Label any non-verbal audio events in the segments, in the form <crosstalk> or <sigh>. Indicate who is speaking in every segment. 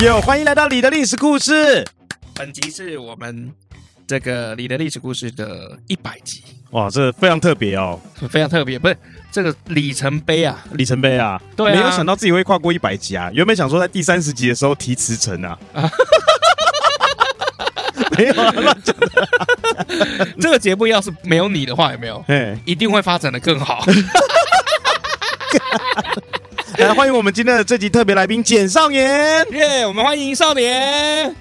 Speaker 1: 有，欢迎来到你的历史故事。
Speaker 2: 本集是我们这个你的历史故事的一百集，
Speaker 1: 哇，这非常特别哦，
Speaker 2: 非常特别，不是这个里程
Speaker 1: <laughs>
Speaker 2: 碑啊！
Speaker 1: 里程碑啊！
Speaker 2: 对啊
Speaker 1: 没有想到自己会跨过一百集啊。原本想说在第三十集的时候提辞呈啊，没有啊，乱讲。
Speaker 2: 这个节目要是没有你的话，有没有？
Speaker 1: 哎，
Speaker 2: 一定会发展的更
Speaker 1: <laughs>
Speaker 2: 好。
Speaker 1: 来哎欢迎我们今天的这集特别来宾简少年。
Speaker 2: 耶、我们欢迎少年，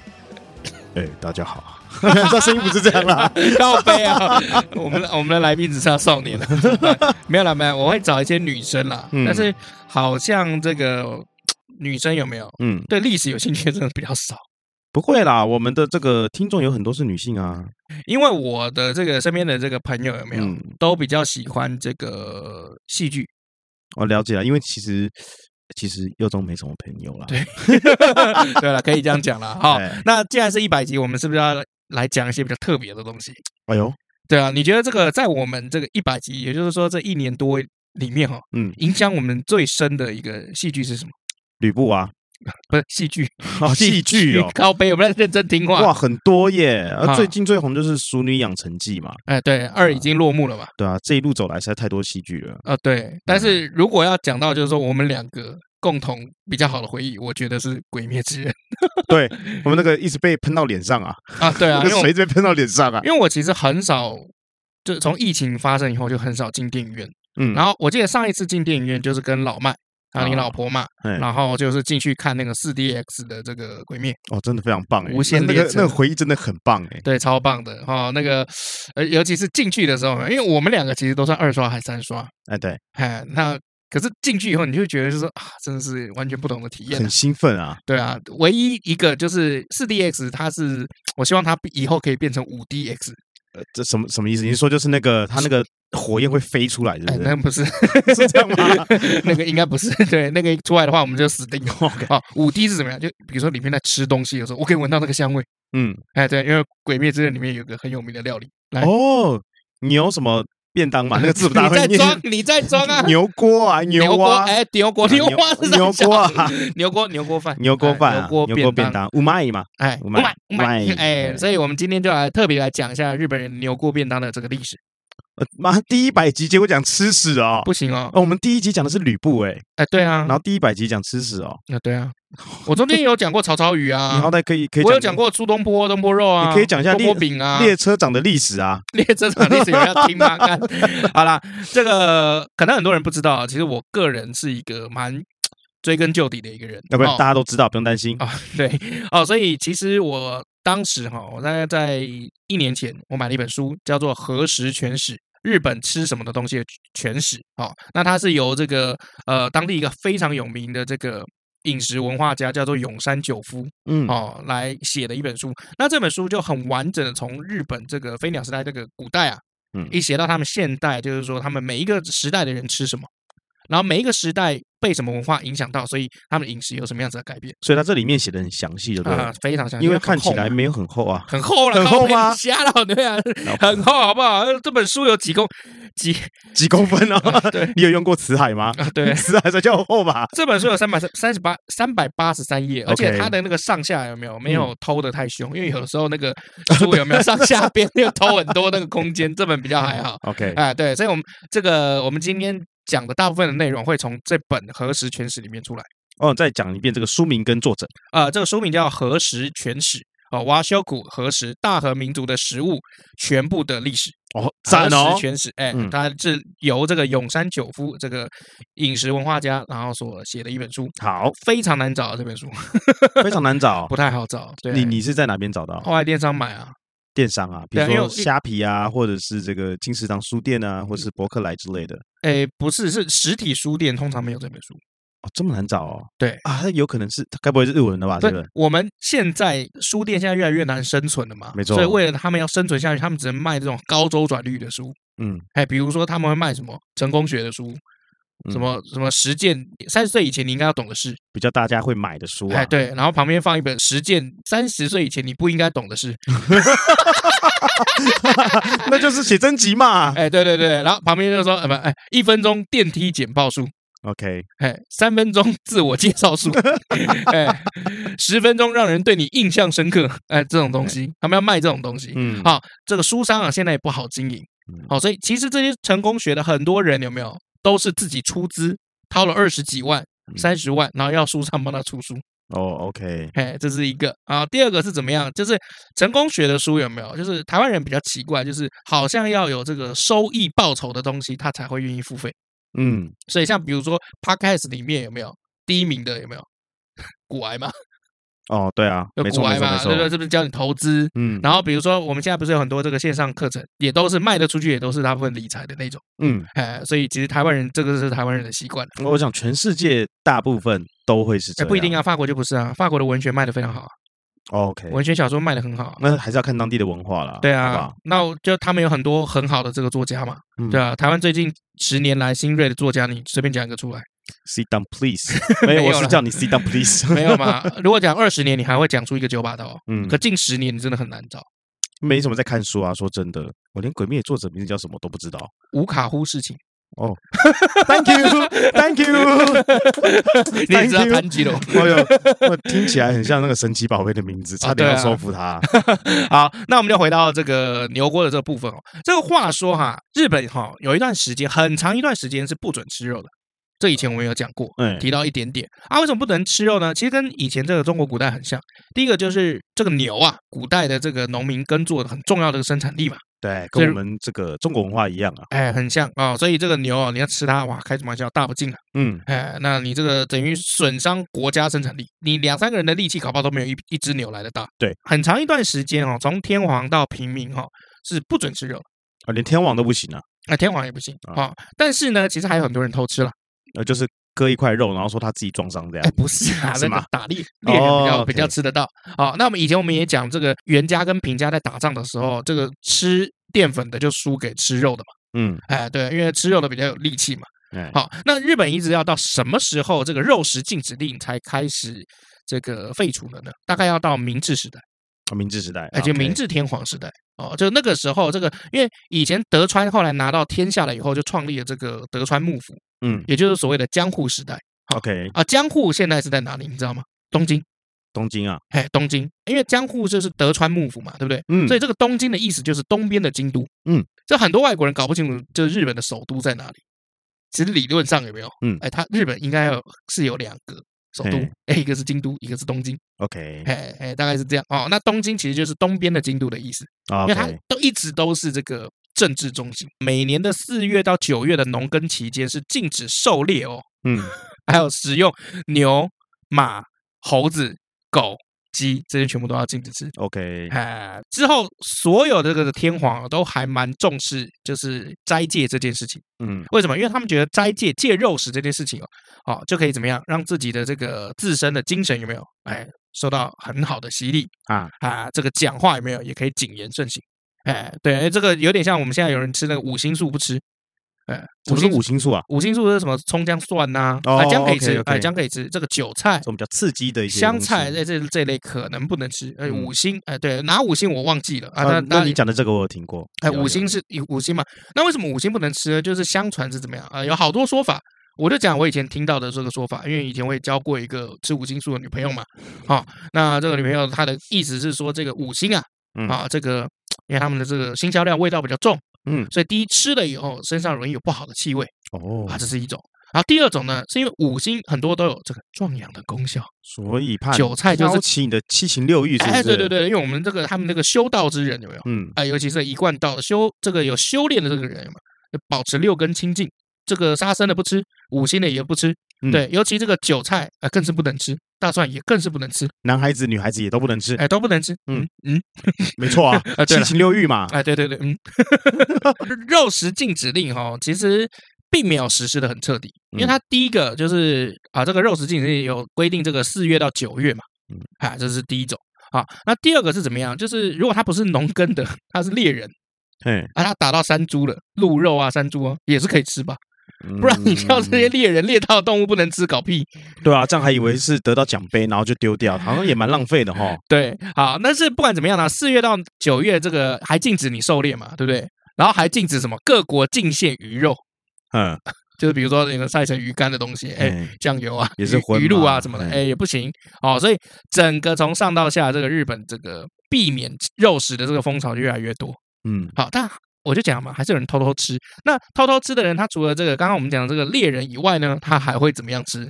Speaker 1: 哎，大家好。这哎声音不是这样 <laughs> 啦，
Speaker 2: 告杯
Speaker 1: <laughs>
Speaker 2: 啊！我们的我们的来宾只差少年了，没有啦，没有，我会找一些女生啦。
Speaker 1: 嗯
Speaker 2: 但是好像这个女生有没有
Speaker 1: 嗯，
Speaker 2: 对历史有兴趣的真的比较少？
Speaker 1: 不会啦，我们的这个听众有很多是女性啊，
Speaker 2: 因为我的这个身边的这个朋友有没有、
Speaker 1: 嗯，
Speaker 2: 都比较喜欢这个戏剧，
Speaker 1: 我哦了解了，因为其实其实佑中没什么朋友啦，
Speaker 2: 对 <laughs> 对了，可以这样讲了哈
Speaker 1: 哎。
Speaker 2: 那既然是一百集，我们是不是要来讲一些比较特别的东西？
Speaker 1: 哎呦，
Speaker 2: 对啊，你觉得这个在我们这个一百集，也就是说这一年多里面哈、
Speaker 1: 嗯，
Speaker 2: 影响我们最深的一个戏剧是什么？
Speaker 1: 吕布啊，
Speaker 2: 不是 <laughs> 戏剧，
Speaker 1: 哦，戏剧哦，
Speaker 2: 靠背，我们来认真听话。
Speaker 1: 哇，很多耶！
Speaker 2: 啊
Speaker 1: 啊、最近最红就是《熟女养成记》嘛，
Speaker 2: 哎，对，二已经落幕了嘛。
Speaker 1: 对啊，这一路走来实在太多戏剧了。
Speaker 2: 啊，对，
Speaker 1: 嗯
Speaker 2: 但是如果要讲到就是说我们两个共同比较好的回忆，我觉得是《鬼灭之刃 <laughs>
Speaker 1: 对我们那个一直被喷到脸上啊，》
Speaker 2: 啊，对啊，
Speaker 1: 那
Speaker 2: 因
Speaker 1: 个
Speaker 2: 为我
Speaker 1: 水一直被喷到脸上啊。
Speaker 2: 因为我其实很少，就从疫情发生以后就很少进电影院。
Speaker 1: 嗯，
Speaker 2: 然后我记得上一次进电影院就是跟老麦还有你老婆嘛，
Speaker 1: 嘿
Speaker 2: 然后就是进去看那个四 DX 的这个《鬼灭》，
Speaker 1: 哦，真的非常棒哎，
Speaker 2: 无限
Speaker 1: 那个
Speaker 2: 列车
Speaker 1: 那个回忆真的很棒哎。
Speaker 2: 对，超棒的哦。那个呃，尤其是进去的时候，因为我们两个其实都算二刷还三刷，
Speaker 1: 哎，对，
Speaker 2: 哎，那可是进去以后你就觉得就是说啊，真的是完全不同的体
Speaker 1: <laughs>
Speaker 2: 验啊
Speaker 1: 很。兴奋啊。
Speaker 2: 对啊，唯一一个就是四 DX，它是我希望它以后可以变成五 DX，
Speaker 1: 呃这什么什么意思？你说就是那个它那个火焰会飞出来，是
Speaker 2: 哎
Speaker 1: 不，
Speaker 2: 那
Speaker 1: 是？
Speaker 2: 不是
Speaker 1: <laughs> 是这样
Speaker 2: <laughs>
Speaker 1: 吗？
Speaker 2: 那个应该不是， <laughs> 对，那个出来的话我们就死定
Speaker 1: <laughs>
Speaker 2: 了。哦，五 D 是怎么样？就比如说里面在吃东西的时候，我可以闻到那个香味。
Speaker 1: 嗯，
Speaker 2: 哎，对，因为《鬼灭之刃》里面有个很有名的料理，来，
Speaker 1: 哦，你有什么便当吗？那个字
Speaker 2: <laughs>
Speaker 1: 不大
Speaker 2: 你
Speaker 1: 会
Speaker 2: 在
Speaker 1: 念。
Speaker 2: 装，你在装啊！
Speaker 1: <laughs> 牛锅啊，
Speaker 2: 锅，
Speaker 1: 蛙，啊
Speaker 2: 哎，牛锅，
Speaker 1: 牛
Speaker 2: 牛蛙是啥
Speaker 1: 牛锅
Speaker 2: <laughs>
Speaker 1: 啊，
Speaker 2: 牛锅，牛锅饭，
Speaker 1: 牛锅饭
Speaker 2: 哎
Speaker 1: 啊，
Speaker 2: 牛锅
Speaker 1: 牛锅便
Speaker 2: 当，
Speaker 1: 当，五麦嘛。
Speaker 2: 哎，
Speaker 1: 我买
Speaker 2: 我买我买
Speaker 1: 我买
Speaker 2: 哎，
Speaker 1: 哎
Speaker 2: 所以我们今天就来特别来讲一下日本人牛锅便当的这个历史。
Speaker 1: 呃妈，第一百集结果讲吃屎哦。
Speaker 2: 不行哦，
Speaker 1: 哦，我们第一集讲的是吕布哎、
Speaker 2: 哎，对啊
Speaker 1: 然，后第一百集讲吃屎哦，
Speaker 2: 啊，对啊，我中间有讲过曹操鱼
Speaker 1: <laughs> 你
Speaker 2: 啊
Speaker 1: 好，歹可以可以
Speaker 2: 我有讲过苏东坡东坡肉啊，
Speaker 1: 你可以讲一下
Speaker 2: 东
Speaker 1: 列
Speaker 2: 坡饼啊，
Speaker 1: 列车长的历史啊，
Speaker 2: 列车长历史有要听吗？ <laughs> 看，好啦，这个可能很多人不知道，啊其实我个人是一个蛮追根究底的一个人，
Speaker 1: 要啊不然
Speaker 2: 哦
Speaker 1: 大家都知道，不用担心。
Speaker 2: 啊、 <laughs> 对哦，所以其实我当时哈、我大概在一年前，我买了一本书，叫做《核食全史》。日本吃什么的东西的全史哦，那它是由这个呃当地一个非常有名的这个饮食文化家叫做永山久夫
Speaker 1: 嗯，
Speaker 2: 哦来写的一本书。那这本书就很完整的从日本这个飞鸟时代这个古代啊，
Speaker 1: 嗯
Speaker 2: 一写到他们现代，就是说他们每一个时代的人吃什么，然后每一个时代被什么文化影响到，所以他们饮食有什么样子的改变。
Speaker 1: 所以他这里面写的很详细的，对不
Speaker 2: 啊
Speaker 1: 对，
Speaker 2: 非常详细，
Speaker 1: 因为
Speaker 2: 很
Speaker 1: 看起
Speaker 2: 厚
Speaker 1: 来
Speaker 2: 嘛
Speaker 1: 没有很厚啊。
Speaker 2: 很厚了，
Speaker 1: 很厚
Speaker 2: 靠背
Speaker 1: 吗
Speaker 2: 瞎了，对啊，
Speaker 1: 然后
Speaker 2: 很厚，好不好？这本书有几公
Speaker 1: <laughs>
Speaker 2: 几
Speaker 1: 几公分哦？ <laughs>
Speaker 2: 对
Speaker 1: 你有用过辞海吗？，
Speaker 2: 啊？对
Speaker 1: 辞海才叫厚吧？
Speaker 2: 这本书有三百三十八三百八十三页，而且
Speaker 1: OK 嗯
Speaker 2: 它的那个上下有没有没有偷的太凶？因为有时候那
Speaker 1: <laughs>
Speaker 2: 个书有没有上下边又偷很多那个空间，这本比较还好。
Speaker 1: OK，
Speaker 2: 哎，对，所以我们这个我们今天讲的大部分的内容会从这本《核实全史》里面出来。
Speaker 1: 哦，再讲一遍这个书名跟作者。
Speaker 2: 呃，这个书名叫《核食全史》哦，瓦修古核食大和民族的食物全部的历史。
Speaker 1: 哦，赞
Speaker 2: 核
Speaker 1: 哦
Speaker 2: 实。全史，哎、
Speaker 1: 嗯
Speaker 2: 它是由这个永山久夫这个饮食文化家，然后所写的一本书，
Speaker 1: 好，
Speaker 2: 非常难找、啊、这本书，
Speaker 1: 非常难找
Speaker 2: <laughs> 不。太好找。对，
Speaker 1: 你你是在哪边找到？
Speaker 2: 后来电商买啊，
Speaker 1: 电商啊，比
Speaker 2: 对啊
Speaker 1: 如
Speaker 2: 因为
Speaker 1: 说
Speaker 2: 我
Speaker 1: 虾皮啊，或者是这个金石堂书店啊，或是博客来之类的。
Speaker 2: 哎，不是，是实体书店通常没有这本书。
Speaker 1: 哦，这么难找哦？
Speaker 2: 对
Speaker 1: 啊，那有可能是，该不会是日文的吧？对
Speaker 2: 对
Speaker 1: 不对？，
Speaker 2: 我们现在书店现在越来越难生存了嘛，
Speaker 1: 没错
Speaker 2: 所以为了他们要生存下去，他们只能卖这种高周转率的书。
Speaker 1: 嗯，
Speaker 2: 哎，比如说他们会卖什么成功学的书，
Speaker 1: 嗯
Speaker 2: 什么什么实践三十岁以前你应该要懂的事，
Speaker 1: 比较大家会买的书啊
Speaker 2: 哎，，对，然后旁边放一本实践三十岁以前你不应该懂
Speaker 1: <laughs>
Speaker 2: 的事，
Speaker 1: <laughs> 那就是写真集嘛。
Speaker 2: 哎，对对对，然后旁边就说，呃不，哎，一分钟电梯简报术，
Speaker 1: OK，
Speaker 2: 哎，三分钟 <laughs> 自我介绍术，哎，十分钟让人对你印象深刻，哎，这种东西，他们要卖这种东西。
Speaker 1: 嗯，
Speaker 2: 好，这个书商啊，现在也不好经营
Speaker 1: 嗯，
Speaker 2: 好，所以其实这些成功学的很多人有没有，都是自己出资掏了二十几万、
Speaker 1: 嗯
Speaker 2: 三十万，然后要书商帮他出书，
Speaker 1: 哦，OK，
Speaker 2: 哎，这是一个啊。第二个是怎么样？就是成功学的书有没有？就是台湾人比较奇怪，就是好像要有这个收益报酬的东西，他才会愿意付费。
Speaker 1: 嗯，
Speaker 2: 所以像比如说 podcast 里面有没有第一名的有没有股癌嘛？
Speaker 1: 哦，对啊，
Speaker 2: 有
Speaker 1: 没
Speaker 2: 股
Speaker 1: 错没
Speaker 2: 癌
Speaker 1: 错没
Speaker 2: 嘛？对不对？
Speaker 1: 错，
Speaker 2: 是不是教你投资？
Speaker 1: 嗯
Speaker 2: 然后比如说我们现在不是有很多这个线上课程，也都是卖得出去，也都是大部分理财的那种。
Speaker 1: 嗯，
Speaker 2: 哎，所以其实台湾人这个是台湾人的习惯。
Speaker 1: 我想全世界大部分都会是这
Speaker 2: 嗯哎，
Speaker 1: 样，
Speaker 2: 不一定啊，法国就不是啊，法国的文学卖得非常好啊，
Speaker 1: OK，
Speaker 2: 文学小说卖得很好啊。
Speaker 1: 那还是要看当地的文化啦，
Speaker 2: 对
Speaker 1: 好不
Speaker 2: 啊
Speaker 1: 好，
Speaker 2: 那我就他们有很多很好的这个作家嘛，
Speaker 1: 嗯
Speaker 2: 对啊，台湾最近十年来新锐的作家，你随便讲一个出来，
Speaker 1: ，sit down
Speaker 2: <laughs>
Speaker 1: please，没有，
Speaker 2: 没有
Speaker 1: 我
Speaker 2: 啦
Speaker 1: 是叫你 sit down please，
Speaker 2: <laughs> 没
Speaker 1: <laughs>
Speaker 2: 有嘛？如果讲二十年，你还会讲出一个九把刀哦，
Speaker 1: 嗯
Speaker 2: 可，近十年你真的很难找。
Speaker 1: 没什么在看书啊，说真的，我连《鬼灭》作者名字叫什么都不
Speaker 2: <laughs>
Speaker 1: 知道。
Speaker 2: 无卡呼事情，
Speaker 1: Thank you，Thank you。
Speaker 2: <laughs> 你也知道潘吉龙。
Speaker 1: <laughs> 哎呦，我听起来很像那个神奇宝贝的名字，差点要
Speaker 2: 对啊
Speaker 1: 收服
Speaker 2: <laughs>
Speaker 1: 他。
Speaker 2: <laughs> 好，那我们就回到这个牛锅的这个部分哦。这个话说哈，日本哈、有一段时间，很长一段时间是不准吃肉的，这以前我们有讲过。
Speaker 1: 嗯，
Speaker 2: 提到一点点啊，为什么不能吃肉呢？其实跟以前这个中国古代很像。第一个就是这个牛啊，古代的这个农民耕作的很重要的一个生产力嘛，
Speaker 1: 对，
Speaker 2: 所以
Speaker 1: 跟我们这个中国文化一样啊。
Speaker 2: 哎，很像哦。所以这个牛啊，你要吃它，哇，开什么玩笑，大不敬啊！
Speaker 1: 嗯，
Speaker 2: 哎，那你这个等于损伤国家生产力，你两三个人的力气搞不好都没有一一只牛来的大。
Speaker 1: 对，
Speaker 2: 很长一段时间哦，从天皇到平民哦，是不准吃肉的，
Speaker 1: 啊，连天网都不行啊，
Speaker 2: 啊，天皇也不行
Speaker 1: 啊
Speaker 2: 啊、哦。但是呢，其实还有很多人偷吃了，
Speaker 1: 呃，就是割一块肉，然后说他自己撞伤这
Speaker 2: 哎，
Speaker 1: 样。
Speaker 2: 不是啊，
Speaker 1: 是
Speaker 2: 那个
Speaker 1: 吗
Speaker 2: 打猎猎人比较、
Speaker 1: 哦，OK
Speaker 2: 比较吃得到。好，那我们以前我们也讲这个袁家跟平家在打仗的时候，这个吃淀粉的就输给吃肉的嘛。
Speaker 1: 嗯，
Speaker 2: 哎，对，因为吃肉的比较有力气嘛。
Speaker 1: 哎，
Speaker 2: 好，那日本一直要到什么时候这个肉食禁止令才开始这个废除了呢？大概要到明治时代，
Speaker 1: 啊明治时代，
Speaker 2: 哎，就
Speaker 1: OK
Speaker 2: 明治天皇时代。哦，就那个时候，这个因为以前德川后来拿到天下了以后，就创立了这个德川幕府，
Speaker 1: 嗯
Speaker 2: 也就是所谓的江户时代
Speaker 1: ，OK，
Speaker 2: 啊。江户现在是在哪里？你知道吗？东京。
Speaker 1: 东京啊，
Speaker 2: 哎，东京，因为江户就是德川幕府嘛，对不对？
Speaker 1: 嗯，
Speaker 2: 所以这个东京的意思就是东边的京都。
Speaker 1: 嗯，
Speaker 2: 这很多外国人搞不清楚，就是日本的首都在哪里。其实理论上有没有？
Speaker 1: 嗯
Speaker 2: 哎，它日本应该有是有两个首都
Speaker 1: 嘿，
Speaker 2: 哎，一个是京都，一个是东京，
Speaker 1: OK，
Speaker 2: 哎哎，大概是这样哦。那东京其实就是东边的京都的意思，
Speaker 1: 啊
Speaker 2: 因为它
Speaker 1: ，OK，
Speaker 2: 都一直都是这个政治中心。每年的四月到九月的农耕期间是禁止狩猎哦，
Speaker 1: 嗯，
Speaker 2: 还有使用牛、马、猴子、狗、鸡，这些全部都要禁止吃。
Speaker 1: OK，
Speaker 2: 哎，之后所有的这个天皇都还蛮重视，就是斋戒这件事情。
Speaker 1: 嗯
Speaker 2: 为什么？因为他们觉得斋戒戒肉食这件事情哦，哦就可以怎么样，让自己的这个自身的精神有没有，哎，受到很好的洗礼
Speaker 1: 啊，
Speaker 2: 啊。这个讲话有没有，也可以谨言慎行。哎，对，哎这个有点像我们现在有人吃那个五星素不吃，哎，
Speaker 1: 什么是
Speaker 2: 星
Speaker 1: 五星素啊？
Speaker 2: 五星素是什么？葱姜蒜呐、
Speaker 1: 哦
Speaker 2: 啊，姜可以吃，
Speaker 1: OK，OK
Speaker 2: 哎，姜可以吃。这个韭菜
Speaker 1: 这、种比较刺激的一些
Speaker 2: 香
Speaker 1: 东西
Speaker 2: 菜哎在这这类可能不能吃。哎，
Speaker 1: 嗯
Speaker 2: 五星，哎，对，哪五星我忘记了啊。
Speaker 1: 啊
Speaker 2: 那，
Speaker 1: 那你讲的这个我有听过，
Speaker 2: 哎，
Speaker 1: 有
Speaker 2: 五星，是五星嘛？那为什么五星不能吃呢？就是相传是怎么样啊、呃有好多说法。我就讲我以前听到的这个说法，因为以前我也交过一个吃五星素的女朋友嘛，啊、那这个女朋友她的意思是说，这个五星啊，
Speaker 1: 嗯
Speaker 2: 啊，这个因为他们的这个新销量味道比较重，
Speaker 1: 有有嗯，
Speaker 2: 所以第一吃了以后身上容易有不好的气味
Speaker 1: 哦
Speaker 2: 啊，，这是一种。然后第二种呢，是因为五星很多都有这个壮阳的功效，
Speaker 1: 所以怕
Speaker 2: 韭菜就是
Speaker 1: 挑起你的七情六欲，是不是？
Speaker 2: 哎，对对，对，因为我们这个他们那个修道之人有没有？
Speaker 1: 嗯，
Speaker 2: 啊，尤其是一贯道修这个有修炼的这个人嘛，保持六根清净，这个杀生的不吃，五星的也不吃，
Speaker 1: 嗯
Speaker 2: 对，尤其这个韭菜啊、呃更是不能吃，大蒜也更是不能吃，
Speaker 1: 男孩子女孩子也都不能吃，
Speaker 2: 哎，都不能吃，嗯
Speaker 1: 嗯
Speaker 2: 嗯，
Speaker 1: 没错啊
Speaker 2: <laughs> 啊，对
Speaker 1: 七
Speaker 2: 了
Speaker 1: 情六欲嘛，
Speaker 2: 哎，对对对， <laughs> 嗯，肉食禁止令哈、哦，其实。并没有实施的很彻底，因为
Speaker 1: 嗯
Speaker 2: 它第一个就是啊，这个肉食禁止令有规定，这个四月到九月嘛
Speaker 1: 嗯，
Speaker 2: 啊，这是第一种啊。那第二个是怎么样？就是如果他不是农耕的，他是猎人，
Speaker 1: 哎，
Speaker 2: 哦啊，他打到山猪了，鹿肉啊，山猪啊，也是可以吃吧？不然你叫这些猎人猎到的动物不能吃，搞屁！
Speaker 1: 对啊，这样还以为是得到奖杯，然后就丢
Speaker 2: <laughs>
Speaker 1: 掉，好像也蛮浪费的哈。
Speaker 2: 对，好，但是不管怎么样呢，四月到九月这个还禁止你狩猎嘛，对不对？然后还禁止什么各国禁限鱼肉，
Speaker 1: 嗯，
Speaker 2: 就是比如说那个晒成鱼干的东西，哎，
Speaker 1: 哎，
Speaker 2: 酱油啊，
Speaker 1: 也是
Speaker 2: 鱼
Speaker 1: 荤
Speaker 2: 鱼露
Speaker 1: 嘛
Speaker 2: 啊什么的，
Speaker 1: 哎
Speaker 2: 哎也不行哦。所以整个从上到下，这个日本这个避免肉食的这个风潮就越来越多。
Speaker 1: 嗯，
Speaker 2: 好，但我就讲嘛，还是有人偷偷吃。那偷偷吃的人，他除了这个刚刚我们讲的这个猎人以外呢，他还会怎么样吃？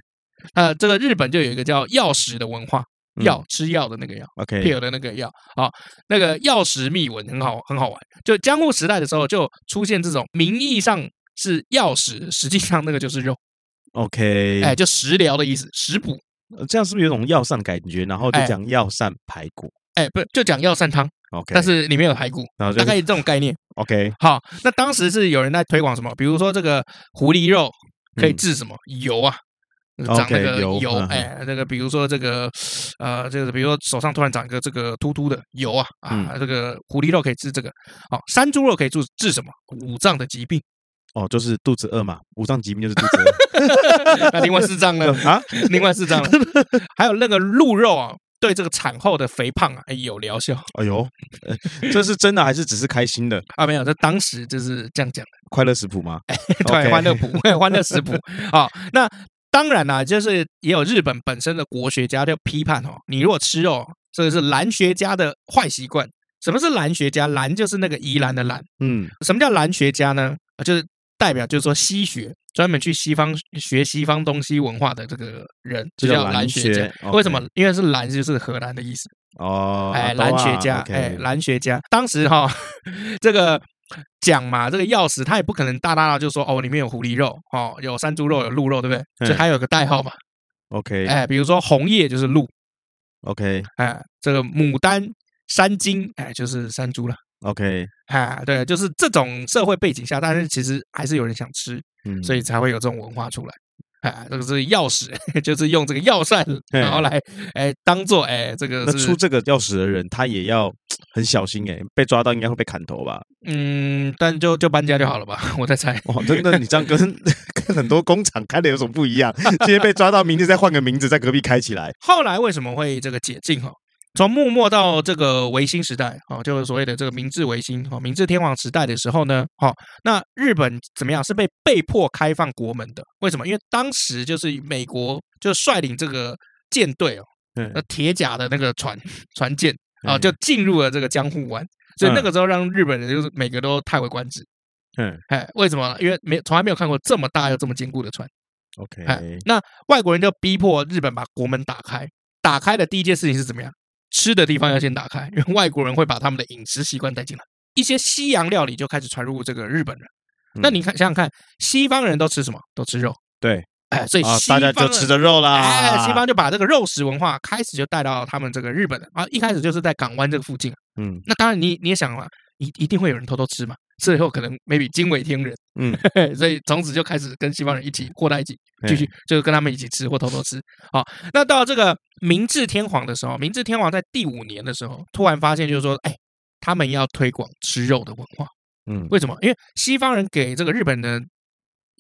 Speaker 2: 呃，这个日本就有一个叫药食的文化，
Speaker 1: 嗯
Speaker 2: 药吃药的那个药。
Speaker 1: OK，
Speaker 2: 撇的那个药啊，那个药石秘文很好很好玩。就江户时代的时候，就出现这种名义上是药石，实际上那个就是肉，
Speaker 1: OK，
Speaker 2: 哎，就食疗的意思，食补，
Speaker 1: 呃这样是不是有种药膳感觉？然后就
Speaker 2: 哎
Speaker 1: 讲药膳排骨
Speaker 2: 哎，不就讲药膳汤，
Speaker 1: ，OK，
Speaker 2: 但是里面有排骨，
Speaker 1: 然后就
Speaker 2: 大概是这种概念。
Speaker 1: OK，
Speaker 2: 好，那当时是有人在推广什么，比如说这个狐狸肉可以
Speaker 1: 嗯
Speaker 2: 治什么油啊。
Speaker 1: OK，
Speaker 2: 长那个
Speaker 1: 油
Speaker 2: 油
Speaker 1: 嗯，
Speaker 2: 哎，那个比如说这个，呃，这个比如说手上突然长一个这个突突的油啊，
Speaker 1: 嗯
Speaker 2: 啊，这个狐狸肉可以治这个，好，山猪肉可以治治什么五脏的疾病？
Speaker 1: <laughs> 哦，就是肚子饿嘛，五脏疾病就是肚子饿
Speaker 2: <laughs> 那另外四
Speaker 1: <laughs>
Speaker 2: 脏呢？
Speaker 1: 啊，
Speaker 2: 另外四脏呢，还有那个鹿肉啊，对这个产后的肥胖啊，哎有疗效
Speaker 1: 哎呦，呃这是真的还是只是开心的
Speaker 2: 啊，没有，这当时就是这样讲。
Speaker 1: 快乐食谱吗？
Speaker 2: <laughs> 对，
Speaker 1: <laughs> OK
Speaker 2: 欢乐谱， <laughs> 欢乐食谱啊、那当然啦、就是也有日本本身的国学家就批判哦，你如果吃肉，这个是兰学家的坏习惯。什么是兰学家？兰就是那个宜兰的兰。
Speaker 1: 嗯
Speaker 2: 什么叫兰学家呢？啊就是代表就是说西学，专门去西方学西方东西文化的这个人，就
Speaker 1: 这叫
Speaker 2: 叫
Speaker 1: 兰
Speaker 2: 兰学
Speaker 1: 学
Speaker 2: 家。
Speaker 1: ，OK
Speaker 2: 为什么？因为是兰就是荷兰的意思。
Speaker 1: 哦，
Speaker 2: 哎，
Speaker 1: 阿
Speaker 2: 蓝
Speaker 1: 豆
Speaker 2: 学
Speaker 1: 啊
Speaker 2: 家，
Speaker 1: ，OK
Speaker 2: 哎，蓝学家，当时哈、 <laughs> 这个讲嘛，这个钥匙他也不可能大大的就说哦，里面有狐狸肉，哦，有山猪肉，有鹿肉，对不对？
Speaker 1: 嗯
Speaker 2: 所以它有个代号嘛，
Speaker 1: OK
Speaker 2: 哎，比如说红叶就是鹿，
Speaker 1: OK
Speaker 2: 哎，这个牡丹、山精，哎，就是山猪了。
Speaker 1: OK，
Speaker 2: 哎，对，就是这种社会背景下，但是其实还是有人想吃，
Speaker 1: 嗯，
Speaker 2: 所以才会有这种文化出来。哎，这个是钥匙， <laughs> 就是用这个药膳，
Speaker 1: 嗯
Speaker 2: 然后来，哎，当做哎这个
Speaker 1: 那
Speaker 2: 是
Speaker 1: 出这个钥匙的人，他也要很小心哎、被抓到应该会被砍头吧？
Speaker 2: 嗯，但就就搬家就好了吧， <laughs> 我在猜。
Speaker 1: 哇，真的，你这样跟 <laughs> 跟很多工厂开的有什么不一样？ <laughs> 今天被抓到，明天再换个名字，在隔壁开起来。
Speaker 2: 后来为什么会这个解禁哈？从幕末到这个维新时代，哦，就是所谓的这个明治维新，哦，明治天皇时代的时候呢，哦，那日本怎么样是被被迫开放国门的？为什么？因为当时就是美国就率领这个舰队哦，
Speaker 1: 嗯
Speaker 2: 那铁甲的那个船船舰啊、
Speaker 1: 嗯
Speaker 2: 就进入了这个江户湾，所以那个时候让日本人就是每个都叹为观止。
Speaker 1: 嗯
Speaker 2: 哎，为什么呢？因为没从来没有看过这么大又这么坚固的船。
Speaker 1: ，OK，
Speaker 2: 哎，那外国人就逼迫日本把国门打开。打开的第一件事情是怎么样？吃的地方要先打开， <laughs> 因为外国人会把他们的饮食习惯带进来。一些西洋料理就开始传入这个日本人。
Speaker 1: 嗯
Speaker 2: 那你看，想想看，西方人都吃什么？都吃肉。
Speaker 1: 对，
Speaker 2: 哎，所以
Speaker 1: 啊，
Speaker 2: 西
Speaker 1: 大
Speaker 2: 方
Speaker 1: 家
Speaker 2: 人、
Speaker 1: 就吃啊着肉啦。
Speaker 2: 哎，西方就把这个肉食文化开始就带到他们这个日本了啊。一开始就是在港湾这个附近。
Speaker 1: 嗯
Speaker 2: 那当然你，你也想嘛，一一定会有人偷偷吃嘛。最后可能 maybe 惊为天人，
Speaker 1: 嗯，
Speaker 2: <laughs> 所以从此就开始跟西方人一起和在一起，继续就是跟他们一起吃或偷偷吃。好，那到这个明治天皇的时候，明治天皇在第五年的时候，突然发现就是说，哎，他们要推广吃肉的文化。
Speaker 1: 嗯
Speaker 2: 为什么？因为西方人给这个日本的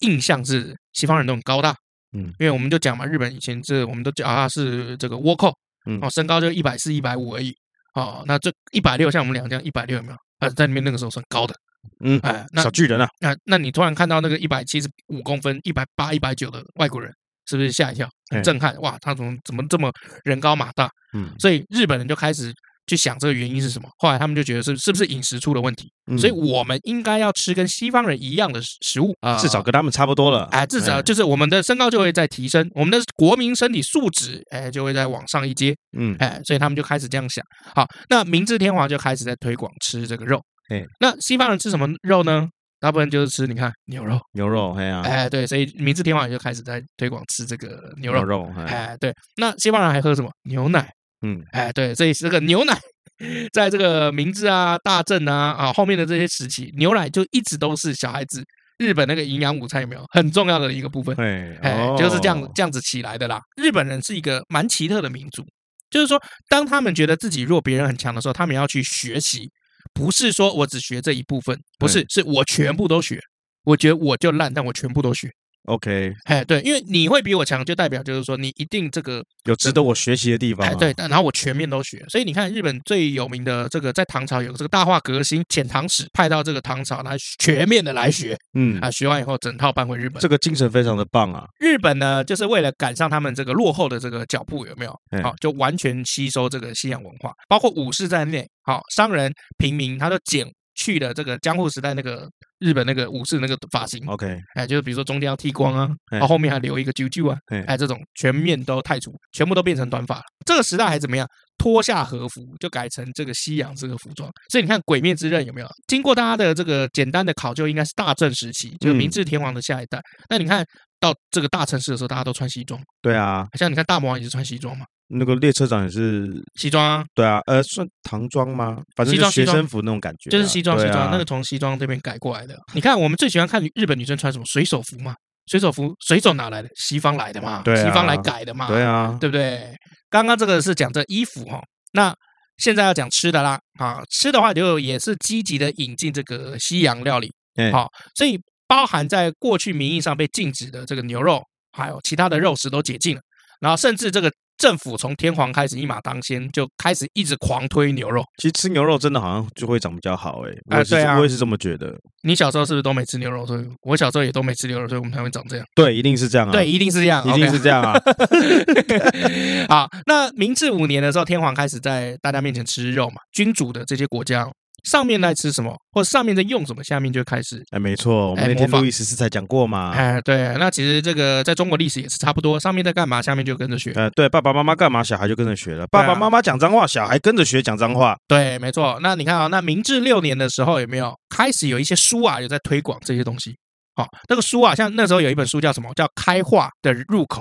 Speaker 2: 印象是西方人都很高大。
Speaker 1: 嗯
Speaker 2: 因为我们就讲嘛，日本以前这我们都叫他是这个倭寇，
Speaker 1: 嗯
Speaker 2: 哦，身高就一百四、一百五而已，哦，那这一百六，像我们俩这样一百六有没有？啊，在里面那个时候算高的，
Speaker 1: 嗯，
Speaker 2: 哎，那
Speaker 1: 小巨人啊，
Speaker 2: 那那你突然看到那个一百七十五公分、一百八、一百九的外国人，是不是吓一跳？很
Speaker 1: 嗯
Speaker 2: 震撼，哇，他怎么怎么这么人高马大？
Speaker 1: 嗯，
Speaker 2: 所以日本人就开始去想这个原因是什么。后来他们就觉得是是不是饮食出了问题？
Speaker 1: 嗯
Speaker 2: 所以我们应该要吃跟西方人一样的食食物啊，
Speaker 1: 至少跟他们差不多了。
Speaker 2: 哎，至少就是我们的身高就会在提升，我们的国民身体素质哎就会在往上一阶。
Speaker 1: 嗯，
Speaker 2: 哎，所以他们就开始这样想。好，那明治天皇就开始在推广吃这个肉。
Speaker 1: 哎，
Speaker 2: 那西方人吃什么肉呢？大部分就是吃，你看牛肉。
Speaker 1: 牛肉，哎呀，
Speaker 2: 哎，对，所以明治天皇也就开始在推广吃这个牛
Speaker 1: 牛
Speaker 2: 肉。
Speaker 1: 肉，哎
Speaker 2: 哎，对，那西方人还喝什么牛奶？
Speaker 1: 嗯，
Speaker 2: 哎，对，所以这个牛奶 <laughs> 在这个明治啊、大正啊、啊后面的这些时期，牛奶就一直都是小孩子日本那个营养午餐有没有很重要的一个部分。
Speaker 1: 哎，
Speaker 2: 哎，
Speaker 1: 哦
Speaker 2: 就是这样这样子起来的啦。日本人是一个蛮奇特的民族，就是说，当他们觉得自己弱别人很强的时候，他们要去学习，不是说我只学这一部分，不是，是我全部都学。我觉得我就烂，但我全部都学。
Speaker 1: OK，
Speaker 2: 哎，对，因为你会比我强，就代表就是说你一定这个
Speaker 1: 有值得我学习的地方、
Speaker 2: 哎，
Speaker 1: 啊。
Speaker 2: 对，但然后我全面都学，所以你看日本最有名的这个，在唐朝有这个大化革新遣唐使派到这个唐朝来全面的来学
Speaker 1: 嗯，
Speaker 2: 啊，学完以后整套搬回日本。
Speaker 1: 这个精神非常的棒啊。
Speaker 2: 日本呢，就是为了赶上他们这个落后的这个脚步，有没有
Speaker 1: 嗯？
Speaker 2: 好、就完全吸收这个西洋文化，包括武士在内，好、商人、平民，他都减去了这个江户时代那个日本那个武士那个发型，
Speaker 1: OK，
Speaker 2: 哎，就是比如说中间要剃光啊，
Speaker 1: 嗯
Speaker 2: 然后后面还留一个啾啾啊
Speaker 1: 嗯，
Speaker 2: 哎，这种全面都太除，全部都变成短发了。这个时代还怎么样？脱下和服就改成这个西洋这个服装，所以你看《鬼灭之刃》有没有？经过大家的这个简单的考究，应该是大正时期，就是
Speaker 1: 嗯
Speaker 2: 明治天皇的下一代。那你看到这个大城市的时候，大家都穿西装，
Speaker 1: 对啊，
Speaker 2: 像你看大魔王也是穿西装嘛，
Speaker 1: 那个列车长也是，
Speaker 2: 西装啊，
Speaker 1: 对啊，呃，算唐装吗？反正就是
Speaker 2: 西装
Speaker 1: 学
Speaker 2: 西装
Speaker 1: 生服那种感觉啊、
Speaker 2: 就是西装西
Speaker 1: 对啊
Speaker 2: 装，那个从西装这边改过来的。你看我们最喜欢看日本女生穿什么水手服嘛？水手服水手哪来的？西方来的嘛，
Speaker 1: 对啊
Speaker 2: 西方来改的嘛，
Speaker 1: 对啊，
Speaker 2: 对不对？刚刚这个是讲这衣服哦，那现在要讲吃的啦啊，吃的话就也是积极的引进这个西洋料理，
Speaker 1: 哎
Speaker 2: 好、所以包含在过去名义上被禁止的这个牛肉，还有其他的肉食都解禁了，然后甚至这个政府从天皇开始一马当先，就开始一直狂推牛肉。
Speaker 1: 其实吃牛肉真的好像就会长比较好哎、我
Speaker 2: 啊
Speaker 1: 也是、
Speaker 2: 对啊
Speaker 1: 我也是这么觉得。
Speaker 2: 你小时候是不是都没吃牛肉？所以我小时候也都没吃牛肉，所以我们才会长这样。
Speaker 1: 对，一定是这样啊，
Speaker 2: 对，，一定是这样，
Speaker 1: 一定
Speaker 2: OK
Speaker 1: 是这样啊。
Speaker 2: <laughs> 好，那明治五年的时候，天皇开始在大家面前吃肉嘛，君主的这些国家哦。上面在吃什么，或者上面在用什么，下面就开始。
Speaker 1: 哎，没错，我们
Speaker 2: <laughs> 哎
Speaker 1: 那
Speaker 2: 模
Speaker 1: 天
Speaker 2: 仿
Speaker 1: 路易十四才讲过嘛。
Speaker 2: 哎，对，那其实这个在中国历史也是差不多，上面在干嘛，下面就跟着学。
Speaker 1: 呃，对，爸爸妈妈干嘛，小孩就跟着学了。
Speaker 2: 对
Speaker 1: 爸
Speaker 2: 啊
Speaker 1: 爸妈妈讲脏话，小孩跟着学讲脏话。
Speaker 2: 对，没错。那你看啊、那明治六年的时候，有没有开始有一些书啊，有在推广这些东西？好、那个书啊，像那时候有一本书叫什么？叫《开化的入口》。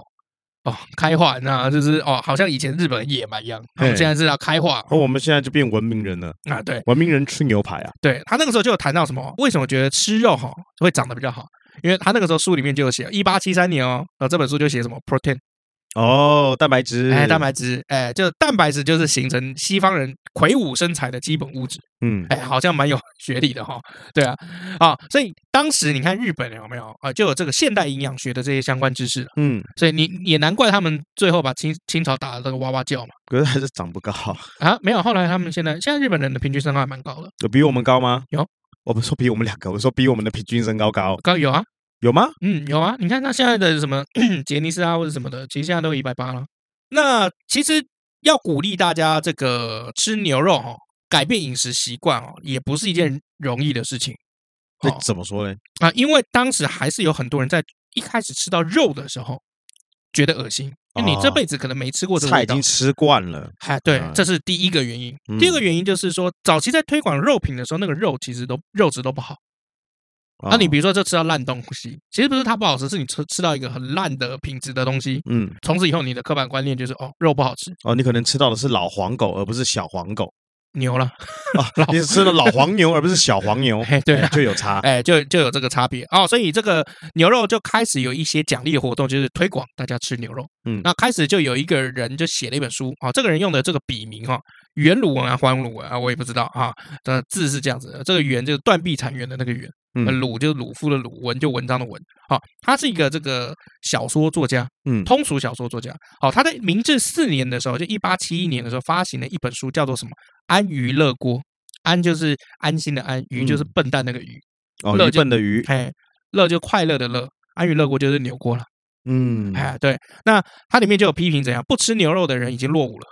Speaker 2: 哦，开化，那就是哦，好像以前日本很野蛮一样，我
Speaker 1: 嘿
Speaker 2: 们现在是要开化
Speaker 1: 哦，我们现在就变文明人了，
Speaker 2: 啊，对。
Speaker 1: 文明人吃牛排啊。
Speaker 2: 对他那个时候就有谈到什么，为什么觉得吃肉哈会长得比较好？因为他那个时候书里面就有写，一八七三年哦，呃，这本书就写什么 protein，
Speaker 1: 哦，蛋白质，
Speaker 2: 哎，蛋，白质，哎，就蛋白质就是形成西方人魁梧身材的基本物质，
Speaker 1: 嗯，
Speaker 2: 哎，好像蛮有学理的哈、对啊，啊，所以当时你看日本有没有啊、呃就有这个现代营养学的这些相关知识了，
Speaker 1: 嗯，
Speaker 2: 所以你也难怪他们最后把清清朝打的这个哇哇叫嘛，
Speaker 1: 可是还是长不高，
Speaker 2: 啊，没有，后来他们现在现在日本人的平均身高还蛮高的，
Speaker 1: 有比我们高吗？哦
Speaker 2: 有，
Speaker 1: 我不是说比我们两个，我说比我们的平均身高高，
Speaker 2: 高有啊，
Speaker 1: 有吗？
Speaker 2: 嗯，有啊，你看他现在的什么 <clears throat> 杰尼斯啊，或者什么的，其实现在都一百八了。那其实要鼓励大家这个吃牛肉哦，改变饮食习惯哦，也不是一件容易的事情。
Speaker 1: 那
Speaker 2: 哦
Speaker 1: 怎么说嘞？
Speaker 2: 啊，因为当时还是有很多人在一开始吃到肉的时候觉得恶心，因为你这
Speaker 1: 哦
Speaker 2: 辈子可能没吃过这个
Speaker 1: 菜
Speaker 2: 味
Speaker 1: 已
Speaker 2: 道
Speaker 1: 经。吃惯了，
Speaker 2: 哎，对
Speaker 1: 嗯，
Speaker 2: 这是第一个原因。第二个原因就是说，早期在推广肉品的时候，那个肉其实都肉质都不好。那、
Speaker 1: 哦
Speaker 2: 你比如说，这吃到烂东西，其实不是它不好吃，是你吃吃到一个很烂的品质的东西。
Speaker 1: 嗯，
Speaker 2: 从此以后，你的刻板观念就是哦，肉不好吃，
Speaker 1: 哦，你可能吃到的是老黄狗，而不是小黄狗
Speaker 2: 牛了。 <laughs>
Speaker 1: 啊，你是吃了老黄牛，而不是小黄牛，
Speaker 2: 哦嘿对啊
Speaker 1: 哎就有差。
Speaker 2: 哎，就就有这个差别哦。所以这个牛肉就开始有一些奖励的活动，就是推广大家吃牛肉。
Speaker 1: 嗯
Speaker 2: 那开始就有一个人就写了一本书啊、哦，这个人用的这个笔名哈、哦，袁鲁文啊，黄鲁文啊，我也不知道啊。这字是这样子的，这个袁就是断壁残垣的那个袁，
Speaker 1: 嗯
Speaker 2: 呃鲁就是鲁夫的鲁，文就文章的文。好、他是一个这个小说作家，
Speaker 1: 嗯
Speaker 2: 通俗小说作家。好、他在明治四年的时候，就一八七一年的时候，发行了一本书，叫做什么《安于乐锅》。安就是安心的安，鱼就是笨蛋那个鱼。
Speaker 1: 哦，
Speaker 2: 乐
Speaker 1: 鱼
Speaker 2: 就
Speaker 1: 笨的鱼，
Speaker 2: 哎，乐就快乐的乐，安于乐锅就是牛锅了。
Speaker 1: 嗯，
Speaker 2: 哎，对，那它里面就有批评怎样不吃牛肉的人已经落伍了，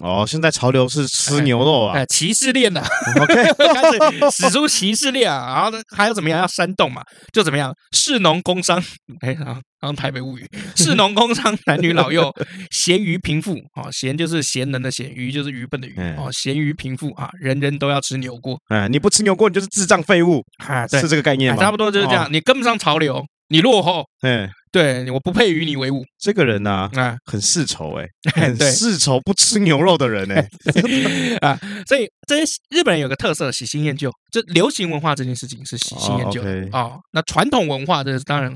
Speaker 1: 哦，现在潮流是吃牛肉啊
Speaker 2: 哎，歧视链呐，
Speaker 1: ，OK，
Speaker 2: 开始使出歧视链啊，然后呢还要怎么样？要煽动嘛，就怎么样？士农工商，哎，好像台北物语，士农工商，男女老幼，咸鱼贫富啊，咸就是贤能的咸，鱼就是愚笨的愚
Speaker 1: 哎
Speaker 2: 哦，咸鱼贫富啊，人人都要吃牛锅，
Speaker 1: <laughs> 哎，你不吃牛锅，你就是智障废物，
Speaker 2: 哎，
Speaker 1: 啊
Speaker 2: 对
Speaker 1: 是，这个概念
Speaker 2: 哎
Speaker 1: 吗？
Speaker 2: 差不多就是这样，你跟不上潮流，你落后，
Speaker 1: 哦。哎，
Speaker 2: 对，我不配与你为伍
Speaker 1: 这个人呐，
Speaker 2: 啊。
Speaker 1: 很世仇哎，
Speaker 2: 哎
Speaker 1: 很
Speaker 2: <laughs> 对
Speaker 1: 世仇不吃牛肉的人
Speaker 2: <laughs>
Speaker 1: 哎，
Speaker 2: 啊，所以这些日本人有个特色，喜新厌旧，就流行文化这件事情是喜新厌旧的
Speaker 1: 哦，OK
Speaker 2: 哦。那传统文化这是当然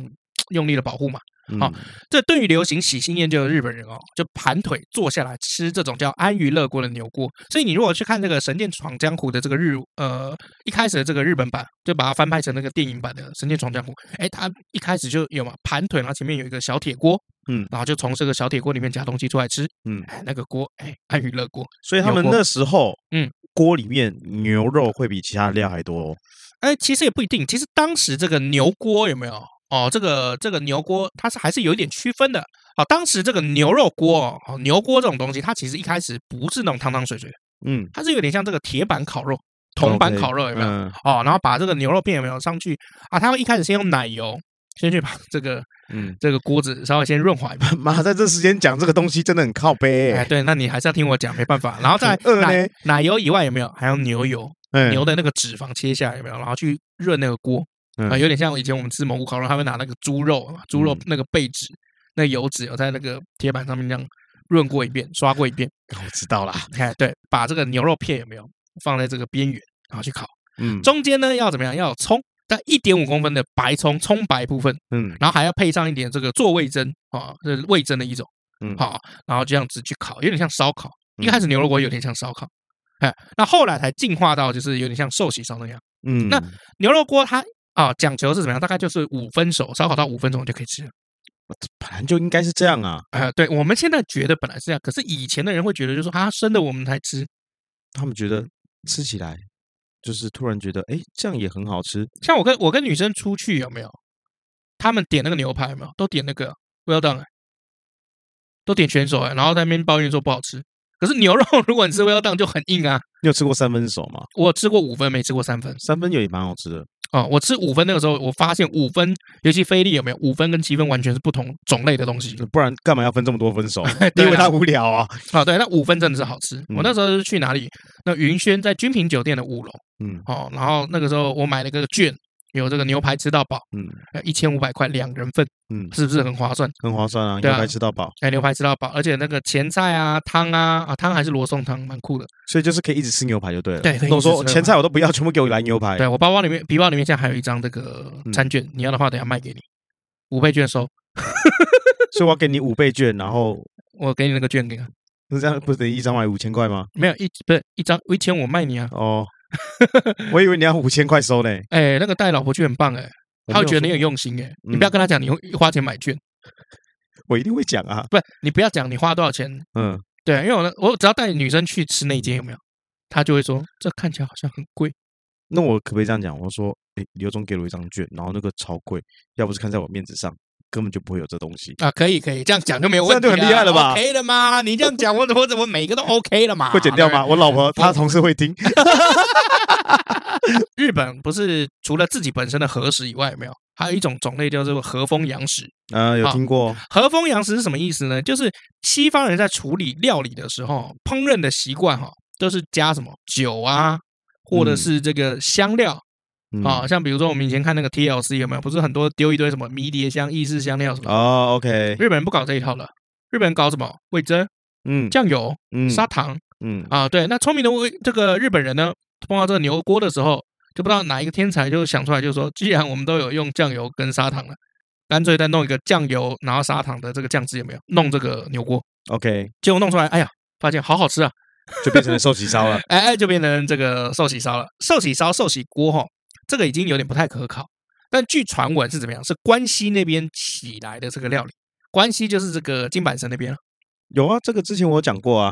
Speaker 2: 用力的保护嘛。好
Speaker 1: 嗯，
Speaker 2: 这对于流行喜新厌旧的日本人哦，就盘腿坐下来吃这种叫安于乐锅的牛锅。所以你如果去看这个《神剑闯江湖》的这个日呃一开始的这个日本版，就把它翻拍成那个电影版的《神剑闯江湖》，哎，它一开始就有嘛盘腿，然后前面有一个小铁锅，
Speaker 1: 嗯
Speaker 2: 然后就从这个小铁锅里面夹东西出来吃，
Speaker 1: 嗯
Speaker 2: 哎，那个锅，哎，安于乐锅，
Speaker 1: 所以他们
Speaker 2: 牛锅
Speaker 1: 那时候，
Speaker 2: 嗯，
Speaker 1: 锅里面牛肉会比其他料还多、哦。
Speaker 2: 哎，其实也不一定。其实当时这个牛锅有没有？哦，这个这个牛锅它是还是有一点区分的。哦，当时这个牛肉锅哦哦，牛锅这种东西，它其实一开始不是那种汤汤水水的，
Speaker 1: 嗯，
Speaker 2: 它是有点像这个铁板烤肉、铜板
Speaker 1: OK，
Speaker 2: 烤肉有没有？
Speaker 1: 嗯
Speaker 2: 哦，然后把这个牛肉片有没有上去啊？它会一开始先用奶油先去把这个
Speaker 1: 嗯，
Speaker 2: 这个锅子稍微先润滑一遍。
Speaker 1: <laughs> 妈，在这时间讲这个东西真的很靠背、
Speaker 2: 哎，
Speaker 1: 欸。
Speaker 2: 对，那你还是要听我讲，没办法。然后再来
Speaker 1: <laughs> 很饿
Speaker 2: 奶
Speaker 1: 呢
Speaker 2: 奶油以外有没有？还有牛油，
Speaker 1: 嗯
Speaker 2: 牛的那个脂肪切下来有没有？然后去润那个锅，啊、
Speaker 1: 嗯
Speaker 2: 有点像以前我们吃蒙古烤肉，他会拿那个猪肉嘛，猪肉
Speaker 1: 嗯
Speaker 2: 那个背脂、那油脂，有在那个铁板上面这样润过一遍，刷过一遍。
Speaker 1: 我知道啦。
Speaker 2: 哎，对，把这个牛肉片有没有放在这个边缘，然后去烤。
Speaker 1: 嗯
Speaker 2: 中间呢要怎么样？要有葱，但一点五公分的白葱，葱白部分，
Speaker 1: 嗯
Speaker 2: 然后还要配上一点这个做味噌啊，这是味噌的一种，
Speaker 1: 嗯
Speaker 2: 好，然后这样子去烤，有点像烧烤。
Speaker 1: 嗯
Speaker 2: 一开始牛肉锅有点像烧烤，哎，那后来才进化到就是有点像寿喜烧那样。
Speaker 1: 嗯，
Speaker 2: 那牛肉锅它啊讲求是怎么样？大概就是五分熟，烧烤到五分钟就可以吃了。
Speaker 1: 本来就应该是这样啊。
Speaker 2: 啊、对我们现在觉得本来是这样，可是以前的人会觉得就是说啊，生的我们才吃。
Speaker 1: 他们觉得吃起来就是突然觉得，哎，这样也很好吃。
Speaker 2: 像我跟我跟女生出去有没有？他们点那个牛排有没有？都点那个 well done，、欸、都点全熟、欸，然后在那边抱怨说不好吃。可是牛肉如果你吃 well done 就很硬啊。
Speaker 1: 你有吃过三分熟吗？
Speaker 2: 我吃过五分，没吃过三分。
Speaker 1: 三分有也蛮好吃的。
Speaker 2: 哦，我吃五分那个时候，我发现五分，尤其菲力有没有？五分跟七分完全是不同种类的东西。
Speaker 1: 不然干嘛要分这么多分手？
Speaker 2: <laughs>
Speaker 1: 因
Speaker 2: 对
Speaker 1: 为
Speaker 2: 啦
Speaker 1: 他无聊啊。
Speaker 2: 啊，对，那五分真的是好吃。我那时候是去哪里？那云轩在君品酒店的五楼
Speaker 1: 嗯
Speaker 2: 哦，然后那个时候我买了个券，有这个牛排吃到饱，
Speaker 1: 嗯
Speaker 2: 一千五百块两人份，
Speaker 1: 嗯，
Speaker 2: 是不是很划算？
Speaker 1: 很划算啊，
Speaker 2: 对
Speaker 1: 牛
Speaker 2: 啊
Speaker 1: 排吃到饱，
Speaker 2: 哎，牛排吃到饱，而且那个前菜啊、汤啊、啊汤还是罗宋汤，蛮酷的。
Speaker 1: 所以就是可以一直吃牛排就对了。
Speaker 2: 对可以
Speaker 1: 那我
Speaker 2: 一直吃
Speaker 1: 说
Speaker 2: 牛排
Speaker 1: 前菜我都不要，全部给我来牛排。
Speaker 2: 对我包包里面、皮包里面现在还有一张这个
Speaker 1: 哎嗯
Speaker 2: 餐券，你要的话等一下卖给你，五倍券收，
Speaker 1: 所以我要给你五倍券，然后
Speaker 2: 我给你那个券给他。
Speaker 1: 那这样不是等于一张买五千块吗？
Speaker 2: 没有一不是一张一千我卖你啊！ <laughs>
Speaker 1: 哦，我以为你要五千块收呢。
Speaker 2: 哎，那个带老婆去很棒哎，
Speaker 1: 我没
Speaker 2: 他会
Speaker 1: 有
Speaker 2: 觉得你
Speaker 1: 说
Speaker 2: 很用心哎，你
Speaker 1: 嗯
Speaker 2: 不要跟他讲你用花钱买券，
Speaker 1: 我一定会讲啊。
Speaker 2: 不是你不要讲你花多少钱，
Speaker 1: 嗯，
Speaker 2: 对，因为我呢，我只要带女生去吃那间有没有，她就会说这看起来好像很贵。
Speaker 1: 那我可不可以这样讲？我说，哎，刘总给了我一张券，然后那个超贵，要不是看在我面子上，根本就不会有这东西。
Speaker 2: 啊，可以可以，这样讲就没有问
Speaker 1: 这
Speaker 2: 题、啊，
Speaker 1: 样就很厉害了吧
Speaker 2: ？OK 的嘛，你这样讲，我怎我怎么每个都 OK 了嘛？
Speaker 1: 会剪掉吗？
Speaker 2: 啊对
Speaker 1: 我老婆她同事会听。
Speaker 2: 不对？日本不是除了自己本身的和食以外，有没有还有一种种类叫做和风洋食？
Speaker 1: 呃，有
Speaker 2: <laughs> 好
Speaker 1: 听过。
Speaker 2: 和风洋食是什么意思呢？就是西方人在处理料理的时候，烹饪的习惯哈，都是加什么酒啊，或者
Speaker 1: 嗯
Speaker 2: 是这个香料。
Speaker 1: 嗯
Speaker 2: 啊、像比如说我们以前看那个 TLC 有没有，不是很多丢一堆什么迷迭香、意式香料什么？
Speaker 1: 哦，OK，
Speaker 2: 日本人不搞这一套了，日本人搞什么味噌、
Speaker 1: 嗯
Speaker 2: 酱油、
Speaker 1: 嗯
Speaker 2: 砂糖
Speaker 1: 嗯
Speaker 2: 啊？对，那聪明的味这个日本人呢，碰到这个牛锅的时候，就不知道哪一个天才就想出来，就说既然我们都有用酱油跟砂糖了，干脆再弄一个酱油然后砂糖的这个酱汁有没有？弄这个牛锅，
Speaker 1: ，OK，
Speaker 2: 结果弄出来，哎呀，发现好好吃啊！
Speaker 1: 就变成了寿喜烧了。
Speaker 2: 哎哎，就变成这个寿喜烧了。寿喜烧、寿喜锅哈，这个已经有点不太可靠。但据传闻是怎么样？是关西那边起来的这个料理。关西就是这个金板神那边了。
Speaker 1: 有啊，这个之前我有讲过啊，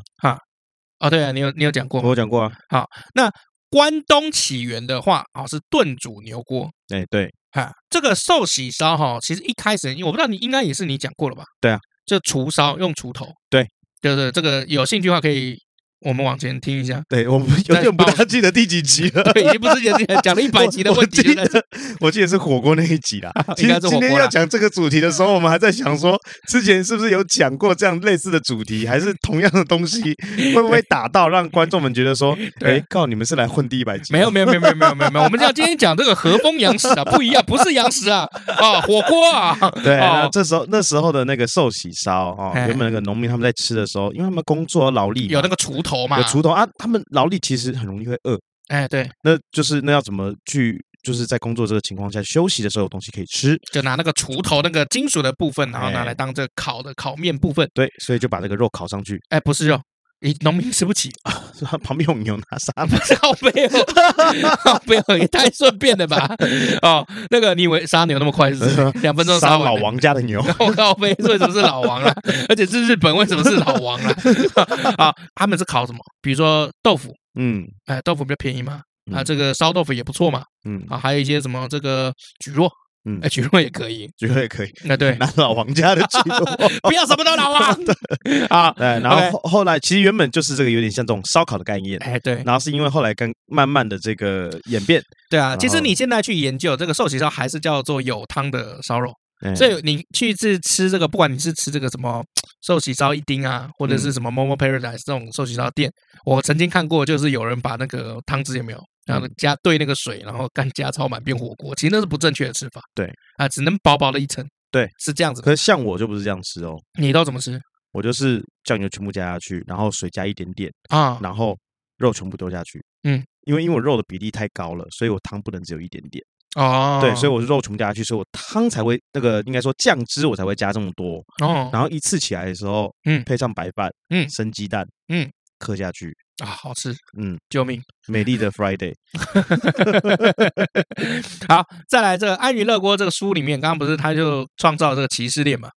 Speaker 2: 哦，对啊，你有你有讲过
Speaker 1: 我
Speaker 2: 吗？
Speaker 1: 有讲过啊。
Speaker 2: 那关东起源的话，哦，是炖煮牛锅。
Speaker 1: 哎，对，
Speaker 2: 哈，这个寿喜烧哈，其实一开始因为我不知道你应该也是你讲过了吧？
Speaker 1: 对啊，
Speaker 2: 就厨烧用锄头。
Speaker 1: 对，
Speaker 2: 就是这个有兴趣的话可以我们往前听一下。 <laughs>
Speaker 1: 对我有点不大记得第几集了。
Speaker 2: 对，已经不是讲讲了一百集的
Speaker 1: 我
Speaker 2: 问题
Speaker 1: 我记
Speaker 2: 就在这。。
Speaker 1: 得我记得是火锅那一集啦
Speaker 2: <laughs>
Speaker 1: 其
Speaker 2: 应该
Speaker 1: 实
Speaker 2: 是
Speaker 1: 今
Speaker 2: 火锅啦
Speaker 1: 天要讲这个主题的时候，我们还在想说，之前是不是有讲过这样类似的主题，还是同样的东西，会不会打到让观众们觉得说，
Speaker 2: 对
Speaker 1: 哎，告你们是来混第一百集？
Speaker 2: 没有，没有没有没有没有没有没有，我们讲今天讲这个和风洋食啊，不一样，不是洋食啊，啊火锅啊，
Speaker 1: 对，那
Speaker 2: 哦
Speaker 1: 这时候那时候的那个寿喜烧哦，
Speaker 2: 哎
Speaker 1: 原本那个农民他们在吃的时候，因为他们工作劳力嘛
Speaker 2: 有那个锄头嘛，
Speaker 1: 有锄头啊，他们劳力其实很容易会饿，
Speaker 2: 哎对，
Speaker 1: 那就是那要怎么去就是在工作这个情况下休息的时候有东西可以吃。
Speaker 2: 就拿那个锄头那个金属的部分，然后拿
Speaker 1: 哎
Speaker 2: 来当这烤的烤面部分。
Speaker 1: 对，所以就把这个肉烤上去，
Speaker 2: 哎，不是肉，你农民吃不起， <laughs>
Speaker 1: <laughs> 旁边有牛拿沙拉，
Speaker 2: 好没有，好没有，哦也太顺便了吧？哦，那个你以为杀牛那么快是不是？两 <laughs> 分
Speaker 1: <laughs>
Speaker 2: 钟
Speaker 1: 杀
Speaker 2: 杀完
Speaker 1: 老
Speaker 2: 了
Speaker 1: 王家的牛。
Speaker 2: 我靠背，为什么是老王啦？ <laughs> 而且是日本，为什么是老王啦？ <laughs> 啊，他们是烤什么？比如说豆腐，
Speaker 1: 嗯
Speaker 2: 哎，豆腐比较便宜嘛，啊，
Speaker 1: 嗯
Speaker 2: 这个烧豆腐也不错嘛，
Speaker 1: 嗯，
Speaker 2: 啊，还有一些什么这个蒟蒻，
Speaker 1: 嗯
Speaker 2: 哎，蒟蒻也可以，
Speaker 1: 觉得也可以
Speaker 2: 那对，
Speaker 1: 拿老王家的鸡
Speaker 2: <laughs>
Speaker 1: 肉。
Speaker 2: 不要什么都老
Speaker 1: <laughs>
Speaker 2: 王啊，
Speaker 1: 对，然
Speaker 2: OK
Speaker 1: 后后后来其实原本就是这个有点像这种烧烤的概念，
Speaker 2: 哎，对，
Speaker 1: 然后是因为后来跟慢慢的这个演变，
Speaker 2: 对啊，其实
Speaker 1: 然后
Speaker 2: 你现在去研究这个寿喜烧，还是叫做有汤的烧肉。
Speaker 1: 哎
Speaker 2: 所以你去吃吃这个，不管你是吃这个什么寿喜烧一丁啊，或者是
Speaker 1: 嗯
Speaker 2: 什么 Momo Paradise 这种寿喜烧店，我曾经看过，就是有人把那个汤汁有没有，然
Speaker 1: 嗯
Speaker 2: 后加兑那个水，然后干加超满变火锅，其实那是不正确的吃法。
Speaker 1: 对
Speaker 2: 啊，只能薄薄的一层。
Speaker 1: 对，
Speaker 2: 是这样子的。
Speaker 1: 可是像我就不是这样吃哦，
Speaker 2: 你都怎么吃
Speaker 1: 我就是酱油全部加下去，然后水加一点点，
Speaker 2: 啊？
Speaker 1: 然后肉全部丢下去。
Speaker 2: 嗯，
Speaker 1: 因为因为我肉的比例太高了，所以我汤不能只有一点点。
Speaker 2: 哦，
Speaker 1: 对，所以我是肉全部加下去，所以我汤才会那个应该说酱汁我才会加这么多。
Speaker 2: 我哦
Speaker 1: 然后一次起来的时候，
Speaker 2: 嗯
Speaker 1: 配上白饭，
Speaker 2: 嗯
Speaker 1: 生鸡蛋，
Speaker 2: 嗯，
Speaker 1: 磕下去，
Speaker 2: 啊，好吃，
Speaker 1: 嗯，<laughs>
Speaker 2: 救命！
Speaker 1: 美丽
Speaker 2: <laughs>
Speaker 1: 的 Friday，
Speaker 2: 好，再来这个《安于乐锅》这个书里面，刚刚不是他就创造这个歧视链嘛，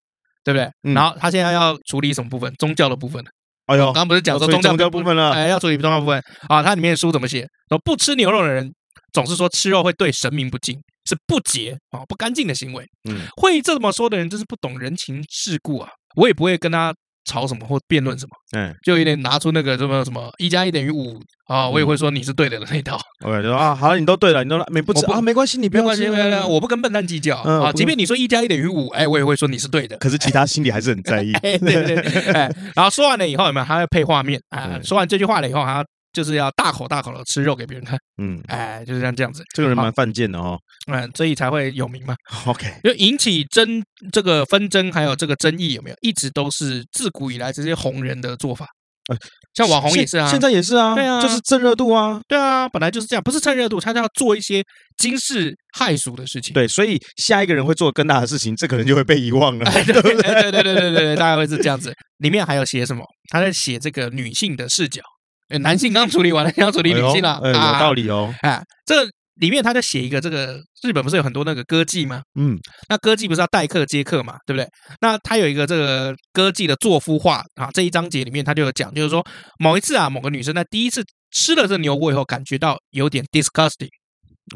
Speaker 2: 对不对？
Speaker 1: 嗯
Speaker 2: 然后他现在要处理什么部分？宗教的部分。
Speaker 1: 哎呦
Speaker 2: 刚，刚不是讲说宗
Speaker 1: 要处理宗
Speaker 2: 教
Speaker 1: 教部分了
Speaker 2: 哎，要处理宗教部分啊。它里面的书怎么写？说不吃牛肉的人总是说吃肉会对神明不敬，是不洁啊、不干净的行为。
Speaker 1: 嗯，
Speaker 2: 会这么说的人真是不懂人情世故啊！我也不会跟他吵什么或辩论什么，
Speaker 1: 嗯，
Speaker 2: 就有点拿出那个什么什么一加一等于五啊，我也会说你是对的的那一套。
Speaker 1: 我就说啊，好了，你都对了，你都没不吃
Speaker 2: 我不
Speaker 1: 啊，没关系，你不
Speaker 2: 没
Speaker 1: 要
Speaker 2: 关
Speaker 1: 吃
Speaker 2: 系，没关系，我不跟笨蛋计较
Speaker 1: 嗯
Speaker 2: 啊。
Speaker 1: 我不
Speaker 2: 即便你说一加一等于五，哎，我也会说你是对的。。
Speaker 1: 可是其他心里还是很在意
Speaker 2: <laughs> 哎，对对对，哎，然后说完了以后有没有？他会配画面啊。
Speaker 1: 对
Speaker 2: 说完这句话了以后，他就是要大口大口的吃肉给别人看，
Speaker 1: 嗯，
Speaker 2: 哎，就是像这样子，
Speaker 1: 这个人蛮犯贱的
Speaker 2: <laughs>
Speaker 1: 哦。
Speaker 2: 嗯，所以才会有名嘛。
Speaker 1: OK，
Speaker 2: 就引起争这个纷争，还有这个争议有没有，一直都是自古以来这些红人的做法
Speaker 1: 呃。
Speaker 2: 像网红也
Speaker 1: 现
Speaker 2: 是啊，
Speaker 1: 现在也是啊，
Speaker 2: 对啊
Speaker 1: 就是蹭热度啊。
Speaker 2: 对啊，本来就是这样，不是蹭热度，他就要做一些惊世骇俗的事情。
Speaker 1: 对，所以下一个人会做更大的事情，这个人就会被遗忘了。 <laughs>
Speaker 2: 哎， <laughs> 对 <laughs> 对对对对对对，大概会是这样子。里面还有写什么？他在写这个女性的视角，哎男性刚处理完了，要处理
Speaker 1: 哎
Speaker 2: 女
Speaker 1: 呦
Speaker 2: 性啊
Speaker 1: 哎
Speaker 2: 了，
Speaker 1: 有道。理哦。
Speaker 2: 哎，这个里面他就写一个，这个日本不是有很多那个歌妓吗？
Speaker 1: 嗯，
Speaker 2: 那歌妓不是要待客接客嘛，对不对？那他有一个这个歌妓的作夫画啊，这一章节里面他就有讲，就是说某一次啊，某个女生在第一次吃了这牛锅以后，感觉到有点 disgusting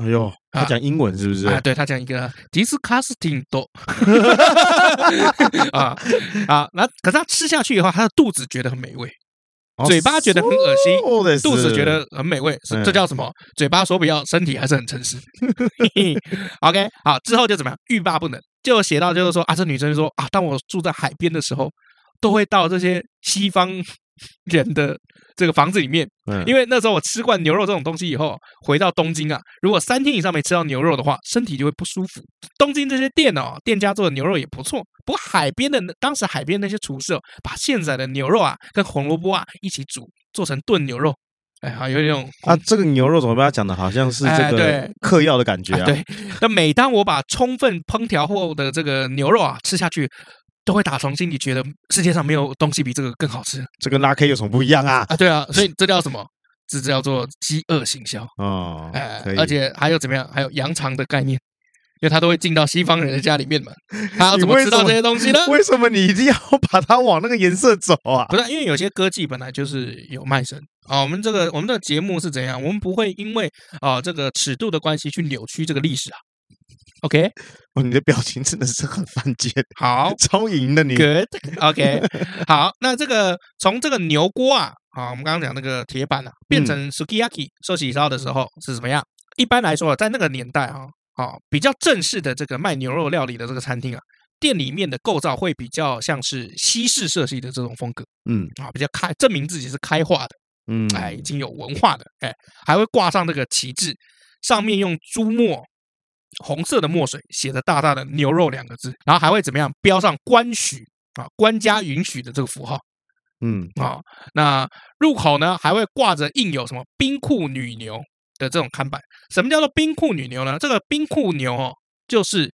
Speaker 1: 哎呦，他讲英文是不是？
Speaker 2: 啊，对他讲一个 disgusting <laughs> 多啊啊，那可是他吃下去以后，他的肚子觉得很美味，
Speaker 1: 哦
Speaker 2: 嘴巴觉得很恶心，
Speaker 1: そうです
Speaker 2: 肚子觉得很美味，是这
Speaker 1: 嗯
Speaker 2: 叫什么？嘴巴说不要，身体还是很诚实。OK，好，之后就怎么样？欲罢不能，就写到就是说啊，这女生就说啊，当我住在海边的时候，都会到这些西方人的这个房子里面，
Speaker 1: 嗯
Speaker 2: 因为那时候我吃惯牛肉这种东西以后，回到东京啊，如果三天以上没吃到牛肉的话，身体就会不舒服。东京这些店哦，店家做的牛肉也不错，不过海边的那当时海边那些厨师哦，把现宰的牛肉啊跟红萝卜啊一起煮，做成炖牛肉，哎，好有一种
Speaker 1: 啊，这个牛肉怎么被他讲的好像是
Speaker 2: 哎
Speaker 1: 这个
Speaker 2: 对
Speaker 1: 嗑药的感觉
Speaker 2: 啊
Speaker 1: 啊？
Speaker 2: 对，那每当我把充分烹调后的这个牛肉啊吃下去，都会打从心里觉得世界上没有东西比这个更好吃
Speaker 1: 这跟拉 K 有什么不一样啊？
Speaker 2: 啊！对啊，所以这叫什么？ <laughs> 这叫做饥饿行销。
Speaker 1: 哦
Speaker 2: 哎，，
Speaker 1: 可以
Speaker 2: 而且还有怎么样？还有扬肠的概念，因为他都会进到西方人的家里面
Speaker 1: <laughs>
Speaker 2: 嘛，他要
Speaker 1: 你
Speaker 2: 怎么
Speaker 1: 为
Speaker 2: 吃到
Speaker 1: 什么
Speaker 2: 这些东西呢？
Speaker 1: 为什么你一定要把它往那个颜色走啊？
Speaker 2: 不是，因为有些歌妓本来就是有卖身啊、我们这个我们这个节目是怎样？我们不会因为啊、这个尺度的关系去扭曲这个历史啊。OK，
Speaker 1: 哦，你的表情真的是很犯贱，
Speaker 2: 好
Speaker 1: 超淫的你。
Speaker 2: ，Good。OK，好， <laughs> 那这个从这个牛锅啊，啊，我们刚刚讲那个铁板啊，变
Speaker 1: 嗯
Speaker 2: 成 sukiyaki 寿喜烧的时候是怎么样？一般来说，在那个年代啊，啊，比较正式的这个卖牛肉料理的这个餐厅啊，店里面的构造会比较像是西式设计的这种风格
Speaker 1: 嗯
Speaker 2: 啊，比较开，证明自己是开化的。
Speaker 1: 嗯，
Speaker 2: 哎，已经有文化的，哎，还会挂上这个旗帜，上面用朱墨红色的墨水写着大大的“牛肉”两个字，然后还会怎么样标上官许啊，官家允许的这个符号
Speaker 1: 嗯
Speaker 2: 啊。那入口呢还会挂着印有什么冰库女牛的这种看板。什么叫做冰库女牛呢？这个冰库牛哦，就是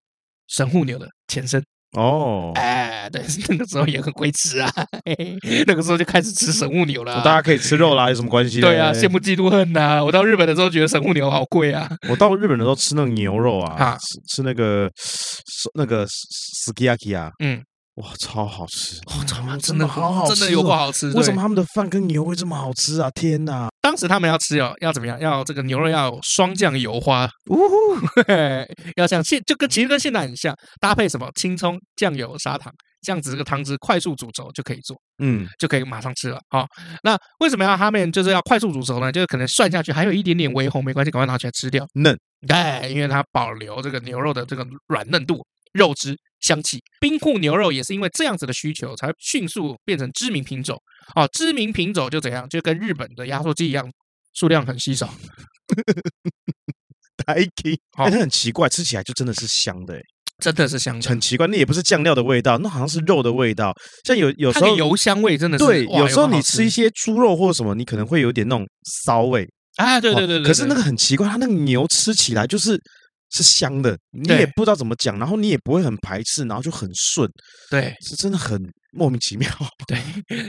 Speaker 2: 神户牛的前身。
Speaker 1: 哦，
Speaker 2: 哎，对， <laughs> 那个时候也很会吃啊，嘿嘿那个时候就开始吃神户牛了啊、
Speaker 1: 大家可以吃肉啦，有什么关系？
Speaker 2: 对啊，羡慕嫉妒恨呐、我到日本的时候觉得神户牛好贵啊，
Speaker 1: 我到日本的时候吃那个牛肉啊，
Speaker 2: 啊
Speaker 1: 吃吃那个是那个 s k i y a k i 啊，
Speaker 2: 嗯，
Speaker 1: 哇，超好吃！
Speaker 2: 哦，真的
Speaker 1: 真的好好
Speaker 2: 真的
Speaker 1: 吃
Speaker 2: 有
Speaker 1: 哦
Speaker 2: 不 <laughs> 好吃？
Speaker 1: 为什
Speaker 2: 对
Speaker 1: 么他们的饭跟牛会这么好吃啊？天哪！
Speaker 2: 当时他们要吃哦，要怎么样？要这个牛肉要有双酱油花， <laughs>
Speaker 1: 呜呼，
Speaker 2: 要像现就跟其实跟现在很像，搭配什么青葱、酱油、砂糖，这样子这个汤汁快速煮熟就可以做，
Speaker 1: <laughs> 嗯，
Speaker 2: 就可以马上吃了啊、那为什么要他们就是要快速煮熟呢？就是可能涮下去还有一点点微红，没关系，赶快拿起来吃掉。
Speaker 1: 嫩，
Speaker 2: 哎，因为它保留这个牛肉的这个软嫩度、肉汁、香气。冰库牛肉也是因为这样子的需求，才迅速变成知名品种。哦，知名品种就怎样，就跟日本的压缩机一样，数量很稀少。
Speaker 1: 台啤，
Speaker 2: 好
Speaker 1: 哎，它很奇怪，吃起来就真的是香的，哎
Speaker 2: 真的是香的，
Speaker 1: 很奇怪，那也不是酱料的味道，那好像是肉的味道。像有有
Speaker 2: 它
Speaker 1: 时候
Speaker 2: 的油香味真的是
Speaker 1: 对，
Speaker 2: 哇
Speaker 1: 有时候
Speaker 2: 够好
Speaker 1: 你吃一些猪肉或什么，你可能会有点那种骚味。
Speaker 2: 啊，对对对对
Speaker 1: 哦
Speaker 2: 对，
Speaker 1: 可是那个很奇怪，它那个牛吃起来就是是香的，你
Speaker 2: 对
Speaker 1: 也不知道怎么讲，然后你也不会很排斥，然后就很顺，
Speaker 2: 对
Speaker 1: 是真的很莫名其妙，
Speaker 2: 对，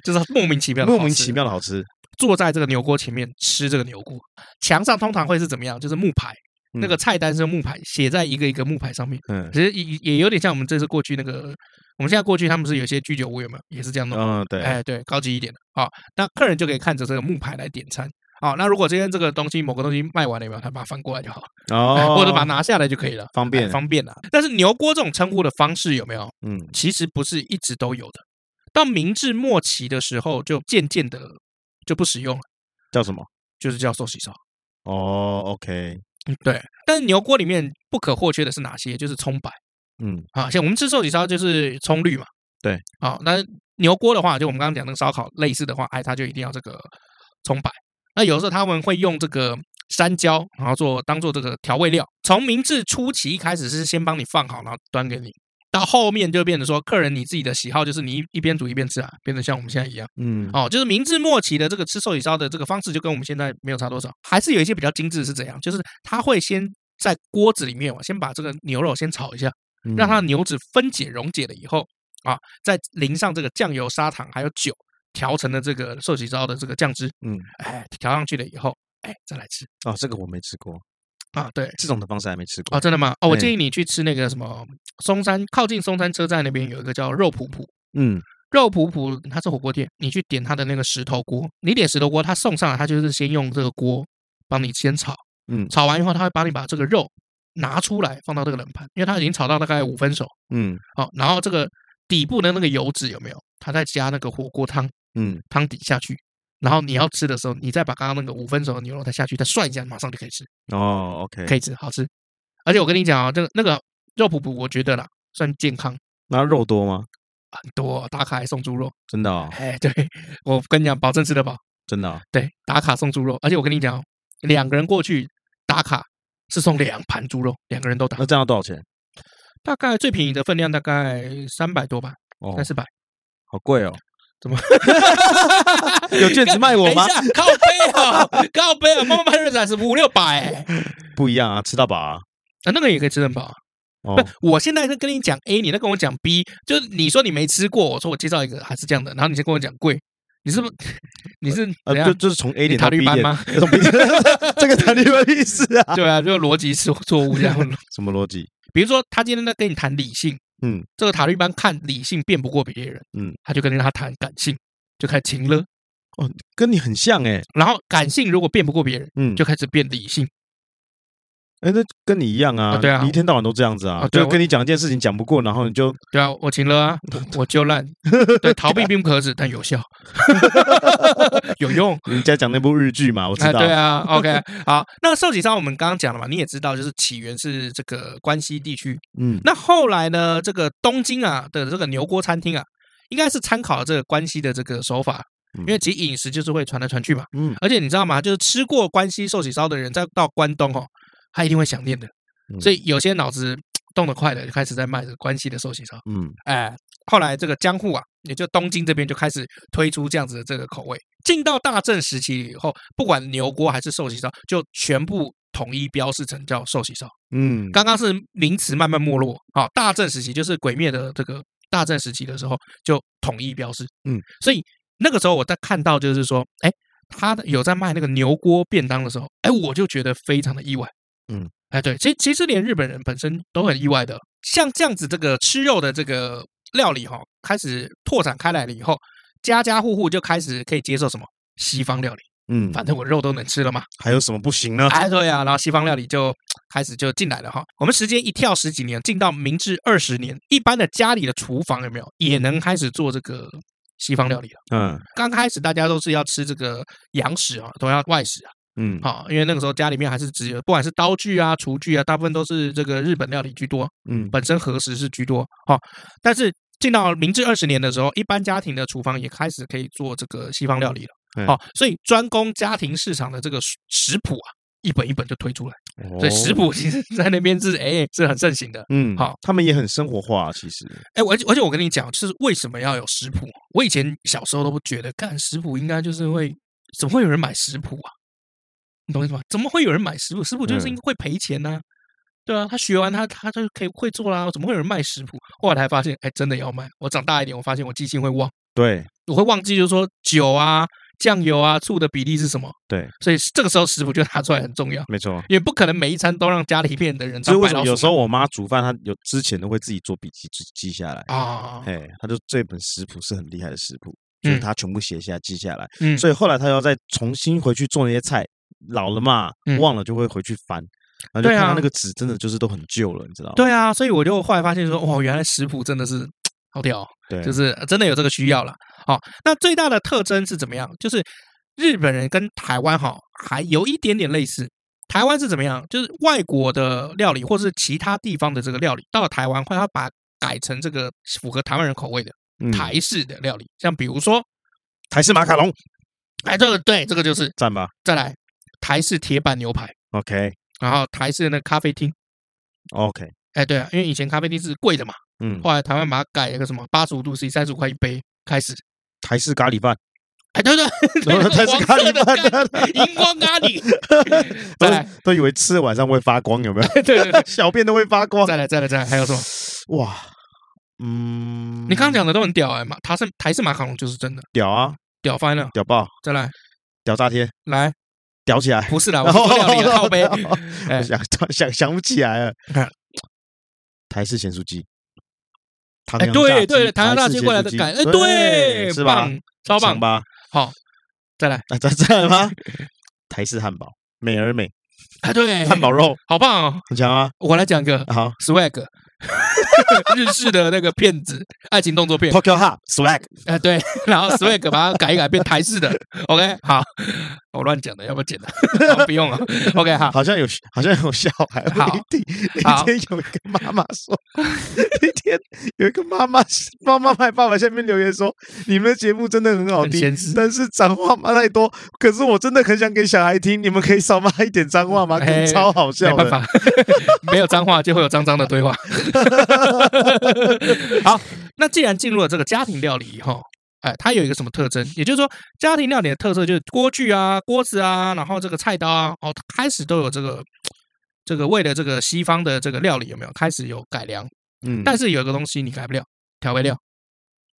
Speaker 2: 就是莫名其妙地好吃，
Speaker 1: 莫名其妙的好吃。
Speaker 2: 坐在这个牛锅前面吃这个牛锅，墙上通常会是怎么样？就是木牌，那
Speaker 1: 嗯
Speaker 2: 个菜单是用木牌写在一个一个木牌上面。
Speaker 1: 嗯
Speaker 2: 其实也也有点像我们这次过去那个，我们现在过去他们是有些居酒屋有没有也是这样弄？
Speaker 1: 嗯，对，
Speaker 2: 哎，对，高级一点的啊、那客人就可以看着这个木牌来点餐。好、那如果今天这个东西某个东西卖完了有没有，他把它翻过来就好，哎
Speaker 1: 哦，
Speaker 2: <laughs> 或者把它拿下来就可以了，
Speaker 1: 方便
Speaker 2: 哎方便了、但是牛锅这种称呼的方式有没有，
Speaker 1: 嗯
Speaker 2: 其实不是一直都有的。到明治末期的时候，就渐渐的就不使用了，
Speaker 1: 叫什么？
Speaker 2: 就是叫寿喜烧。
Speaker 1: 哦，OK，
Speaker 2: 对，但是牛锅里面不可或缺的是哪些？就是葱白。
Speaker 1: 嗯
Speaker 2: 啊，像我们吃寿喜烧就是葱绿嘛，
Speaker 1: 对，
Speaker 2: 好、那牛锅的话，就我们刚刚讲那个烧烤类似的话，哎，它就一定要这个葱白。那有时候他们会用这个山椒，然后做当做这个调味料。从明治初期一开始是先帮你放好，然后端给你，到后面就变成说，客人你自己的喜好就是你一一边煮一边吃啊，变得像我们现在一样。
Speaker 1: 嗯，
Speaker 2: 哦，就是明治末期的这个吃寿喜烧的这个方式，就跟我们现在没有差多少，还是有一些比较精致是怎样，就是他会先在锅子里面哦，先把这个牛肉先炒一下，
Speaker 1: 嗯
Speaker 2: 让它的牛脂分解溶解了以后啊，再淋上这个酱油、砂糖还有酒调成的这个寿喜烧的这个酱汁，
Speaker 1: 嗯
Speaker 2: 哎，调上去了以后，哎，再来吃
Speaker 1: 哦，这个我没吃过，
Speaker 2: 啊，对。
Speaker 1: 这种的方式还没吃
Speaker 2: 哦，
Speaker 1: 过。
Speaker 2: 真的吗？哦，我建
Speaker 1: 哎
Speaker 2: 议你去吃那个什么松山，靠近松山车站那边有一个叫肉普普，
Speaker 1: 嗯，
Speaker 2: 肉普普它是火锅店，你去点它的那个石头锅，你点石头锅，它送上来，它就是先用这个锅帮你先炒，
Speaker 1: 嗯
Speaker 2: 炒完以后，它会帮你把这个肉拿出来放到这个冷盘，因为它已经炒到大概五分熟，
Speaker 1: 嗯
Speaker 2: 好、然后这个底部的那个油脂有没有？它再加那个火锅汤
Speaker 1: 嗯，
Speaker 2: 汤底下去，然后你要吃的时候，你再把刚刚那个五分熟的牛肉再下去，再涮一下，马上就可以吃，
Speaker 1: 哦，OK，
Speaker 2: 可以吃，好吃。而且我跟你讲啊、这个那个肉普普，我觉得啦，算健康
Speaker 1: 那肉多吗？
Speaker 2: 很多，打卡还送猪肉，
Speaker 1: 真的哦，
Speaker 2: 哎，对我跟你讲，保证吃得饱。
Speaker 1: 真
Speaker 2: <laughs>
Speaker 1: 的哦，
Speaker 2: 对，打卡送猪肉，而且我跟你讲哦，两个人过去打卡是送两盘猪肉，两个人都打
Speaker 1: 那，这样要多少钱？
Speaker 2: 大概最便宜的分量大概三百多吧，
Speaker 1: 哦
Speaker 2: 三，四
Speaker 1: <laughs>
Speaker 2: 百。
Speaker 1: 好贵
Speaker 2: <laughs>
Speaker 1: 哦。
Speaker 2: 怎么
Speaker 1: 有卷子卖我吗
Speaker 2: 等一下靠背啊，靠背啊，妈妈卖热展是五六百、欸，
Speaker 1: 不一样啊，吃到饱啊。
Speaker 2: 啊，那个也可以吃很饱啊。
Speaker 1: 哦
Speaker 2: 不，我现在在跟你讲 A，你在跟我讲 B，就是你说你没吃过，我说我介绍一个还是这样的，然后你先跟我讲贵，你是不是 <laughs> 你是
Speaker 1: 呃
Speaker 2: 怎，样
Speaker 1: 就就是从 A
Speaker 2: 你
Speaker 1: 点
Speaker 2: 塔
Speaker 1: 到 B
Speaker 2: 绿班
Speaker 1: 点，
Speaker 2: 吗？
Speaker 1: <laughs> 从 B 点这个谈什么意思啊？
Speaker 2: 对啊，就逻辑是错误这样。
Speaker 1: 什么逻辑？
Speaker 2: 比如说他今天在跟你谈理性，
Speaker 1: 嗯，
Speaker 2: 这个塔利班看理性辩不过别人，
Speaker 1: 嗯，
Speaker 2: 他就跟他谈感性，就开始情了。
Speaker 1: 跟你很像哎、
Speaker 2: 然后感性如果辩不过别人，
Speaker 1: 嗯，
Speaker 2: 就开始变理性。
Speaker 1: 哎，那跟你一样啊，
Speaker 2: 啊对啊
Speaker 1: 你一天到晚都这样子啊，
Speaker 2: 啊对啊
Speaker 1: 就跟你讲一件事情讲不过，然后你就
Speaker 2: 对啊，我情了啊，
Speaker 1: 嗯
Speaker 2: 我我
Speaker 1: <laughs>
Speaker 2: 就烂。对，逃避并不可耻，但有效，有用。
Speaker 1: 人家讲那部日剧嘛，我知
Speaker 2: 啊，
Speaker 1: 道，<laughs>
Speaker 2: 对啊，OK，好，那寿喜烧我们刚刚讲了嘛，你也知道，就是起源是这个关西地区。
Speaker 1: 嗯
Speaker 2: 那后来呢，这个东京啊的这个牛锅餐厅啊，应该是参考了这个关西的这个手法，
Speaker 1: 嗯
Speaker 2: 因为其实饮食就是会传来传去嘛。 <laughs>
Speaker 1: 嗯
Speaker 2: 而且你知道吗？就是吃过关西寿喜烧的人，再到关东哦，他一定会想念的。
Speaker 1: 嗯
Speaker 2: 所以有些脑子动得快的，就开始在卖这个关西的寿喜烧。
Speaker 1: 嗯，
Speaker 2: 哎，后来这个江户啊，也就东京这边就开始推出这样子的这个口味。进到大正时期以后，不管牛锅还是寿喜烧，就全部统一标示成叫寿喜烧。
Speaker 1: 嗯，
Speaker 2: 刚刚是名词慢慢没落，好，大正时期就是鬼灭的这个大正时期的时候就统一标示，
Speaker 1: 嗯，
Speaker 2: 所以那个时候我在看到就是说，哎，他的有在卖那个牛锅便当的时候，哎，我就觉得非常的意外，
Speaker 1: 嗯，
Speaker 2: 哎，对，其其实连日本人本身都很意外的，像这样子这个吃肉的这个料理哈、开始拓展开来了以后，家家户户就开始可以接受什么西方料理，
Speaker 1: 嗯，
Speaker 2: 反正我肉都能吃了嘛，
Speaker 1: 还有什么不行 <laughs> 呢？
Speaker 2: 哎，对啊，然后西方料理就开始就进来了哈。我们时间一跳十几年，进到明治二十年，一般的家里的厨房有没有也能开始做这个西方料理了？
Speaker 1: 嗯
Speaker 2: 刚开始大家都是要吃这个洋食啊，都要外食啊，
Speaker 1: 嗯
Speaker 2: 好，因为那个时候家里面还是只有不管是刀具啊、厨具啊，大部分都是这个日本料理居多，
Speaker 1: 嗯
Speaker 2: 本身和食是居多哈。但是进到明治二十年的时候，一般家庭的厨房也开始可以做这个西方料理
Speaker 1: 嗯
Speaker 2: 了，好，所以专攻家庭市场的这个食食谱啊，一本一本就推出来。所以食，
Speaker 1: 哦
Speaker 2: 谱其实在那边是哎、是很盛行的。
Speaker 1: 嗯，
Speaker 2: 好，
Speaker 1: 他们也很生活化，啊其实，
Speaker 2: 哎、我而且而且我跟你讲，就是为什么要有食谱？我以前小时候都不觉得，干食谱应该就是会，怎么会有人买食谱啊？你懂我意思吗？怎么会有人买食谱？食谱就
Speaker 1: 嗯
Speaker 2: 是因为会赔钱呐、对啊，他学完他他就可以会做啦、怎么会有人卖食谱？后来才发现，哎、真的要卖。我长大一点，我发现我记性会忘，
Speaker 1: 对
Speaker 2: 我会忘记就是说酒啊、酱油啊、醋的比例是什么。
Speaker 1: 对，
Speaker 2: 所以这个时候食谱就拿出来很重要，
Speaker 1: 没错。
Speaker 2: 也不可能每一餐都让家里面的人
Speaker 1: 所以
Speaker 2: 当
Speaker 1: 为
Speaker 2: 白
Speaker 1: 什么
Speaker 2: 老
Speaker 1: 有
Speaker 2: 鼠
Speaker 1: 时候我妈煮饭，她有之前都会自己做笔记记记下来。
Speaker 2: 啊，
Speaker 1: 哎，她就这本食谱是很厉害的食谱，就是
Speaker 2: 嗯
Speaker 1: 她全部写下来记下来。
Speaker 2: 嗯
Speaker 1: 所以后来她要再重新回去做那些菜，老了嘛
Speaker 2: 嗯，
Speaker 1: 忘了就会回去翻，然后就
Speaker 2: 对
Speaker 1: 看
Speaker 2: 啊
Speaker 1: 到那个纸真的就是都很旧了，你知道吗？
Speaker 2: 对啊，所以我就后来发现说，哇，原来食谱真的是好屌哦，
Speaker 1: 对，啊
Speaker 2: 就是呃真的有这个需要了。好、那最大的特征是怎么样？就是日本人跟台湾哈、还有一点点类似。台湾是怎么样？就是外国的料理或是其他地方的这个料理，到了台湾会要把改成这个符合台湾人口味的
Speaker 1: 嗯
Speaker 2: 台式的料理，像比如说，
Speaker 1: 台式马卡龙，
Speaker 2: 哎，这个对，这个就是
Speaker 1: 赞吧
Speaker 2: 再来台式铁板牛排，
Speaker 1: ？OK
Speaker 2: 然后台式的那个咖啡厅，
Speaker 1: OK，
Speaker 2: 哎，对啊，因为以前咖啡厅是贵的嘛。
Speaker 1: 嗯，
Speaker 2: 后来台湾把它改了个什么八十五度 C，三十五块一杯开始。
Speaker 1: 台式咖喱饭，
Speaker 2: 哎，对对，
Speaker 1: 然后台式咖喱
Speaker 2: 黄色的
Speaker 1: 饭，
Speaker 2: 咖荧光
Speaker 1: <laughs>
Speaker 2: 咖喱。 <laughs> 再来，
Speaker 1: 都都以为吃了晚上会发光，有没有？
Speaker 2: 对对对，
Speaker 1: 小便都会发光。
Speaker 2: 再来再来再来，还有什么？
Speaker 1: 哇，嗯，
Speaker 2: 你刚刚讲的都很屌哎、嘛，台式台式马卡龙就是真的
Speaker 1: 屌啊，
Speaker 2: 屌翻了。
Speaker 1: 屌爆，
Speaker 2: 再来
Speaker 1: 屌炸天，
Speaker 2: 来，
Speaker 1: 屌起来！
Speaker 2: 不是啦，我是说料理的
Speaker 1: <laughs>
Speaker 2: 靠杯。
Speaker 1: 我
Speaker 2: 哎
Speaker 1: 想想想不起来了
Speaker 2: 哎。
Speaker 1: 台式咸酥鸡，唐
Speaker 2: 哎，
Speaker 1: 扬
Speaker 2: 对
Speaker 1: 鸡
Speaker 2: 对，台湾大吃过来的感，哎，对，
Speaker 1: 是吧
Speaker 2: 棒？超棒
Speaker 1: 强。吧？
Speaker 2: 好，再来，
Speaker 1: 啊，这这样
Speaker 2: <laughs>
Speaker 1: 吗？台式汉堡，美而美，
Speaker 2: 哎，对，
Speaker 1: 汉堡肉
Speaker 2: 好棒哦！
Speaker 1: 很强啊！
Speaker 2: 我来讲个
Speaker 1: 好
Speaker 2: swag，日式的那个骗子爱情动作片。
Speaker 1: ，Tokyo Hub Swag，
Speaker 2: 哎、对， <laughs> 然后 swag 把它改一改变台式的，OK，好，我乱讲的，要不要剪了？ <laughs> 好不用了，OK，好，
Speaker 1: 好像有好像有小孩，我
Speaker 2: 好
Speaker 1: 一定
Speaker 2: 好
Speaker 1: 那天有一个妈妈说，那天有一个妈妈妈妈拍爸爸下面留言说，你们的节目真的很好
Speaker 2: 很
Speaker 1: 听
Speaker 2: 闲，适
Speaker 1: 但是脏话骂太多，可是我真的很想给小孩听，你们可以少骂一点脏话吗？
Speaker 2: 哎
Speaker 1: 超好
Speaker 2: 没
Speaker 1: 笑
Speaker 2: 办
Speaker 1: 的，
Speaker 2: 法， <laughs> 没有脏话就会有脏脏的对话。 <laughs> 好，那既然进入了这个家庭料理以后，哎，它有一个什么特征？也就是说，家庭料理的特色就是锅具啊、锅子啊，然后这个菜刀啊，哦，开始都有这个这个为了这个西方的这个料理有没有开始有改良？
Speaker 1: 嗯
Speaker 2: 但是有一个东西你改不了，调味料。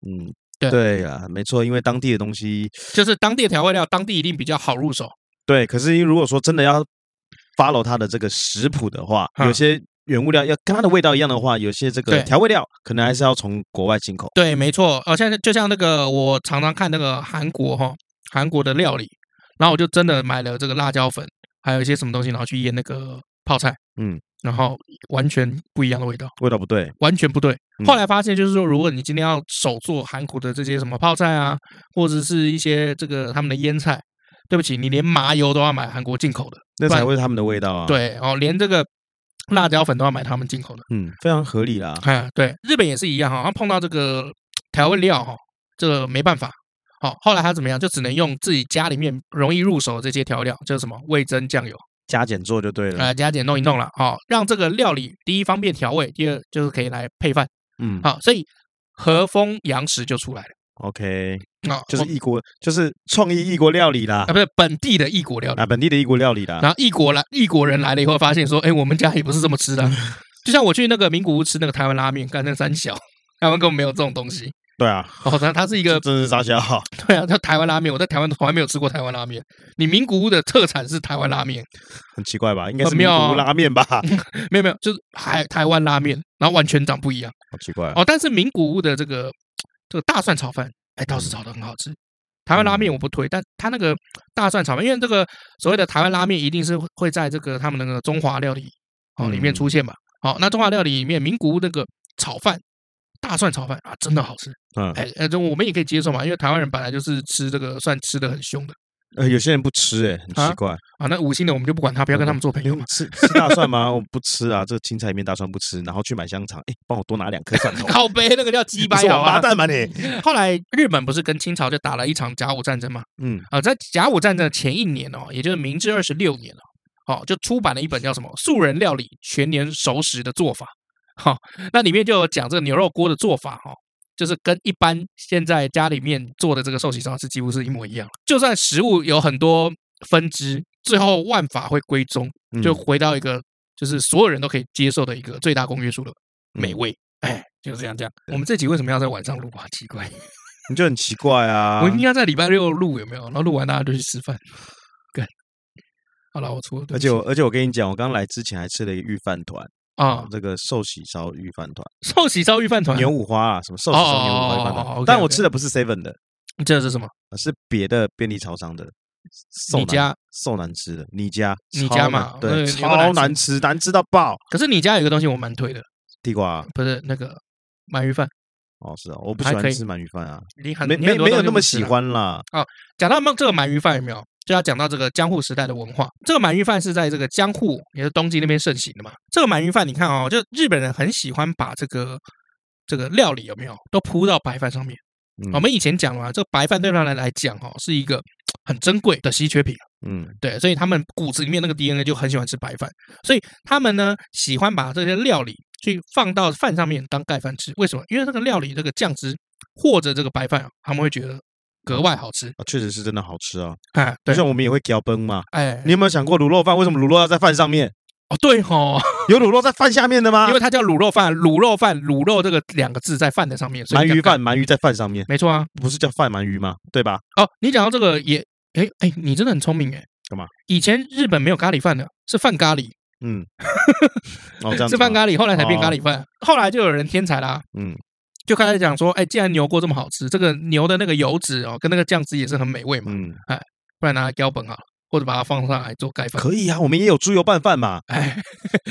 Speaker 1: 嗯，
Speaker 2: 对
Speaker 1: 对啊，没错，因为当地的东西，
Speaker 2: 就是当地的调味料，当地一定比较好入手。
Speaker 1: 对，可是如果说真的要 follow 它的这个食谱的话，
Speaker 2: 嗯
Speaker 1: 有些。原物料要跟它的味道一样的话，有些这个
Speaker 2: 对
Speaker 1: 调味料可能还是要从国外进口。
Speaker 2: 对，没错。呃，像就像那个我常常看那个韩国哈、韩国的料理，然后我就真的买了这个辣椒粉，还有一些什么东西，然后去腌那个泡菜，
Speaker 1: 嗯，
Speaker 2: 然后完全不一样的味道，
Speaker 1: 味道不对，
Speaker 2: 完全不对。
Speaker 1: 嗯
Speaker 2: 后来发现就是说，如果你今天要手做韩国的这些什么泡菜啊，或者是一些这个他们的腌菜。对不起，你连麻油都要买韩国进口的，
Speaker 1: 那
Speaker 2: 不然
Speaker 1: 才会是他们的味道啊。，
Speaker 2: 对哦，连这个辣椒粉都要买他们进口的。
Speaker 1: 嗯，非常合理啦。
Speaker 2: 哎，对，日本也是一样哈、他碰到这个调味料哈、这个没办法。好、后来他怎么样？就只能用自己家里面容易入手的这些调料，就是什么味增、酱油，
Speaker 1: 加减做就对了。
Speaker 2: 呃，加减弄一弄了，好、让这个料理第一方便调味，第二就是可以来配饭，
Speaker 1: 嗯，
Speaker 2: 好、所以和风洋食就出来了。
Speaker 1: OK，
Speaker 2: 啊，
Speaker 1: 就是
Speaker 2: 我
Speaker 1: 异国，就是创意异国料理啦
Speaker 2: 啊，，不是本地的异国料理。
Speaker 1: 啊，本地的异国料理啦。
Speaker 2: 然后异国来异国人来了以后，发现说，哎，我们家也不是这么
Speaker 1: <laughs>
Speaker 2: 吃的啊。就像我去那个名古屋吃那个台湾拉面，干那三小，台湾根本没有这种东西。
Speaker 1: 对啊，
Speaker 2: 哦，它它是一个
Speaker 1: 这真是傻笑。
Speaker 2: <laughs> 对啊，它台湾拉面，我在台湾从来没有吃过台湾拉面。你名古屋的特产是台湾拉面，
Speaker 1: 很奇怪吧？应该是
Speaker 2: 很
Speaker 1: 名
Speaker 2: 妙
Speaker 1: 古屋
Speaker 2: 啊
Speaker 1: 拉
Speaker 2: <laughs>
Speaker 1: 面吧？
Speaker 2: 没有没有，就是台台湾拉面，然后完全长不一样
Speaker 1: 好奇怪哦，
Speaker 2: 哦。但是名古屋的这个这个大蒜炒饭，哎，倒是炒的很好吃。台湾拉面我不推，但它那个大蒜炒饭，因为这个所谓的台湾拉面一定是会会在这个他们那个中华料理哦里面
Speaker 1: 嗯
Speaker 2: 出现嘛。好、那中华料理里面名古屋那个炒饭，大蒜炒饭啊，真的好吃。
Speaker 1: 嗯，
Speaker 2: 哎，呃，这我们也可以接受嘛，因为台湾人本来就是吃这个算吃的很凶的。
Speaker 1: 呃，有些人不吃，哎，很奇
Speaker 2: 啊 <laughs>
Speaker 1: 怪。
Speaker 2: 啊，那五星的我们就不管他，不要跟他们做朋友嘛。。
Speaker 1: 吃吃大蒜吗？ <laughs> 我不吃啊，这个青菜里面大蒜不吃，然后去买香肠，哎，帮我多拿两颗蒜头
Speaker 2: <laughs> 嗯靠背那个叫鸡
Speaker 1: 你
Speaker 2: 巴
Speaker 1: 是王
Speaker 2: 好
Speaker 1: 八
Speaker 2: 啊！
Speaker 1: 蛋吧
Speaker 2: <laughs>
Speaker 1: 你？
Speaker 2: 后来日本不是跟清朝就打了一场甲午战争嘛？
Speaker 1: 嗯，
Speaker 2: 啊、在甲午战争的前一年哦，也就是明治二十六年哦，哦，就出版了一本叫什么《素人料理全年熟食的做法》哈、那里面就有讲这个牛肉锅的做法哈、哦，就是跟一般现在家里面做的这个寿喜烧是几乎是一模一样的。就算食物有很多分支，最后万法会归宗，
Speaker 1: 嗯
Speaker 2: 就回到一个就是所有人都可以接受的一个最大公约数的美味。哎，就是这样这样。我们这集为什么要在晚上录啊？奇怪，
Speaker 1: 你就很奇怪啊
Speaker 2: 我。应该在礼拜六录有没有？然后录完大家就去吃饭。干，好了，我错了。对
Speaker 1: 而
Speaker 2: 不起
Speaker 1: 且我而且我跟你讲，我刚来之前还吃了一个御饭团，哦
Speaker 2: 啊，
Speaker 1: 这个寿喜烧御饭团，
Speaker 2: 寿喜烧御饭团，
Speaker 1: 牛五花啊，什么寿喜烧牛五花御饭
Speaker 2: 哦哦哦哦
Speaker 1: 团。
Speaker 2: ，OK，
Speaker 1: 但我
Speaker 2: OK
Speaker 1: 吃的不是 Seven 的，
Speaker 2: 这是什么？
Speaker 1: 是别的便利超商的。受
Speaker 2: 你
Speaker 1: 难
Speaker 2: 家
Speaker 1: 受难吃的，你家
Speaker 2: 你
Speaker 1: 超
Speaker 2: 家
Speaker 1: 难
Speaker 2: 嘛
Speaker 1: 对，
Speaker 2: 对你有
Speaker 1: 超
Speaker 2: 难
Speaker 1: 难吃，难吃到爆。
Speaker 2: 可是你家有一个东西我蛮推的，
Speaker 1: 地瓜啊
Speaker 2: 不是那个鳗鱼饭，
Speaker 1: 哦，是啊，我不喜
Speaker 2: 嗯还
Speaker 1: 欢
Speaker 2: 可以
Speaker 1: 吃鳗鱼饭啊，
Speaker 2: 你很
Speaker 1: 没
Speaker 2: 你很
Speaker 1: 没
Speaker 2: 多
Speaker 1: 没有
Speaker 2: 东西
Speaker 1: 那
Speaker 2: 不
Speaker 1: 么
Speaker 2: 吃啊
Speaker 1: 喜
Speaker 2: 啦。
Speaker 1: 欢啦。
Speaker 2: 讲到鳗这个鳗鱼饭有没有？就要讲到这个江户时代的文化。这个鳗鱼饭是在这个江户，也是东京那边盛行的嘛。这个鳗鱼饭，你看哦，就日本人很喜欢把这个这个料理有没有都铺到白饭上面。
Speaker 1: 嗯
Speaker 2: 我们以前讲了嘛，这个白饭对他们来讲哦是一个很珍贵的稀缺品，
Speaker 1: 嗯，
Speaker 2: 对，所以他们骨子里面那个 DNA 就很喜欢吃白饭，所以他们呢喜欢把这些料理去放到饭上面当盖饭吃。为什么？因为这个料理这个酱汁或者这个白饭啊，他们会觉得格外好吃 <laughs>
Speaker 1: 啊确实是真的好吃啊。
Speaker 2: 啊。
Speaker 1: 就
Speaker 2: 对，
Speaker 1: 像我们也会搅崩嘛。
Speaker 2: 哎，
Speaker 1: 你有没有想过卤肉饭为什么卤肉要在饭上面？
Speaker 2: 哦，对吼，
Speaker 1: 有卤肉在饭下面的吗
Speaker 2: 因？为它叫卤肉饭，卤肉饭，卤肉这个两个字在饭的上面，所以
Speaker 1: 鳗
Speaker 2: 叫
Speaker 1: 鱼
Speaker 2: 干，
Speaker 1: 饭，鳗鱼在饭上面，
Speaker 2: 没错啊。
Speaker 1: 不是叫饭鳗鱼吗？对吧？
Speaker 2: 哦，你讲到这个也，哎哎，你真的很聪明哎。
Speaker 1: 干嘛？
Speaker 2: 以前日本没有咖喱饭的，是饭咖喱， <laughs>
Speaker 1: 嗯，哦，这样子
Speaker 2: 是饭
Speaker 1: 吗哦
Speaker 2: 咖喱，后来才变咖喱饭。后来就有人天才啦，
Speaker 1: 嗯，
Speaker 2: 就开始讲说，哎，既然牛锅这么好吃，这个牛的那个油脂哦，跟那个酱汁也是很美味嘛，
Speaker 1: 嗯，
Speaker 2: 不然拿来标本好了，或者把它放上来做盖饭。
Speaker 1: 可以啊，我们也有猪油拌饭嘛。
Speaker 2: 哎，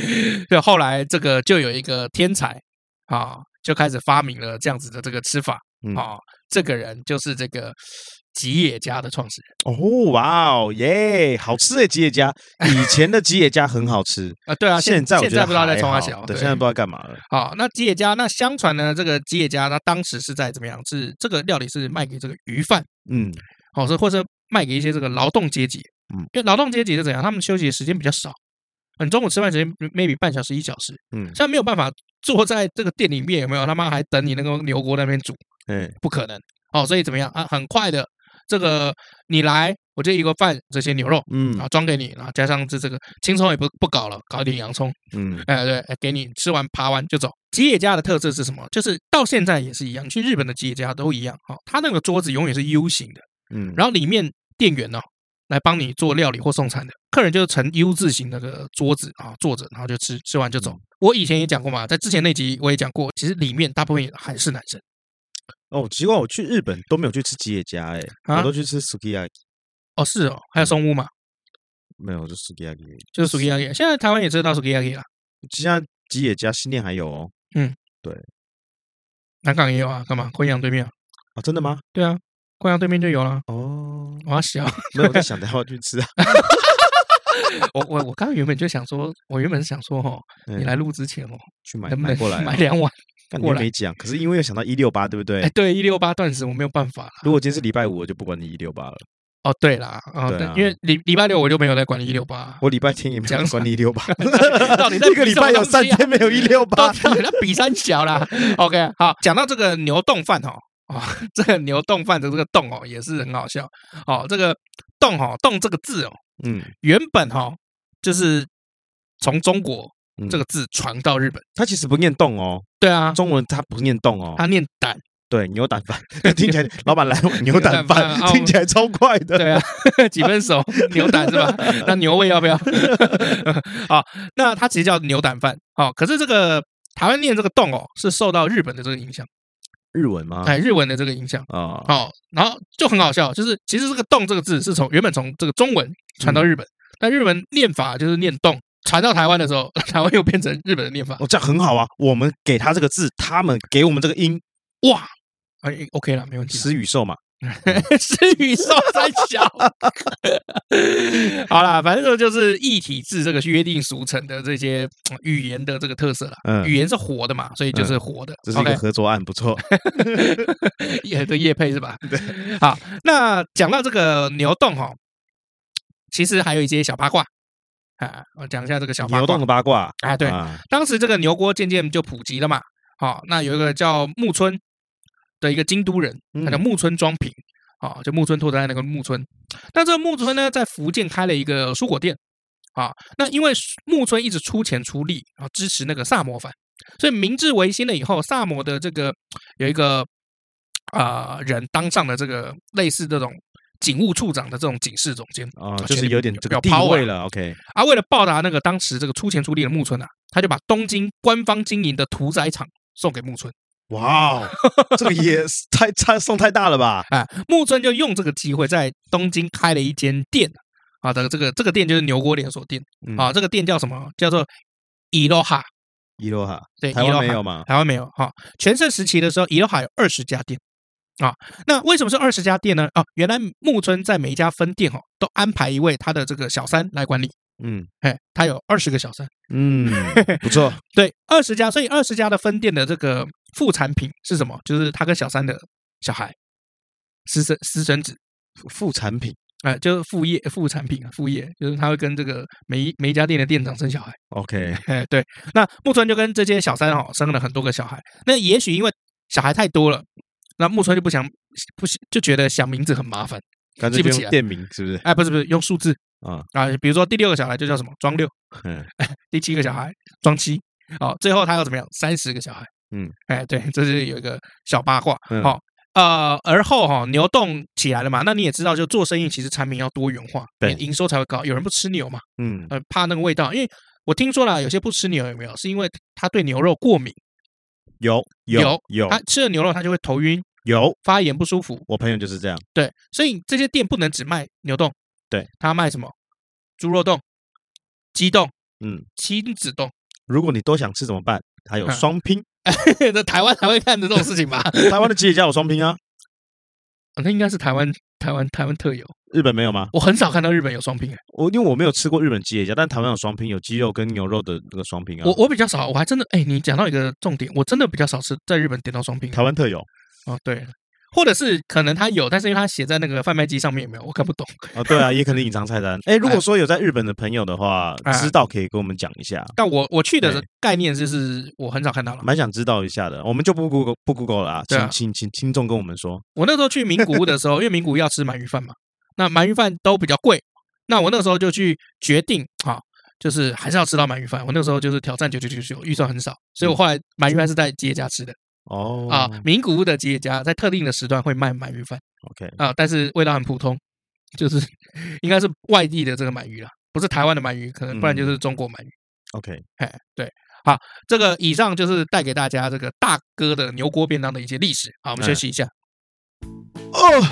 Speaker 2: <laughs> 就后来这个就有一个天才啊，就开始发明了这样子的这个吃法
Speaker 1: 嗯
Speaker 2: 啊。这个人就是这个吉野家的创始人
Speaker 1: 哦，哇哦，耶，好吃的吉野家，以前的吉野家很好吃，
Speaker 2: 啊。对 <laughs> 啊，
Speaker 1: 现在我
Speaker 2: 现
Speaker 1: 觉得
Speaker 2: 在不知道在
Speaker 1: 还
Speaker 2: 冲啊他
Speaker 1: 好
Speaker 2: 小，
Speaker 1: 对，现在不知道干嘛了。
Speaker 2: 好，那吉野家，那相传呢，这个吉野家，它当时是在怎么样？是这个料理是卖给这个鱼贩，
Speaker 1: 嗯
Speaker 2: 好、是或者卖给一些这个劳动阶级，
Speaker 1: 嗯，
Speaker 2: 因为劳动阶级是怎样，他们休息的时间比较少，你中午吃饭时间 maybe 半小时一小时， <laughs>
Speaker 1: 嗯，
Speaker 2: 现在没有办法坐在这个店里面，有没有？他妈还等你那个牛锅那边煮，
Speaker 1: 哎，
Speaker 2: 不可能哦，所以怎么样啊？很快的，这个你来，我就一个饭，这些牛肉。
Speaker 1: 嗯
Speaker 2: 啊，装给你，然后加上这这个青葱也不不搞了，搞一点洋葱，
Speaker 1: 嗯
Speaker 2: 哎，对，哎给你吃完爬完就走。吉野家的特色是什么？就是到现在也是一样，去日本的吉野家都一样。哦，它那个桌子永远是 U 型的，
Speaker 1: 嗯，
Speaker 2: 然后里面店员哦来帮你做料理或送餐的，客人就呈 U 字形那个桌子啊、坐着，然后就吃，吃完就走。我以前也讲过嘛，在之前那集我也讲过，其实里面大部分也还是男生
Speaker 1: 哦，奇怪，我去日本都没有去吃吉野家，哎，我
Speaker 2: 啊
Speaker 1: 都去吃 sukiyaki，
Speaker 2: 哦，是哦，还有松屋嘛，
Speaker 1: 没有，就 sukiyaki。
Speaker 2: 就是 sukiyaki，现在啊台湾也吃得到 sukiyaki 啊啦，
Speaker 1: 现在吉野家新店还有哦，
Speaker 2: 南港也有啊，干嘛？昆阳对面啊，
Speaker 1: 啊，真的吗？
Speaker 2: 对啊，昆阳对面就有啦。
Speaker 1: 哦，
Speaker 2: 我要啊笑，
Speaker 1: 没有，我在想等一下我去吃啊。
Speaker 2: <laughs> 我我我刚刚原本就想说，我原本是想说哦，
Speaker 1: 嗯
Speaker 2: <laughs> 你来录之前哦，
Speaker 1: 去买
Speaker 2: 能不
Speaker 1: 买
Speaker 2: 能
Speaker 1: 过来啊，
Speaker 2: 买两碗？
Speaker 1: 但你
Speaker 2: 过
Speaker 1: 又
Speaker 2: 来
Speaker 1: 没讲，可是因为又想到一六八，对不对
Speaker 2: 哎，？对，一六八断食我没有办法啦。
Speaker 1: 如果今天是礼
Speaker 2: <laughs>
Speaker 1: 拜五，我就不管你一六八了，
Speaker 2: 哦，对啦，啊，
Speaker 1: 对
Speaker 2: 对
Speaker 1: 啊
Speaker 2: 因为礼礼拜六我就没有在管一六八，啊
Speaker 1: 我礼拜天也没
Speaker 2: 讲
Speaker 1: 有
Speaker 2: 啥
Speaker 1: 管你一六八，
Speaker 2: 到底在
Speaker 1: 一个
Speaker 2: 比
Speaker 1: 礼
Speaker 2: 什么
Speaker 1: 拜有
Speaker 2: 东西
Speaker 1: 三
Speaker 2: 啊
Speaker 1: 天没有一六
Speaker 2: 都
Speaker 1: 八，
Speaker 2: 他比三小啦。OK，好，讲到这个牛冻饭哦，哦， <laughs> 这个牛洞饭的这个洞哦，也是很好笑。哦，这个洞哦，洞这个字哦，
Speaker 1: 嗯，
Speaker 2: 原本哈、就是从中国
Speaker 1: 嗯
Speaker 2: 这个字传到日本。
Speaker 1: 他其实不念动哦，
Speaker 2: 对啊，
Speaker 1: 中文他不念动哦。
Speaker 2: 他念胆，
Speaker 1: 对，牛胆饭 <laughs> 听起来，老板来碗牛胆
Speaker 2: 牛胆
Speaker 1: 饭
Speaker 2: 饭啊
Speaker 1: 听起来超快的。<laughs>
Speaker 2: 对啊，几分熟牛胆是吧？那牛胃要不要？ <laughs> 好，那它其实叫牛胆饭。哦，可是这个台湾念这个洞哦，是受到日本的这个影响，
Speaker 1: 日文吗？
Speaker 2: 哎， <laughs> 日文的这个影响。
Speaker 1: 啊，
Speaker 2: 哦，然后就很好笑，就是其实这个“动”这个字是从原本从这个中文传到日
Speaker 1: 嗯
Speaker 2: 本，但日文念法就是念“动”，传到台湾的时候， <laughs> 台湾又变成日本的念法。
Speaker 1: 哦，这样很好啊。我们给他这个字，他们给我们这个音，
Speaker 2: 哇，哎，OK 了，没问题啦。
Speaker 1: 食与兽嘛。
Speaker 2: <laughs> 是宇宙三
Speaker 1: <laughs>
Speaker 2: 小。好啦，反正这就是一体制这个约定俗成的这些嗯语言的这个特色啦。
Speaker 1: 嗯
Speaker 2: 语言是活的嘛，所以就是活的。
Speaker 1: 这是一
Speaker 2: OK，
Speaker 1: 个合作案，不
Speaker 2: <laughs>
Speaker 1: 错。
Speaker 2: 也对叶配
Speaker 1: <laughs>
Speaker 2: 是吧？对。好，那讲到这个牛洞哈，其实还有一些小八卦啊，我讲一下这个小八
Speaker 1: 牛
Speaker 2: 卦
Speaker 1: 洞的八卦
Speaker 2: 啊。对，
Speaker 1: 啊，
Speaker 2: 当时这个牛锅渐渐就普及了嘛。好、那有一个叫木村的一个京都人，他叫
Speaker 1: 嗯
Speaker 2: 木村庄平，啊、就木村拓哉那个木村。那这个木村呢，在福建开了一个蔬果店，啊，那因为木村一直出钱出力，然后支持那个萨摩藩，所以明治维新了以后，萨摩的这个有一个啊、呃人当上了这个类似这种警务处长的这种警视总监
Speaker 1: 啊，
Speaker 2: 啊
Speaker 1: 就
Speaker 2: 确
Speaker 1: 是
Speaker 2: 实
Speaker 1: 有点这个
Speaker 2: 有
Speaker 1: 地
Speaker 2: power
Speaker 1: 位了。OK，
Speaker 2: 而啊为了报答那个当时这个出钱出力的木村啊，他就把东京官方经营的屠宰场送给木村。
Speaker 1: 哇哦，这个也是太太送太大了吧？
Speaker 2: 啊，木村就用这个机会在东京开了一间店啊，这个这个这个店就是牛锅连锁店
Speaker 1: 嗯
Speaker 2: 啊，这个店叫什么？叫做伊洛哈，
Speaker 1: 伊洛哈，
Speaker 2: <laughs> 对，
Speaker 1: 台湾没
Speaker 2: Iroha
Speaker 1: 有嘛？
Speaker 2: 台湾没有哈、全盛时期的时候，伊洛哈有二十家店啊。那为什么是二十家店呢？啊，原来木村在每一家分店哦，都安排一位他的这个小三来管理。
Speaker 1: 嗯
Speaker 2: 哎，他有二十个小三，
Speaker 1: <laughs> 嗯，不错。
Speaker 2: 对，二十家，所以二十家的分店的这个副产品是什么？就是他跟小三的小孩，私生私生子。
Speaker 1: 副产品
Speaker 2: 哎、就是副业、副产品啊，副业就是他会跟这个每一每一家店的店长生小孩。
Speaker 1: ，OK，
Speaker 2: 哎，对，那木村就跟这些小三哦生了很多个小孩。那也许因为小孩太多了，那木村就不想不想就觉得想名字很麻烦。
Speaker 1: 干
Speaker 2: 记
Speaker 1: 脆
Speaker 2: 不
Speaker 1: 就
Speaker 2: 起
Speaker 1: 用
Speaker 2: 来
Speaker 1: 店名是不是？
Speaker 2: 哎，不是不是，用数字
Speaker 1: 啊
Speaker 2: 啊，比如说第六个小孩就叫什么庄六，
Speaker 1: 嗯，
Speaker 2: 第七个小孩庄七。好、最后他要怎么样？三十个小孩。
Speaker 1: 嗯，
Speaker 2: 哎，对，这是有一个小八卦。好、
Speaker 1: 嗯
Speaker 2: 呃，而后哈、牛洞起来了嘛，那你也知道，就做生意其实产品要多元化，
Speaker 1: 对
Speaker 2: 营收才会高。有人不吃牛嘛，
Speaker 1: 嗯，
Speaker 2: 呃，怕那个味道，因为我听说了，有些不吃牛有没有？是因为他对牛肉过敏，
Speaker 1: 有
Speaker 2: 有啊
Speaker 1: 有
Speaker 2: 他吃了牛肉他就会头晕、
Speaker 1: 有，
Speaker 2: 发炎不舒服。
Speaker 1: 我朋友就是这样。
Speaker 2: 对，所以这些店不能只卖牛冻，
Speaker 1: 对，
Speaker 2: 他卖什么？猪肉冻、鸡冻、
Speaker 1: 嗯，
Speaker 2: 亲子冻。
Speaker 1: 如果你都想吃怎么办？还有
Speaker 2: 嗯
Speaker 1: 双拼，
Speaker 2: <laughs> 这台湾才会干的这种事情吧？
Speaker 1: 台湾的企业家有双拼啊，
Speaker 2: 那应该是台
Speaker 1: 嗯
Speaker 2: 湾、台湾、台湾特有。
Speaker 1: 日本没有吗？
Speaker 2: 我很少看到日本有双拼、欸，
Speaker 1: 我因为我没有吃过日本吉野家，但台湾有双拼，有鸡肉跟牛肉的那个双拼啊。
Speaker 2: 我我比较少，我还真的，哎、你讲到一个重点，我真的比较少吃在日本点到双拼
Speaker 1: 台湾特有
Speaker 2: 哦，对，或者是可能他有，但是因为他写在那个贩卖机上面有没有，我看不懂。
Speaker 1: 啊，对啊，也可能隐藏菜单。
Speaker 2: <laughs>
Speaker 1: 哎，如果说有在日本的朋友的话
Speaker 2: 哎，
Speaker 1: 知道可以跟我们讲一下，
Speaker 2: 但我我去的
Speaker 1: 对
Speaker 2: 概念就是我很少看到了。
Speaker 1: 蛮想知道一下的。我们就不 Google 不 Google 了啊，
Speaker 2: 对啊
Speaker 1: 请请请听众跟我们说。
Speaker 2: 我那时候去名古屋的时
Speaker 1: <laughs>
Speaker 2: 候，因为名古屋要吃鳗鱼饭嘛，那鳗鱼饭都比较贵，那我那时候就去决定啊，就是还是要吃到鳗鱼饭。我那时候就是挑战九九九九，预算很少，所
Speaker 1: 嗯
Speaker 2: 以我后来鳗鱼饭是在吉野家吃的
Speaker 1: 哦
Speaker 2: 啊。名古屋的吉野家在特定的时段会卖鳗鱼饭
Speaker 1: OK，
Speaker 2: 啊，但是味道很普通，就是 <laughs> 应该是外地的这个鳗鱼啦，不是台湾的鳗鱼，可能不然
Speaker 1: 嗯
Speaker 2: 就是中国鳗鱼。
Speaker 1: OK，
Speaker 2: 哎，对，好，这个以上就是带给大家这个大哥的牛锅便当的一些历史。好，我们休
Speaker 1: 嗯
Speaker 2: 息一下。
Speaker 1: 哦，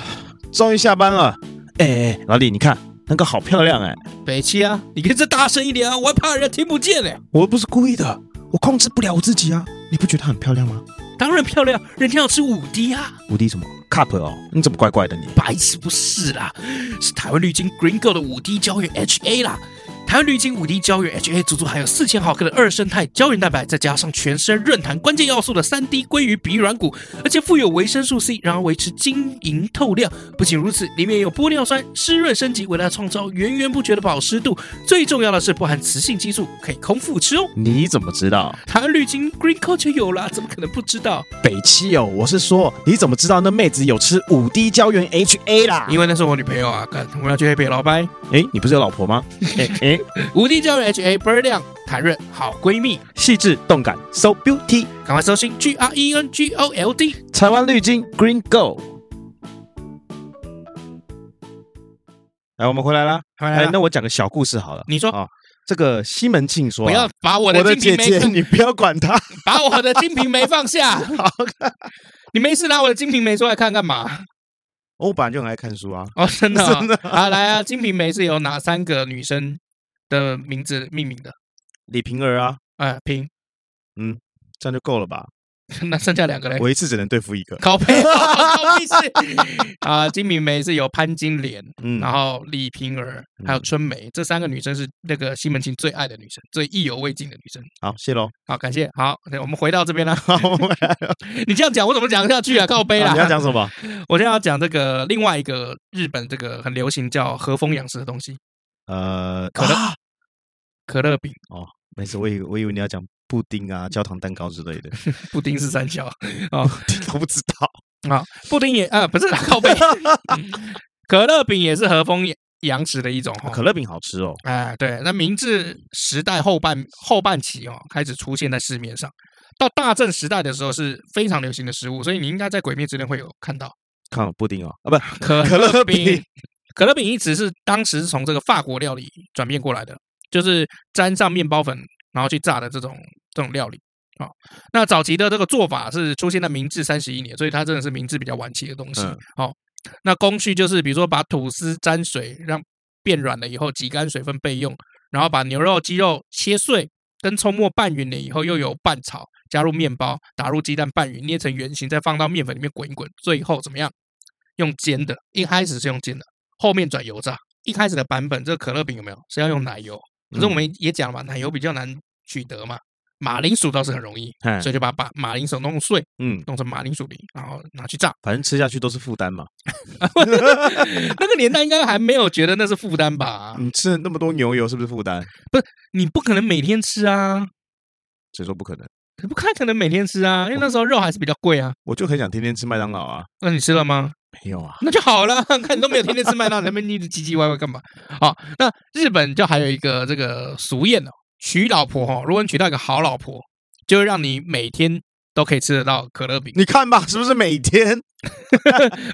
Speaker 1: 终于下班了。哎哎，哎老李，你看那个好漂亮哎，
Speaker 2: 北七啊，你可以再大声一点啊，我还怕人家听不见嘞。
Speaker 1: 我又不是故意的，我控制不了我自己啊。你不觉得很漂亮吗？
Speaker 2: 当然漂亮，人家要吃五滴啊，
Speaker 1: 五 D 什么 cup 哦？你怎么怪怪的你？
Speaker 2: 白痴不是啦，是台湾绿金 Green Gold 的五滴胶原 HA 啦。台湾绿金五 D 胶原 HA 足足含有四千毫克的二生态胶原蛋白，再加上全身润弹关键要素的三 D 鲑鱼鼻软骨，而且富有维生素 C，然后维持晶莹透亮。不仅如此，里面有玻尿酸湿润升级，为它创造源源不绝的保湿度。最重要的是不含雌性激素，可以空腹吃哦。
Speaker 3: 你怎么知道？
Speaker 2: 台湾绿金 Green Culture 有啦，怎么可能不知道？
Speaker 3: 北七哦，我是说，你怎么知道那妹子有吃五 D 胶原 HA 啦？
Speaker 2: 因为那是我女朋友啊，干，我们要去黑北老白。
Speaker 3: 哎，你不是有老婆吗？哎哎，
Speaker 2: 五 D 胶原 HA 倍儿亮，弹润，好闺蜜，
Speaker 3: 细致动感，so beauty。
Speaker 2: 赶快搜寻 G R E N G O L D。
Speaker 3: 台湾绿金 Green Go。来，我们回来啦。哎，那我讲个小故事好了。
Speaker 2: 你说
Speaker 3: 啊，这个西门庆说啊，
Speaker 2: 不要把我
Speaker 1: 我的
Speaker 2: 的
Speaker 1: 姐
Speaker 2: 金瓶梅
Speaker 1: 姐，
Speaker 2: 放，
Speaker 1: 你不要管他。 <laughs>
Speaker 2: 把我的金瓶梅放下。
Speaker 1: 啊
Speaker 2: 你没事拿我的金瓶梅出来看干嘛？
Speaker 1: 我本来就很爱看书啊，
Speaker 2: 哦，真的啊
Speaker 1: 真的
Speaker 2: 啊，来啊，金瓶梅是由哪三个女生的名字命名的？
Speaker 1: 李瓶儿啊，
Speaker 2: 哎，平，
Speaker 1: 这样就够了吧？
Speaker 2: <laughs> 那剩下两个嘞？
Speaker 1: 我一次只能对付一个。
Speaker 2: 高 <laughs> 配，高配是啊，金瓶梅是由潘金莲，
Speaker 1: 嗯，
Speaker 2: 然后李瓶儿还有春梅这三个女生是那个西门庆最爱的女生，最意犹未尽的女生。
Speaker 1: 好，谢喽。
Speaker 2: 好，感谢。好，我们回到这边
Speaker 1: <laughs>
Speaker 2: 了。
Speaker 1: 好，我们来
Speaker 2: <laughs> 你这样讲，我怎么讲下去啊？靠背啦！
Speaker 1: 啊你要讲什么？
Speaker 2: 我现在要讲这个另外一个日本这个很流行叫和风养殖的东西，
Speaker 1: 呃，
Speaker 2: <laughs> 可乐
Speaker 1: 啊
Speaker 2: 可乐饼
Speaker 1: 没事，我以为我以为你要讲布丁啊、焦糖蛋糕之
Speaker 2: <laughs>
Speaker 1: 类的，
Speaker 2: 布丁是三
Speaker 1: <laughs>
Speaker 2: 小，
Speaker 1: 我不知道。
Speaker 2: 布丁也啊、不是啦，
Speaker 1: <laughs>
Speaker 2: 靠背，嗯可乐饼也是和风养殖的一种哦
Speaker 1: 啊可。乐饼好吃哦，
Speaker 2: 哎，对，那明治时代后半后半期哦，开始出现在市面上。到大正时代的时候是非常流行的食物，所以你应该在《鬼灭之刃》会有看到
Speaker 1: 看好布丁哦，啊不，
Speaker 2: 可
Speaker 1: 可乐
Speaker 2: 饼
Speaker 1: 饼。
Speaker 2: 可乐饼一直是当时是从这个法国料理转变过来的，就是沾上面包粉然后去炸的这种这种料理。好，那早期的这个做法是出现在明治三十一年，所以它真的是明治比较晚期的东西啊
Speaker 1: 嗯。
Speaker 2: 好，那工序就是比如说把吐司沾水，让变软了以后挤干水分备用，然后把牛肉、鸡肉切碎，跟葱末拌匀了以后，又有拌炒，加入面包，打入鸡蛋拌匀，捏成圆形，再放到面粉里面滚一滚，最后怎么样？用煎的，一开始是用煎的，后面转油炸。一开始的版本，这个可乐饼有没有是要用奶油？可是我们也讲了嘛，奶油比较难取得嘛，马铃薯倒是很容易，
Speaker 1: 嗯
Speaker 2: 所以就把把马铃薯弄碎，
Speaker 1: 嗯，
Speaker 2: 弄成马铃薯饼，然后拿去炸。
Speaker 1: 反正吃下去都是负担嘛。
Speaker 2: <laughs> 那个年代应该还没有觉得那是负担吧？
Speaker 1: 你吃了那么多牛油，是不是负担？
Speaker 2: 你不可能每天吃啊，
Speaker 1: 谁说不可能？
Speaker 2: 不太可能每天吃啊，因为那时候肉还是比较贵啊。
Speaker 1: 我就很想天天吃麦当劳啊。
Speaker 2: 那你吃了吗？
Speaker 1: 没有啊，
Speaker 2: 那就好了， <laughs> 看你都没有天天吃麦当劳，那边一直唧唧歪歪干嘛？好，那日本就还有一个这个俗谚哦，娶老婆哦，如果你娶到一个好老婆，就会让你每天都可以吃得到可乐饼， <laughs>
Speaker 1: 你看吧，是不是每天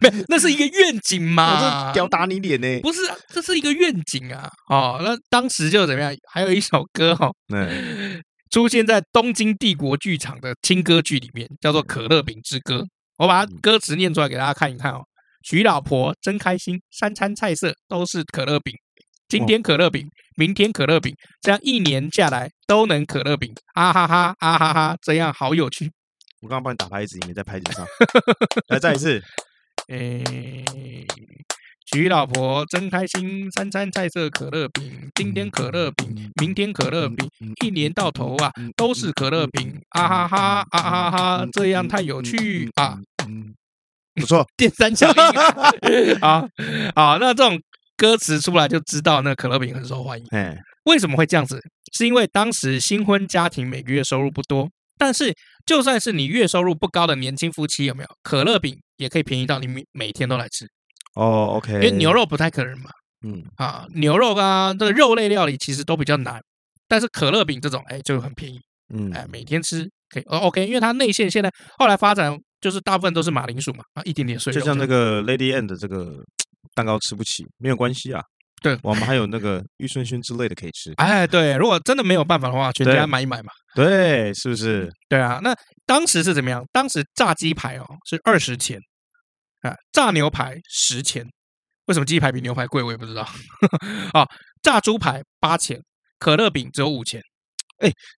Speaker 2: 没有，那是一个愿景
Speaker 1: 我
Speaker 2: 嘛
Speaker 1: 这。屌打你脸呢？
Speaker 2: 啊不是啊，这是一个愿景啊！哦，那当时就怎么样？还有一首歌哦，
Speaker 1: 嗯，
Speaker 2: 出现在东京帝国剧场的轻歌剧里面，叫做《可乐饼之歌》。我把它歌词念出来给大家看一看哦。娶老婆真开心，三餐菜色都是可乐饼。今天可乐饼，明天可乐饼，这样一年下来都能可乐饼，啊哈哈啊哈哈，这样好有趣。
Speaker 1: 我刚刚帮你打拍子，你没在拍子上。来，再一次，
Speaker 2: 诶，娶老婆真开心，三餐菜色可乐饼，今天可乐饼，明天可乐饼，一年到头啊都是可乐饼，啊哈哈啊哈哈，这样太有趣啊！
Speaker 1: 不错，
Speaker 2: 电三响应 <laughs> 啊啊啊！那这种歌词出来就知道，那可乐饼很受欢迎。
Speaker 1: 哎，
Speaker 2: 为什么会这样子？是因为当时新婚家庭每个月收入不多，但是就算是你月收入不高的年轻夫妻，有没有可乐饼也可以便宜到你每每天都来吃。
Speaker 1: 哦，OK，因
Speaker 2: 因为牛，肉不太可能嘛，
Speaker 1: 嗯，
Speaker 2: 啊，牛肉啊，这个肉类料理其实都比较难，但是可乐饼这种，哎，就很便宜，
Speaker 1: 嗯，
Speaker 2: 哎，每天吃可以、哦、，OK，因为它内馅现在后来发展就是大部分都是马铃薯嘛，啊，一点点碎肉
Speaker 1: 就
Speaker 2: 这样，
Speaker 1: 像那个 Lady and 这个蛋糕吃不起，没有关系啊。
Speaker 2: 对
Speaker 1: 我们还有那个玉顺轩之类的可以吃。
Speaker 2: 哎，对，如果真的没有办法的话，全
Speaker 1: 对
Speaker 2: 家买一买嘛，
Speaker 1: 对，是不是？
Speaker 2: 对啊，那当时是怎么样？当时炸鸡排哦是二十钱，啊，炸牛排十钱，为什么鸡排比牛排贵？我也不知道 <laughs> 啊，炸猪排八钱，可乐饼只有五钱，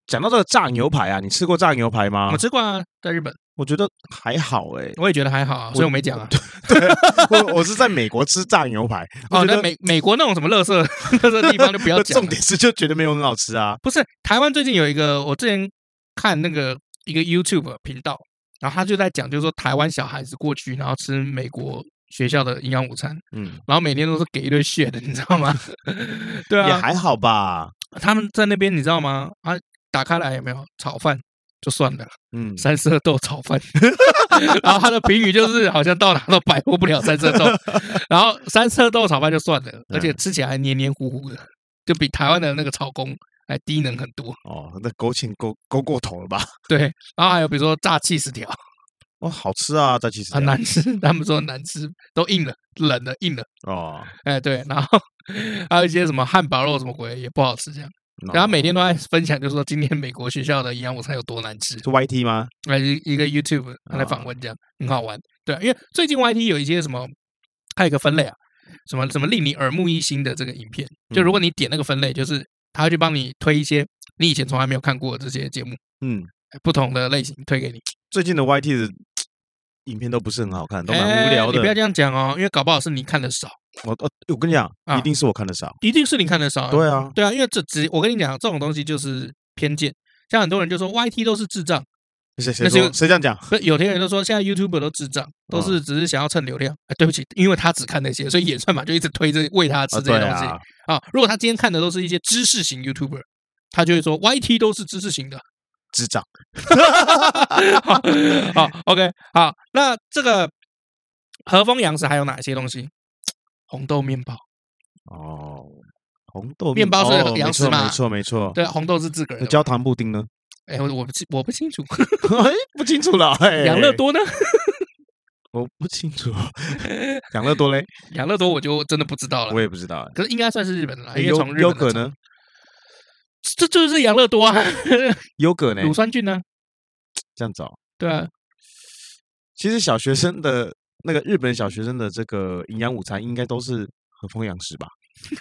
Speaker 1: 讲到这个炸牛排啊，你吃过炸牛排
Speaker 2: 我
Speaker 1: 吗
Speaker 2: 们？吃过啊，在日本。
Speaker 3: 我觉得还好哎、
Speaker 2: 我也觉得还好啊，所以我没讲啊。
Speaker 1: 我我是在美国吃炸牛排，
Speaker 2: 哦，
Speaker 1: 我觉
Speaker 2: 那
Speaker 1: 得
Speaker 2: 美美国那种什么乐色乐色地方就不要讲
Speaker 1: 重
Speaker 2: 了。
Speaker 1: 点是就觉得没有很好吃啊。
Speaker 2: 不是台湾最近有一个，我之前看那个一个 YouTube 频道，然后他就在讲，就是说台湾小孩子过去，然后吃美国学校的营养午餐，
Speaker 1: 嗯，
Speaker 2: 然后每天都是给一堆血的，你知道吗？ <laughs> 对
Speaker 1: 也
Speaker 2: 啊，
Speaker 1: 还好吧。
Speaker 2: 他们在那边你知道吗？啊，打开来有没有炒饭？就算了，
Speaker 1: 嗯，
Speaker 2: 三色豆炒饭。 <laughs> 然后他的评语就是好像到哪都摆脱不了三色豆，然后三色豆炒饭就算了，而且吃起来还黏黏糊糊的，就比台湾的那个炒工还低能很多。
Speaker 1: 哦，那勾芡勾勾过头了吧？ <laughs>
Speaker 2: 对，然后还有比如说炸气十条，
Speaker 1: 哦，好吃啊，炸鸡翅
Speaker 2: 很难吃，他们说很难吃，都硬了，冷了，硬了，
Speaker 1: 哦。
Speaker 2: 哎，对，然后 <laughs> 还有一些什么汉堡肉什么鬼也不好吃，这样，然后每天都在分享，就说今天美国学校的营养午餐有多难吃，
Speaker 1: 是 YT 吗？
Speaker 2: 还是一个 YouTube 他来访问这样，很好玩，对啊，因为最近 YT 有一些什么，它有一个分类啊，什么什么令你耳目一新的这个影片，就如果你点那个分类，就是他会去帮你推一些你以前从来没有看过的这些节目，
Speaker 1: 嗯，
Speaker 2: 不同的类型推给你。
Speaker 1: 最近的 YT 的嘖影片都不是很好看，都
Speaker 2: 哎
Speaker 1: 蛮无聊
Speaker 2: 你
Speaker 1: 的
Speaker 2: 不。要这样讲哦，因为搞不好是你看的少，
Speaker 1: 我哦，我跟你讲，
Speaker 2: 啊
Speaker 1: 一定是我看的少。
Speaker 2: 一定是你看的少。
Speaker 1: 对啊，
Speaker 2: 对啊，因为这只我跟你讲，这种东西就是偏见。像很多人就说 YT 都是智障，
Speaker 1: 谁
Speaker 2: 那
Speaker 1: 谁
Speaker 2: 是
Speaker 1: 说谁这样讲？
Speaker 2: 不是有些人都说现在 YouTuber 都智障，都
Speaker 1: 嗯
Speaker 2: 是只是想要蹭流量。哎，对不起，因为他只看那些，所以演算法就一直推这喂他吃
Speaker 1: 啊，
Speaker 2: 这些
Speaker 1: 对
Speaker 2: 东西
Speaker 1: 啊，
Speaker 2: 啊。如果他今天看的都是一些知识型 YouTuber，他就会说 YT 都是知识型的。 <laughs>
Speaker 1: 智障。
Speaker 2: 好好，OK，好，那这个和风洋食还有哪些东西？红豆面包。
Speaker 1: 哦，红豆
Speaker 2: 面包是
Speaker 1: 哦
Speaker 2: 粮食嘛
Speaker 1: 没错没错。没错
Speaker 2: 对，啊红豆是自个人
Speaker 1: 那
Speaker 2: 的。
Speaker 1: 焦糖布丁呢？ <laughs>
Speaker 2: 哎，我我不清我不清楚，
Speaker 1: 哎，不清楚了。哎
Speaker 2: <laughs> 养乐，多呢？
Speaker 1: 我不清
Speaker 2: <laughs>
Speaker 1: 楚。养乐多嘞，
Speaker 2: 养乐多我就真的不知道了。
Speaker 1: 我也不哎知道。
Speaker 2: 可是应该算是日本的啦，因为
Speaker 1: 优
Speaker 2: 从日
Speaker 1: 优
Speaker 2: 本
Speaker 1: 格
Speaker 2: 的厂
Speaker 1: 呢？？
Speaker 2: 这这就是养乐多啊，
Speaker 1: 优格呢？
Speaker 2: 乳酸菌呢？
Speaker 1: 这样找。
Speaker 2: 对啊，
Speaker 1: 其实小学生的那个日本小学生的这个营养午餐，应该都是和风养食吧？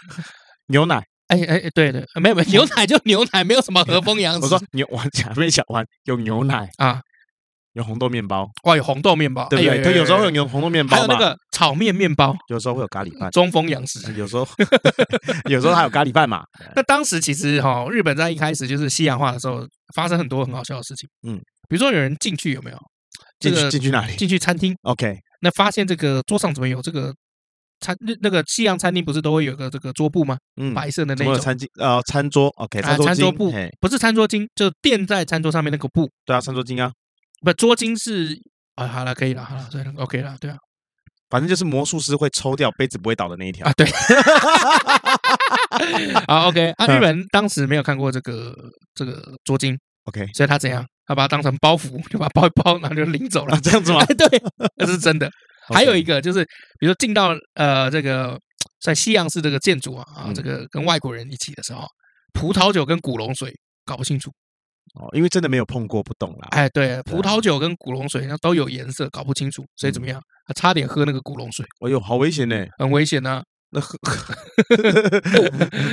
Speaker 1: <laughs> 牛奶，
Speaker 2: 哎哎哎对对，没有没有，
Speaker 1: <laughs>
Speaker 2: 牛奶就牛奶，没有什么和风洋
Speaker 1: 我
Speaker 2: 食
Speaker 1: 说牛， <laughs> 我还没讲完，有牛奶，
Speaker 2: 啊。
Speaker 1: 有红豆面包，
Speaker 2: 哇，有红豆面包，
Speaker 1: 对不
Speaker 2: 哎
Speaker 1: 对？它有时候会有
Speaker 2: 有
Speaker 1: 牛红豆面
Speaker 2: 还有
Speaker 1: 包
Speaker 2: 那
Speaker 1: 嘛，嗯
Speaker 2: 个炒面面包，
Speaker 1: 有时候会有咖喱饭，
Speaker 2: 中风洋食。
Speaker 1: 有时候 <laughs> 有时候还有咖喱
Speaker 2: <laughs>
Speaker 1: 饭嘛。
Speaker 2: 那当时其实哈、日本在一开始就是西洋化的时候，发生很多很好笑的事情。
Speaker 1: 嗯，
Speaker 2: 比如说有人进去有没有？这
Speaker 1: 进去
Speaker 2: 个
Speaker 1: 进去哪里
Speaker 2: 进去餐厅，
Speaker 1: ？OK，
Speaker 2: 那发现这个桌上怎么有这个餐那那个西洋餐厅不是都会有个这个桌布吗？
Speaker 1: 嗯，
Speaker 2: 白色的
Speaker 1: 怎
Speaker 2: 那
Speaker 1: 么有
Speaker 2: 种，
Speaker 1: 餐巾？呃，餐桌，OK，
Speaker 2: 啊
Speaker 1: 餐桌
Speaker 2: 餐桌
Speaker 1: 巾
Speaker 2: 布
Speaker 1: 嘿
Speaker 2: 不是餐桌巾，就垫在餐桌上面那个布，
Speaker 1: 对啊，餐桌巾啊，
Speaker 2: 不桌巾是啊，好了，可以了，好了，对了，OK 了，对啊，
Speaker 1: 反正就是魔术师会抽掉杯子不会倒的那一条
Speaker 2: 啊。对， <laughs> 好 OK 啊，
Speaker 1: 嗯
Speaker 2: 日本当时没有看过这个这个桌巾，
Speaker 1: OK，
Speaker 2: 所以他怎样？他把它当成包袱，就把它包一包，然后就拎走
Speaker 1: <laughs>
Speaker 2: 了 <laughs>
Speaker 1: 啊，。这样子吗
Speaker 2: 哎，？对，这是真的。还有一
Speaker 1: 个
Speaker 2: 个就是，比如说进到呃这个在西洋式这个建筑啊啊，
Speaker 1: 嗯
Speaker 2: 这个跟外国人一起的时候，葡萄酒跟古龙水搞不清楚。
Speaker 1: 哦，因为真的没有碰过，不懂啦。
Speaker 2: 哎，对，葡萄酒跟古龙水那都有颜色，搞不清楚，所以怎么样？他差点喝那个古龙水，
Speaker 1: 哎呦，好危险
Speaker 2: <laughs>
Speaker 1: 呢！
Speaker 2: 很危险啊
Speaker 1: 那
Speaker 2: 呐、
Speaker 1: 喝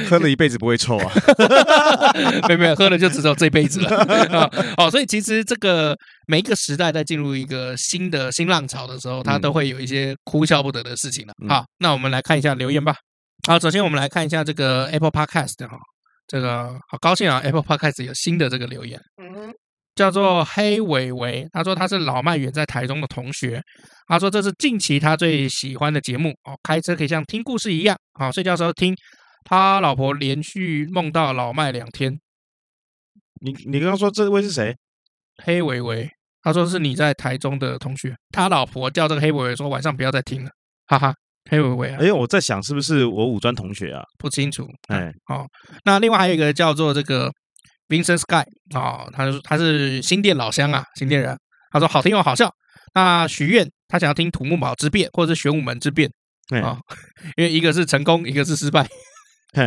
Speaker 1: 喝了一辈子不会臭
Speaker 2: <laughs>
Speaker 1: 啊！
Speaker 2: 没有没有，喝了就只有这辈子了。 <laughs> 啊哦，所以其实这个每一个时代在进入一个新的新浪潮的时候，它
Speaker 1: 嗯
Speaker 2: 都会有一些哭笑不得的事情了。
Speaker 1: 嗯
Speaker 2: 好，那我们来看一下留言吧。好，首先我们来看一下这个 Apple Podcast 哈、这个好高兴啊，Apple Podcast 有新的这个留言。叫做黑伟伟，他说他是老麦远在台中的同学，他说这是近期他最喜欢的节目哦，开车可以像听故事一样，好、睡觉时候听。他老婆连续梦到老麦两天，
Speaker 1: 你你刚刚说这位是谁？
Speaker 2: 黑维维，他说是你在台中的同学，他老婆叫这个黑维维说晚上不要再听了，哈哈，黑维维啊，
Speaker 1: 哎呦，我在想是不是我五专同学啊？
Speaker 2: 不清楚。
Speaker 1: 哎，
Speaker 2: 哦，那另外还有一个叫做这个 Vincent Sky 哦，他是他是新店老乡啊，新店人，他说好听又好笑。那许愿他想要听土木堡之变或者是玄武门之变
Speaker 1: 哎
Speaker 2: 啊、 <laughs> 因为一个是成功，一个是失败。
Speaker 1: 嘿，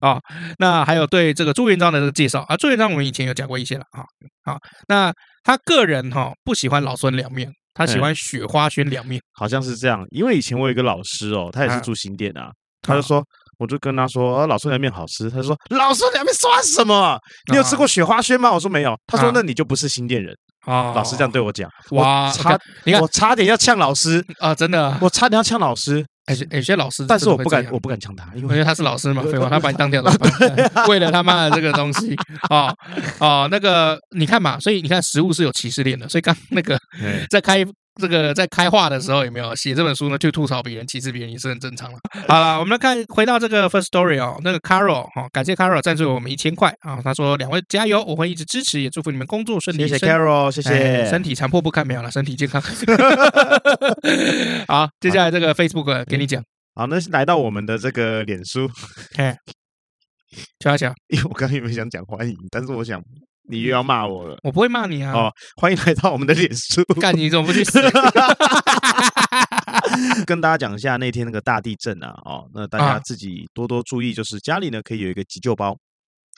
Speaker 2: 啊、那还有对这个朱元璋的这个介绍啊，朱元璋我们以前有讲过一些了啊。好、那他个人哈、不喜欢老孙凉面，他
Speaker 1: 哎
Speaker 2: 喜欢雪花轩凉面。
Speaker 1: 好像是这样。因为以前我有一个老师哦，他也
Speaker 2: 啊
Speaker 1: 是住新店啊，他就说。我就跟他说：“啊，老孙凉面好吃。”他啊就说：“老孙凉面算什么？你有吃过雪花轩吗？”我说：“没有。”他说
Speaker 2: 啊：“
Speaker 1: 那你就不是新店人。
Speaker 2: 啊
Speaker 1: 老师这样对我讲，
Speaker 2: 哇
Speaker 1: 我差
Speaker 2: 你看
Speaker 1: 我差点要呛老
Speaker 2: <laughs>
Speaker 1: 师，
Speaker 2: 啊，真的啊，
Speaker 1: 我差点要呛老师，
Speaker 2: 哎有些老师真的会
Speaker 1: 但
Speaker 2: 这样，
Speaker 1: 是我不敢，我不敢呛他，因
Speaker 2: 因
Speaker 1: 为
Speaker 2: 为他是老师嘛，废话，他把你当掉了，
Speaker 1: <laughs>
Speaker 2: 为了他妈的这个东西哦哦，那个你看嘛，所以你看食物是有歧视链的，所以刚那个
Speaker 1: 哎
Speaker 2: 在开这个在开话的时候有没有写这本书呢？去吐槽别人、歧视别人也是很正常了。好了，我们来看回到这个 first story 哦，那个 Carol 哦，感谢 Carol 赞助我们一千块啊、他说两位加油，我会一直支持，也祝福你们工作顺利。
Speaker 1: 谢谢
Speaker 2: 身
Speaker 1: Carol，谢
Speaker 2: 哎
Speaker 1: 谢
Speaker 2: 身。体残破不堪没有了，身体
Speaker 1: <laughs>
Speaker 2: 健康。好，接下来这个 Facebook 给你讲，
Speaker 1: 好，那来到我们的这个脸书，
Speaker 2: 瞧一瞧，
Speaker 1: 因为我刚刚原本想讲欢迎，但是我想你又要骂我了。
Speaker 2: 我不会骂你啊。
Speaker 1: 哦，欢迎来到我们的脸书，
Speaker 2: <laughs> 干你怎么不
Speaker 1: <laughs>
Speaker 2: 去死？
Speaker 1: 跟大家讲一下那天那个大地震啊，哦，那大家
Speaker 2: 啊
Speaker 1: 自己多多注意，就是家里呢可以有一个急救包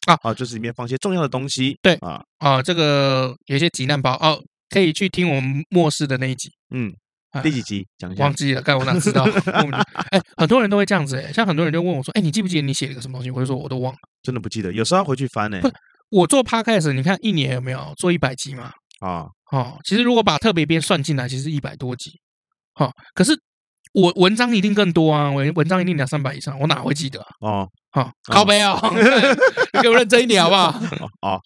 Speaker 2: 啊
Speaker 1: 哦，就是里面放一些重要的东西，
Speaker 2: 对
Speaker 1: 啊，
Speaker 2: 哦，这个有一些急难包哦，可以去听我们末世的那一集，
Speaker 1: 嗯
Speaker 2: 啊，
Speaker 1: 第几集讲一下
Speaker 2: 忘？记了，干我哪
Speaker 1: <laughs>
Speaker 2: 知道？我们哎，很多人都会这样子哎，像很多人就问我说，哎，你记不记得你写了个什么东西？我就说我都忘了。
Speaker 1: 真的不记得，有时候要回去翻呢欸
Speaker 2: 我做 podcast，你看一年有没有做一百集嘛？
Speaker 1: 啊，
Speaker 2: 哦，其实如果把特别编算进来，其实一百多集。哦，可是我文章一定更多啊，文文章一定两三百以上，我哪会记得啊？
Speaker 1: 哦
Speaker 2: 哦，靠背
Speaker 1: <laughs>
Speaker 2: 哦，你给我认真一点好不好？
Speaker 1: 哦哦。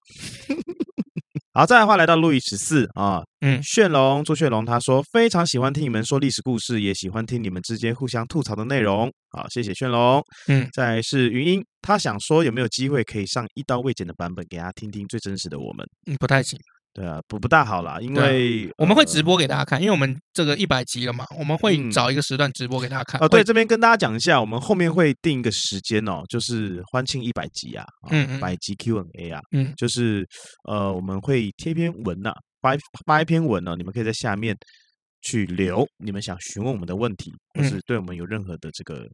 Speaker 1: 好，再来的话来到路易十四啊，
Speaker 2: 嗯
Speaker 1: 炫龙朱炫龙他说非常喜欢听你们说历史故事，也喜欢听你们之间互相吐槽的内容。好，谢谢炫龙。
Speaker 2: 嗯，
Speaker 1: 再来是云英，他想说有没有机会可以上一刀未剪的版本给他听听最真实的我们。
Speaker 2: 嗯，不太行。
Speaker 1: 对啊，不不大好啦，因
Speaker 2: 对啊
Speaker 1: 为、
Speaker 2: 我们会直
Speaker 1: 播
Speaker 2: 播给大家看，因为我们这个一百集了嘛，我们会
Speaker 1: 嗯
Speaker 2: 找一个时段直播给大家看。
Speaker 1: 啊、对，
Speaker 2: 会，
Speaker 1: 这边跟大家讲一下，我们后面会定一个时间哦，就是欢庆一百集啊，啊
Speaker 2: 嗯嗯
Speaker 1: 百集 Q&A 啊，
Speaker 2: 嗯
Speaker 1: 就是呃，我们会贴篇文呐、发一发一篇文哦呢、你们可以在下面去留你们想询问我们的问题，或
Speaker 2: 嗯
Speaker 1: 是对我们有任何的这个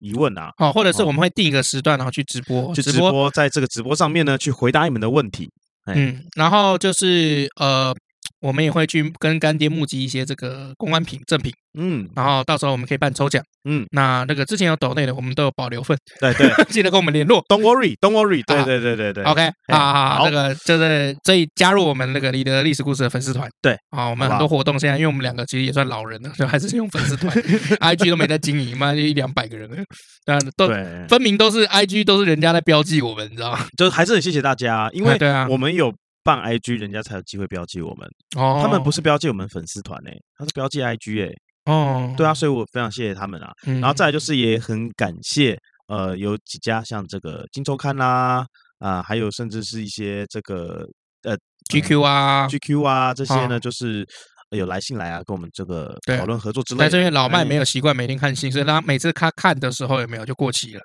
Speaker 1: 疑问啊，
Speaker 2: 哦，或者是我们会定一个时段，然后去哦直播，
Speaker 1: 就直播在这个直播上面呢去回答你们的问
Speaker 2: <laughs>
Speaker 1: 题。哎
Speaker 2: 嗯，然后就是呃，我们也会去跟干爹募集一些这个公关品赠品，
Speaker 1: 嗯
Speaker 2: 然后到时候我们可以办抽奖。
Speaker 1: 嗯，
Speaker 2: 那那个之前有抖内的，我们都有保留份， <laughs>
Speaker 1: 对对
Speaker 2: 记得跟我们联络。
Speaker 1: ，Don't worry，Don't worry，对
Speaker 2: <laughs> 啊
Speaker 1: 对对对对哎
Speaker 2: OK 啊，
Speaker 1: 好
Speaker 2: 那个就是所以加入我们那个你的历史故事的粉丝团，
Speaker 1: 对
Speaker 2: 啊，我们
Speaker 1: 好
Speaker 2: 很
Speaker 1: 不好
Speaker 2: 多活动现在，因为我们两个其实也算老人了，就还是用粉
Speaker 1: <laughs>
Speaker 2: 丝团，IG 都没在经营，妈就一两百个人了，啊，都
Speaker 1: 对，
Speaker 2: 分明都是 IG 都是人家在标记我们，你知道吗？
Speaker 1: 就还是很谢谢大家，因为
Speaker 2: <laughs> 哎对啊
Speaker 1: 我们有办 IG，人家才有机会标记我们。
Speaker 2: 哦
Speaker 1: 他们不是标记我们粉丝团诶，他是标记 IG 诶，
Speaker 2: 哦，
Speaker 1: 对啊，所以我非常谢谢他们啊。
Speaker 2: 嗯，
Speaker 1: 然后再来就是也很感谢呃，有几家像这个《金周刊》啦，啊，还有甚至是一些这个呃
Speaker 2: GQ 啊，
Speaker 1: GQ 啊这些呢，
Speaker 2: 啊
Speaker 1: 就是呃有来信来啊，跟我们这个
Speaker 2: 对
Speaker 1: 讨论合作之类
Speaker 2: 但是因
Speaker 1: 的。
Speaker 2: 为老麦没有习惯每天看信，所以他每次他看的时候有没有就过期了。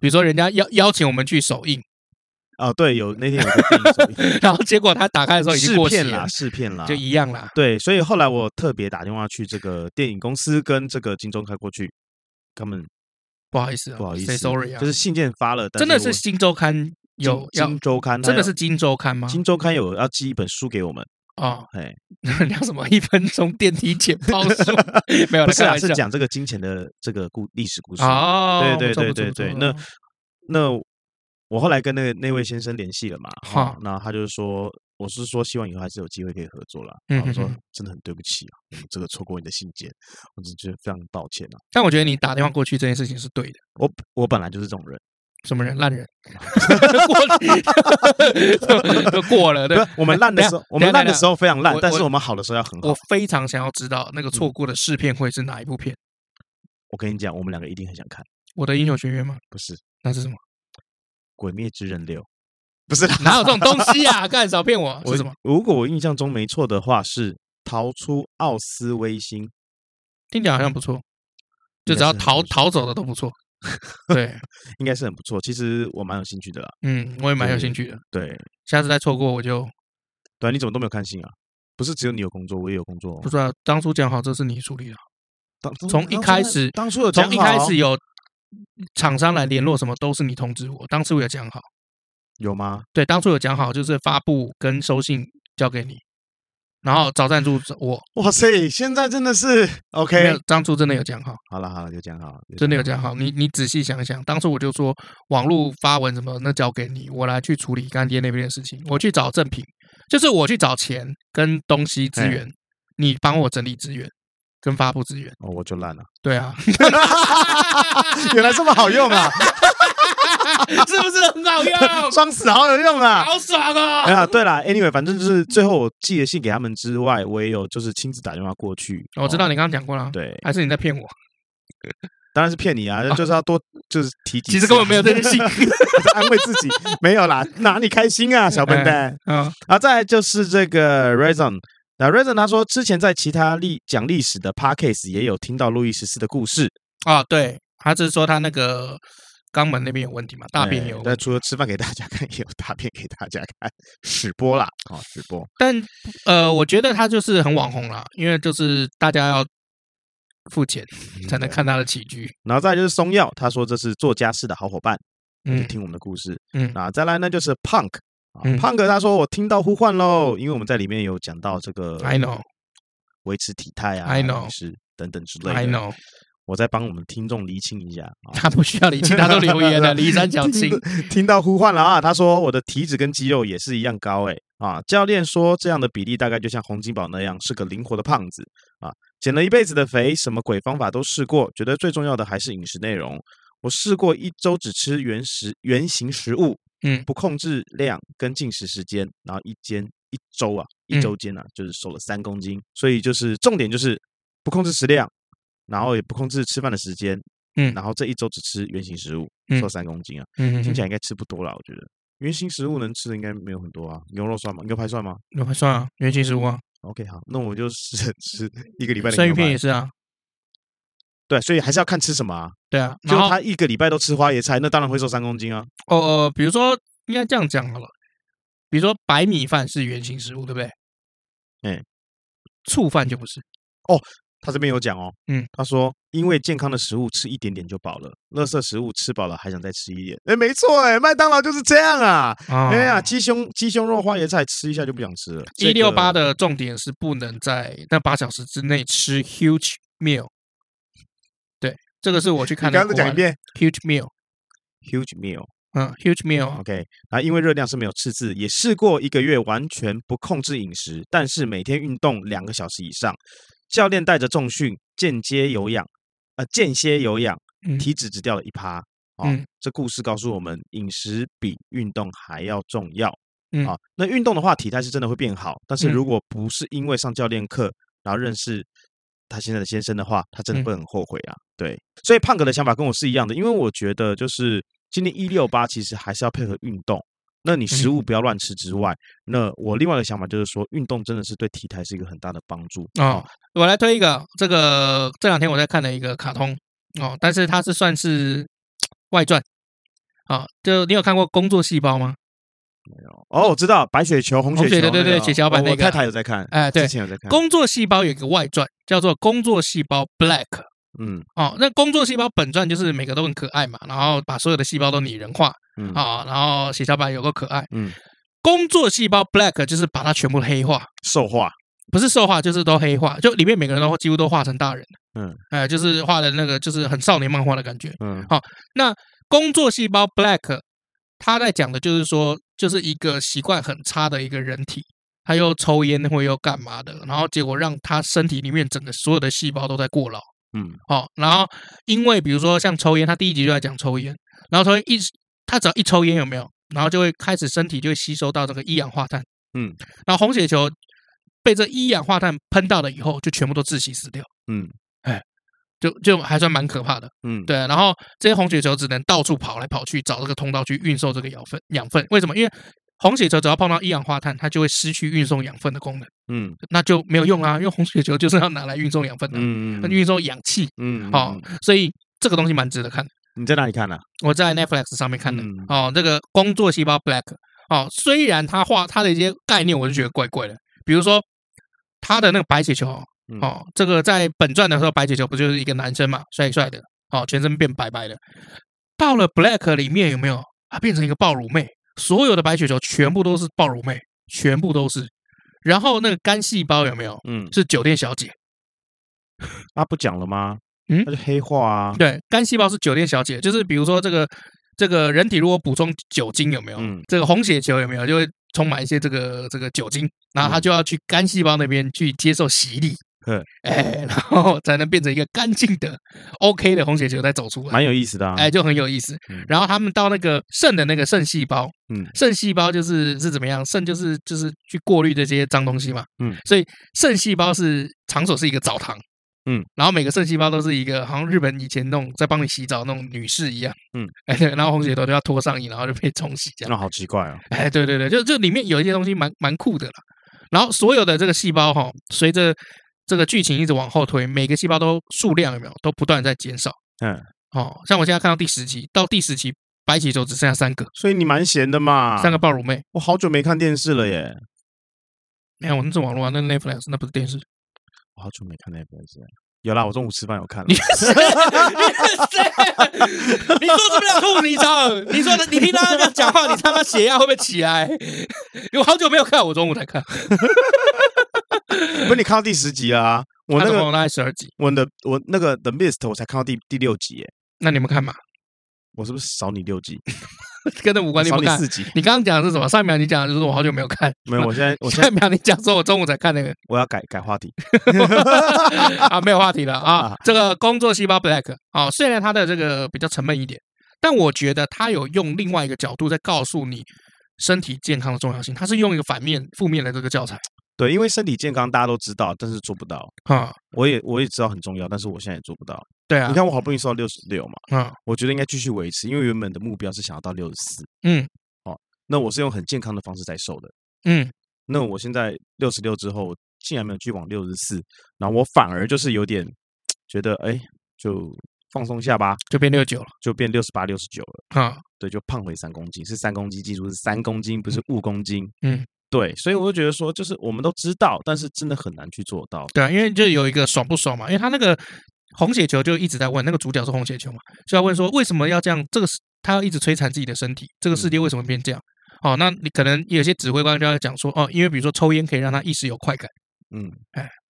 Speaker 2: 比如说人家邀邀请我们去首映， <laughs>
Speaker 1: 哦，对，有那天有个电影
Speaker 2: 然后结果他打开的时候已经
Speaker 1: 试
Speaker 2: 过期
Speaker 1: 片
Speaker 2: 了
Speaker 1: 啦，，试片啦
Speaker 2: 就。一样啦。
Speaker 1: 对，所以后来我特别打电话去这个电影公司跟这个金周刊过去，他们
Speaker 2: 不好意思啊，
Speaker 1: 不好意
Speaker 2: s a
Speaker 1: 思
Speaker 2: y sorry 啊，
Speaker 1: 就是信件发了，但
Speaker 2: 真的
Speaker 1: 我
Speaker 2: 是新周刊有
Speaker 1: 金
Speaker 2: 要
Speaker 1: 金周刊它
Speaker 2: 真的
Speaker 1: 有
Speaker 2: 是金周刊吗？
Speaker 1: 金周刊有要寄一本书给我们，
Speaker 2: 哦， <laughs>
Speaker 1: 哎，
Speaker 2: 聊什么一分钟电梯简报
Speaker 1: <laughs>
Speaker 2: 书？没有啦，
Speaker 1: 不是
Speaker 2: 开
Speaker 1: 啊，
Speaker 2: 玩
Speaker 1: 是
Speaker 2: 笑
Speaker 1: 讲这个金钱的这个故历史故事。
Speaker 2: 哦，
Speaker 1: 对
Speaker 2: 不错
Speaker 1: 对
Speaker 2: 不错
Speaker 1: 对
Speaker 2: 不错
Speaker 1: 对
Speaker 2: 不
Speaker 1: 那
Speaker 2: 错
Speaker 1: 那我后来跟那个那位先生联系了嘛，
Speaker 2: 哈
Speaker 1: 哈，那他就说，我是说希望以后还是有机会可以合作啦。
Speaker 2: 嗯
Speaker 1: 然后我说
Speaker 2: 嗯嗯
Speaker 1: 真的很对不起啊，我们这个错过你的信件，我只觉得非常抱歉啊。
Speaker 2: 但我觉得你打电话过去这件事情是对的。
Speaker 1: 我我本来就是这种人，
Speaker 2: 什么人？
Speaker 1: <laughs>
Speaker 2: 烂人， <laughs> <laughs> 过就过了。对哎
Speaker 1: 不，是我们烂的时候，我们烂的时
Speaker 2: 候，
Speaker 1: 候非常烂
Speaker 2: 我，
Speaker 1: 但是
Speaker 2: 我
Speaker 1: 我们好的时候要很好嗯
Speaker 2: 我。非常想要知道那个错过的试片会是哪一部片？
Speaker 1: 我跟你讲，我们两个一定很想看，
Speaker 2: 我的英雄学院吗？
Speaker 1: 不是《
Speaker 2: 那是
Speaker 1: <laughs>
Speaker 2: 什么？
Speaker 1: 鬼灭之刃
Speaker 2: <laughs>
Speaker 1: 六》，不是啦，
Speaker 2: 哪有这种东西啊？干少骗我！
Speaker 1: 我
Speaker 2: 是什么？
Speaker 1: 如果我印象中没错的话，是逃出奥斯威辛。
Speaker 2: 听起来好像不错，就
Speaker 1: 应该
Speaker 2: 只要
Speaker 1: 是很
Speaker 2: 逃
Speaker 1: 不错
Speaker 2: 逃走的都
Speaker 1: <laughs>
Speaker 2: 不错。对，
Speaker 1: 应该是很不错。其实我蛮有兴趣的啦。
Speaker 2: 嗯，我也蛮有兴趣的。
Speaker 1: 对，
Speaker 2: 下次再错过我就
Speaker 1: 对啊，你怎么都没有看信啊？不是只有你有工作，我也有工作哦
Speaker 2: 不。知道。当初讲好这是你处理的，
Speaker 1: 当初
Speaker 2: 从一开始
Speaker 1: 当初有
Speaker 2: 从一
Speaker 1: 讲好
Speaker 2: 开始有厂商来联络什么都是你通知我，当初有讲好。
Speaker 1: 有吗？
Speaker 2: 对，当初有讲好，就是发布跟收信交给你，然后找赞助者我。
Speaker 1: 哇塞，现在真的是
Speaker 2: <laughs> 没
Speaker 1: OK
Speaker 2: 有。，当初真的有讲好，
Speaker 1: 好了好了，就讲好了，
Speaker 2: 真的有讲好。你你仔细想一想，当初我就说网络发文什么，那交给你，我来去处理干爹那边的事情，我去找正品。就是我去找钱跟东西资
Speaker 4: 哎
Speaker 2: 源，你帮我整理资源跟发布资源。
Speaker 1: 哦，我就烂
Speaker 2: <laughs>
Speaker 1: 了。
Speaker 2: 对啊，
Speaker 4: 原来这么好用
Speaker 2: <laughs>
Speaker 4: 啊，
Speaker 2: 是不 <laughs> 是很好用？
Speaker 4: 装死好有用
Speaker 2: <laughs>
Speaker 4: 啊！
Speaker 2: 好爽啊！
Speaker 1: 哎呀，对啦 a n y w a y 反正就是最后我寄了信给他们之外，我也有就是亲自打电话过去。
Speaker 2: 我知道
Speaker 1: 哦
Speaker 2: 你刚刚讲过了，，
Speaker 1: 对，
Speaker 2: 还是你在骗我？
Speaker 1: 当然是骗你啊，就是要多就是提几次啊，
Speaker 2: 其实根本没有这件事情。
Speaker 1: 安慰自己，没有啦，哪里开心啊，小笨蛋。
Speaker 2: <laughs> 嗯，
Speaker 1: 啊，再来就是这个 Reason。那 Reason 他说，之前在其他历讲历史的 Podcast 也有听到路易十四的故事，
Speaker 2: 啊，对，他是说他那个肛门那边有问题嘛，大便
Speaker 1: 哎
Speaker 2: 有问
Speaker 1: 那除了吃饭给大家看， <laughs> 也有大便给大家看，直播啦，啊、哦，直播。
Speaker 2: 但呃，我觉得他就是很网红啦，因为就是大家要付钱才能看他的起居。
Speaker 1: 然后再来就是松耀，他说这是做家事的好伙伴，就
Speaker 2: 嗯
Speaker 1: 听我们的故事。
Speaker 2: 嗯
Speaker 1: 那再来呢就是 Punk。啊
Speaker 2: 嗯
Speaker 1: Punk 他说我听到呼唤喽，因为我们在里面有讲到这个
Speaker 2: ，I know,
Speaker 1: 维持体态啊、
Speaker 2: I know
Speaker 1: 饮食等等之类
Speaker 2: I
Speaker 1: 的。
Speaker 2: know，
Speaker 1: 我再帮我们听众厘清一下啊，
Speaker 2: 他不需要理清，他都留言
Speaker 1: <laughs>
Speaker 2: 了，李三角青
Speaker 1: 听。听到呼唤了啊！他说我的体脂跟肌肉也是一样高诶、啊！教练说这样的比例大概就像洪金宝那样，是个灵活的胖子啊！减了一辈子的肥，什么鬼方法都试过，觉得最重要的还是饮食内容。我试过一周只吃原食原形食物，
Speaker 2: 嗯
Speaker 1: 不控制量跟进食时间，然后一间一周啊，
Speaker 2: 嗯
Speaker 1: 一周间啊，就是瘦了三公斤。所以就是重点就是不控制食量，然后也不控制吃饭的时间，
Speaker 2: 嗯
Speaker 1: 然后这一周只吃原形食物，
Speaker 2: 嗯
Speaker 1: 瘦三公斤啊。
Speaker 2: 嗯，
Speaker 1: 听起
Speaker 2: 来
Speaker 1: 来应该吃不多啦，我觉得原形食物能吃的应该没有很多啊。牛肉算吗？牛排算吗
Speaker 2: 那还算啊，原形食物啊，
Speaker 1: ？OK，好，那我就试
Speaker 2: <laughs>
Speaker 1: 着吃一个礼拜的
Speaker 2: 生鱼
Speaker 1: 牛
Speaker 2: 片
Speaker 1: 排
Speaker 2: 也。是啊，
Speaker 1: 对，所以还是要看吃什么啊。
Speaker 2: 对啊。
Speaker 1: 就
Speaker 2: 然后
Speaker 1: 他一个礼拜都吃花椰菜，那当然会瘦三公斤啊。
Speaker 2: 哦呃，比如说应该这样讲好了，比如说白米饭是原形食物，对不对？
Speaker 1: 哎，
Speaker 2: 醋饭就不是。
Speaker 1: 他这边有讲哦，
Speaker 2: 嗯，
Speaker 1: 他说因为健康的食物吃一点点就饱了，垃圾食物吃饱了还想再吃一点。哎，没错，哎，麦当劳就是这样啊。
Speaker 2: 啊
Speaker 1: 哎呀，鸡胸鸡胸肉花椰菜吃一下就不想吃了。
Speaker 2: 一六八
Speaker 1: 这个
Speaker 2: 的重点是不能在那八小时之内吃 huge meal。对，这个是我去看
Speaker 4: 你刚
Speaker 2: 的。
Speaker 4: 刚再讲一遍
Speaker 2: huge meal，
Speaker 1: huge meal。
Speaker 2: 嗯，huge meal 啊
Speaker 1: OK，然后因为热量是没有赤字，也试过一个月完全不控制饮食，但是每天运动两个小时以上，教练带着重训，间接有氧，呃，间歇有氧，
Speaker 2: 嗯
Speaker 1: 体脂只掉了一趴。啊、
Speaker 2: 嗯
Speaker 1: 这故事告诉我们，饮食比运动还要重要。
Speaker 2: 嗯
Speaker 1: 啊，那运动的话，体态是真的会变好，但是
Speaker 2: 嗯
Speaker 1: 如果不是因为上教练课，然后认识他现在的先生的话，他真的
Speaker 2: 嗯
Speaker 1: 会很后悔啊。对，所以胖哥的想法跟我是一样的，因为我觉得就是今天一六八其实还是要配合运动。那你
Speaker 2: 嗯
Speaker 1: 食物不要乱吃之外，那我另外的想法就是说，运动真的是对体态是一个很大的帮助
Speaker 4: 嗯
Speaker 2: 哦，我来推一个，这个这两天我在看的一个卡通哦，但是它是算是外传啊、就你有看过《工作细胞》吗？
Speaker 1: 哦，我知道白雪球、红
Speaker 2: 红
Speaker 1: 雪球
Speaker 2: 雪
Speaker 1: 那个
Speaker 2: 球
Speaker 1: 哦，
Speaker 2: 对对对血小板
Speaker 1: 哦
Speaker 2: 那
Speaker 1: 我
Speaker 2: 个
Speaker 1: 太太有在看，
Speaker 2: 哎对
Speaker 1: 之前有在看，
Speaker 4: 嗯
Speaker 2: 《工作细胞》有一个外传叫做《工作细胞 Black》。
Speaker 1: 嗯
Speaker 2: 哦，那工作细胞本传就是每个都很可爱嘛，然后把所有的细胞都拟人化
Speaker 1: 嗯，
Speaker 2: 啊、然后血小板有个可爱，
Speaker 1: 嗯，
Speaker 2: 工作细胞 Black 就是把它全部黑化，
Speaker 1: 瘦化，
Speaker 2: 不是兽化就是都黑化，就里面每个人都几乎都化成大人，
Speaker 1: 嗯，
Speaker 2: 呃，就是画的那个就是很少年漫画的感觉。
Speaker 1: 嗯
Speaker 2: 那工作细胞 Black，他在讲的就是说，就是一个习惯很差的一个人体，他又抽烟或又干嘛的，然后结果让他身体里面整个所有的细胞都在过劳。
Speaker 1: 嗯
Speaker 2: 哦，然后因为比如说像抽烟，他第一集就在讲抽烟，然后抽烟一他只要一抽烟有没有，然后就会开始身体就会吸收到这个一氧化碳，
Speaker 1: 嗯，
Speaker 2: 然后红血球被这一氧化碳喷到了以后，就全部都窒息死掉，
Speaker 1: 嗯
Speaker 2: 就就还算蛮可怕的，
Speaker 1: 嗯，
Speaker 2: 对啊。然后这些红血球只能到处跑来跑去找这个通道去运送这个养分，养分为什么？因为红血球只要碰到一氧化碳，它就会失去运送养分的功能，
Speaker 1: 嗯
Speaker 2: 那就没有用啊，因为红血球就是要拿来运送养分的，
Speaker 1: 嗯
Speaker 2: 那
Speaker 1: 嗯
Speaker 2: 运送氧气，
Speaker 1: 嗯，
Speaker 2: 哦
Speaker 1: 嗯，
Speaker 2: 所以这个东西蛮值得看的。
Speaker 1: 你在哪里看啊呢？
Speaker 2: 我在 Netflix 上面看的、
Speaker 1: 嗯
Speaker 2: 哦，这个工作细胞 Black 哦，虽然它画它的一些概念，我就觉得怪怪的，比如说它的那个白血球哦
Speaker 1: 嗯
Speaker 2: 哦，这个在本传的时候，白血球不就是一个男生嘛，帅帅的哦，全身变白白的，到了 Black 里面有没有啊？变成一个爆乳妹，所有的白血球全部都是爆乳妹，全部都是，然后那个肝细胞有没有
Speaker 1: 嗯，
Speaker 2: 是酒店小姐？
Speaker 1: 他不讲了吗？
Speaker 2: 嗯
Speaker 1: 那就黑化啊，
Speaker 2: 对，肝细胞是酒店小姐，就是比如说这个这个人体如果补充酒精有没有？
Speaker 1: 嗯
Speaker 2: 这个红血球有没有就会充满一些这个这个酒精，然后它就要去肝细胞那边去接受洗礼，
Speaker 1: 嗯，
Speaker 2: <laughs> 哎，然后才能变成一个干净的 OK 的红血球再走出来，
Speaker 1: 蛮有意思的啊。
Speaker 2: 哎，就很有意思
Speaker 1: 嗯。
Speaker 2: 然后他们到那个肾的那个肾细胞，
Speaker 1: 嗯
Speaker 2: 肾细胞就是是怎么样？肾就是就是去过滤这些脏东西嘛，
Speaker 1: 嗯，
Speaker 2: 所以肾细胞是场所是一个澡堂，
Speaker 1: 嗯，
Speaker 2: 然后每个肾细胞都是一个好像日本以前那种在帮你洗澡那种女士一样，
Speaker 1: 嗯，
Speaker 2: 哎，对，然后红血球就要脱上衣，然后就被冲洗这样。
Speaker 1: 那好奇怪哦。
Speaker 2: 哎，对对对，就就里面有一些东西蛮蛮酷的啦。然后所有的这个细胞哈、随着这个剧情一直往后推，每个细胞都数量有没有都不断地在减少。
Speaker 1: 嗯，
Speaker 2: 哦，像我现在看到第十集，到第十集白起就只剩下三个，
Speaker 1: 所以你蛮闲的嘛？
Speaker 2: 三个爆乳妹。
Speaker 1: 我好久没看电视了耶，
Speaker 2: 没有，那是网络啊，那 Netflix 那不是电视。
Speaker 1: 我好久没看那部电视了。有啦，我中午吃饭有看了
Speaker 2: <laughs> 你。是谁？你说是不是要吐你操？你说的，你听他这样讲话，你他妈血压会不会起来？ <laughs> 我好久没有看，我中午才看，
Speaker 1: 不是你看到第十集啦、
Speaker 2: <laughs>
Speaker 1: 我
Speaker 2: 他
Speaker 1: 那
Speaker 2: 总
Speaker 1: 个
Speaker 2: 共大概十二集。
Speaker 1: 我的我那个 The Mist 我才看到第第六集耶，
Speaker 2: 那你们看 <laughs> 吧，
Speaker 1: 我是不是少你六集？
Speaker 2: 跟这无关，你
Speaker 1: 少
Speaker 2: 们
Speaker 1: 你
Speaker 2: 看。
Speaker 1: 四集？
Speaker 2: 你刚刚讲的是什么？上一秒你讲的就是我好久没有看，
Speaker 1: 没 <laughs> 有，我现在我现
Speaker 2: 下
Speaker 1: 在
Speaker 2: 一秒你讲说我中午才看那个
Speaker 1: 我要改改话题。
Speaker 2: <laughs> 啊，没有话题了啊
Speaker 1: 啊。
Speaker 2: 这个工作细胞 Black 啊，虽然它的这个比较沉闷一点，但我觉得它有用另外一个角度在告诉你身体健康的重要性，它是用一个反面负面的这个教材
Speaker 1: 对，因为身体健康大家都知道，但是做不到。
Speaker 2: 啊。
Speaker 1: 我也我也知道很重要，但是我现在也做不到。
Speaker 2: 对啊
Speaker 1: 你，看我好不容易瘦到六十六嘛，
Speaker 2: 啊，
Speaker 1: 我觉得应该继续维持，因为原本的目标是想要到六十四。
Speaker 2: 嗯
Speaker 1: 那我是用很健康的方式在瘦的。
Speaker 2: 嗯，
Speaker 1: 那我现在六十六之后，我竟然没有去往六十四，然后我反而就是有点觉得，哎，就放松一下吧，
Speaker 2: 就变六九了
Speaker 1: 就变六十八、六十九了。
Speaker 2: 啊。
Speaker 1: 对，就胖回三公斤，是三公斤，记住是三公斤，不是五公斤。
Speaker 2: 嗯，
Speaker 1: 对，所以我就觉得说，就是我们都知道，但是真的很难去做到。
Speaker 2: 对啊，因为就有一个爽不爽嘛，因为他那个红血球就一直在问那个主角是红血球嘛，就要问说为什么要这样？这个是他要一直摧残自己的身体，这个世界
Speaker 1: 嗯
Speaker 2: 为什么变这样？哦，那你可能有些指挥官就要讲说，哦，因为比如说抽烟可以让他一时有快感，
Speaker 1: 嗯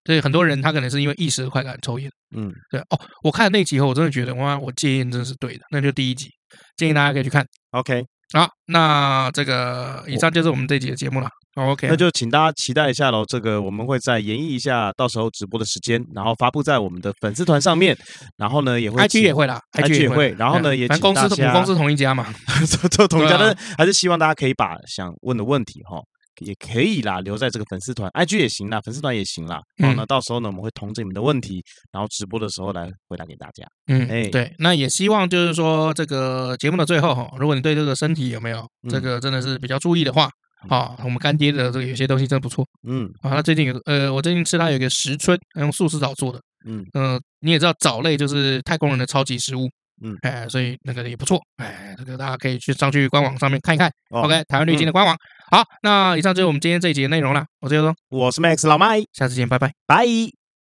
Speaker 2: 所以很多人他可能是因为一时的快感抽烟。
Speaker 1: 嗯，
Speaker 2: 对啊哦，我看了那集以后，我真的觉得哇，我戒烟真的是对的，那就第一集，建议大家可以去看。
Speaker 1: OK，
Speaker 2: 好，那这个以上就是我们这集的节目了。好 OK，
Speaker 1: 那就请大家期待一下喽。这个我们会再演绎一下，到时候直播的时间，然后发布在我们的粉丝团上面。然后呢，也会
Speaker 2: IG
Speaker 1: 请
Speaker 2: 也会啦
Speaker 1: IG 也
Speaker 2: 也
Speaker 1: 会。然后呢，也
Speaker 2: 反
Speaker 1: 请
Speaker 2: 正公司
Speaker 1: 大家
Speaker 2: 母公司同一家嘛。
Speaker 1: 做做同家，
Speaker 2: 对啊
Speaker 1: 但是还是希望大家可以把想问的问题哈。也可以啦，留在这个粉丝团，IG 也行啦，粉丝团也行啦。然
Speaker 2: 嗯
Speaker 1: 后呢，到时候呢，我们会统整你们的问题，然后直播的时候来回答给大家。哎
Speaker 2: 嗯，对，那也希望就是说，这个节目的最后哈，如果你对这个身体有没有这
Speaker 1: 嗯
Speaker 2: 个真的是比较注意的话，啊，我们干爹的这个有些东西真的不错
Speaker 1: 嗯
Speaker 2: 啊。他最近有个呃，我最近吃他有一个石春，用素食藻做的，
Speaker 1: 嗯，
Speaker 2: 呃，你也知道藻类就是太空人的超级食物，
Speaker 1: 嗯
Speaker 2: 哎，所以那个也不错，哎，这个大家可以去上去官网上面看一看。
Speaker 1: 哦
Speaker 2: OK，台湾绿金的官网。好，那以上就是我们今天这一集的内容啦，我是尤东，
Speaker 1: 我是 Max 老麦，
Speaker 2: 下次见，拜拜。
Speaker 1: 拜。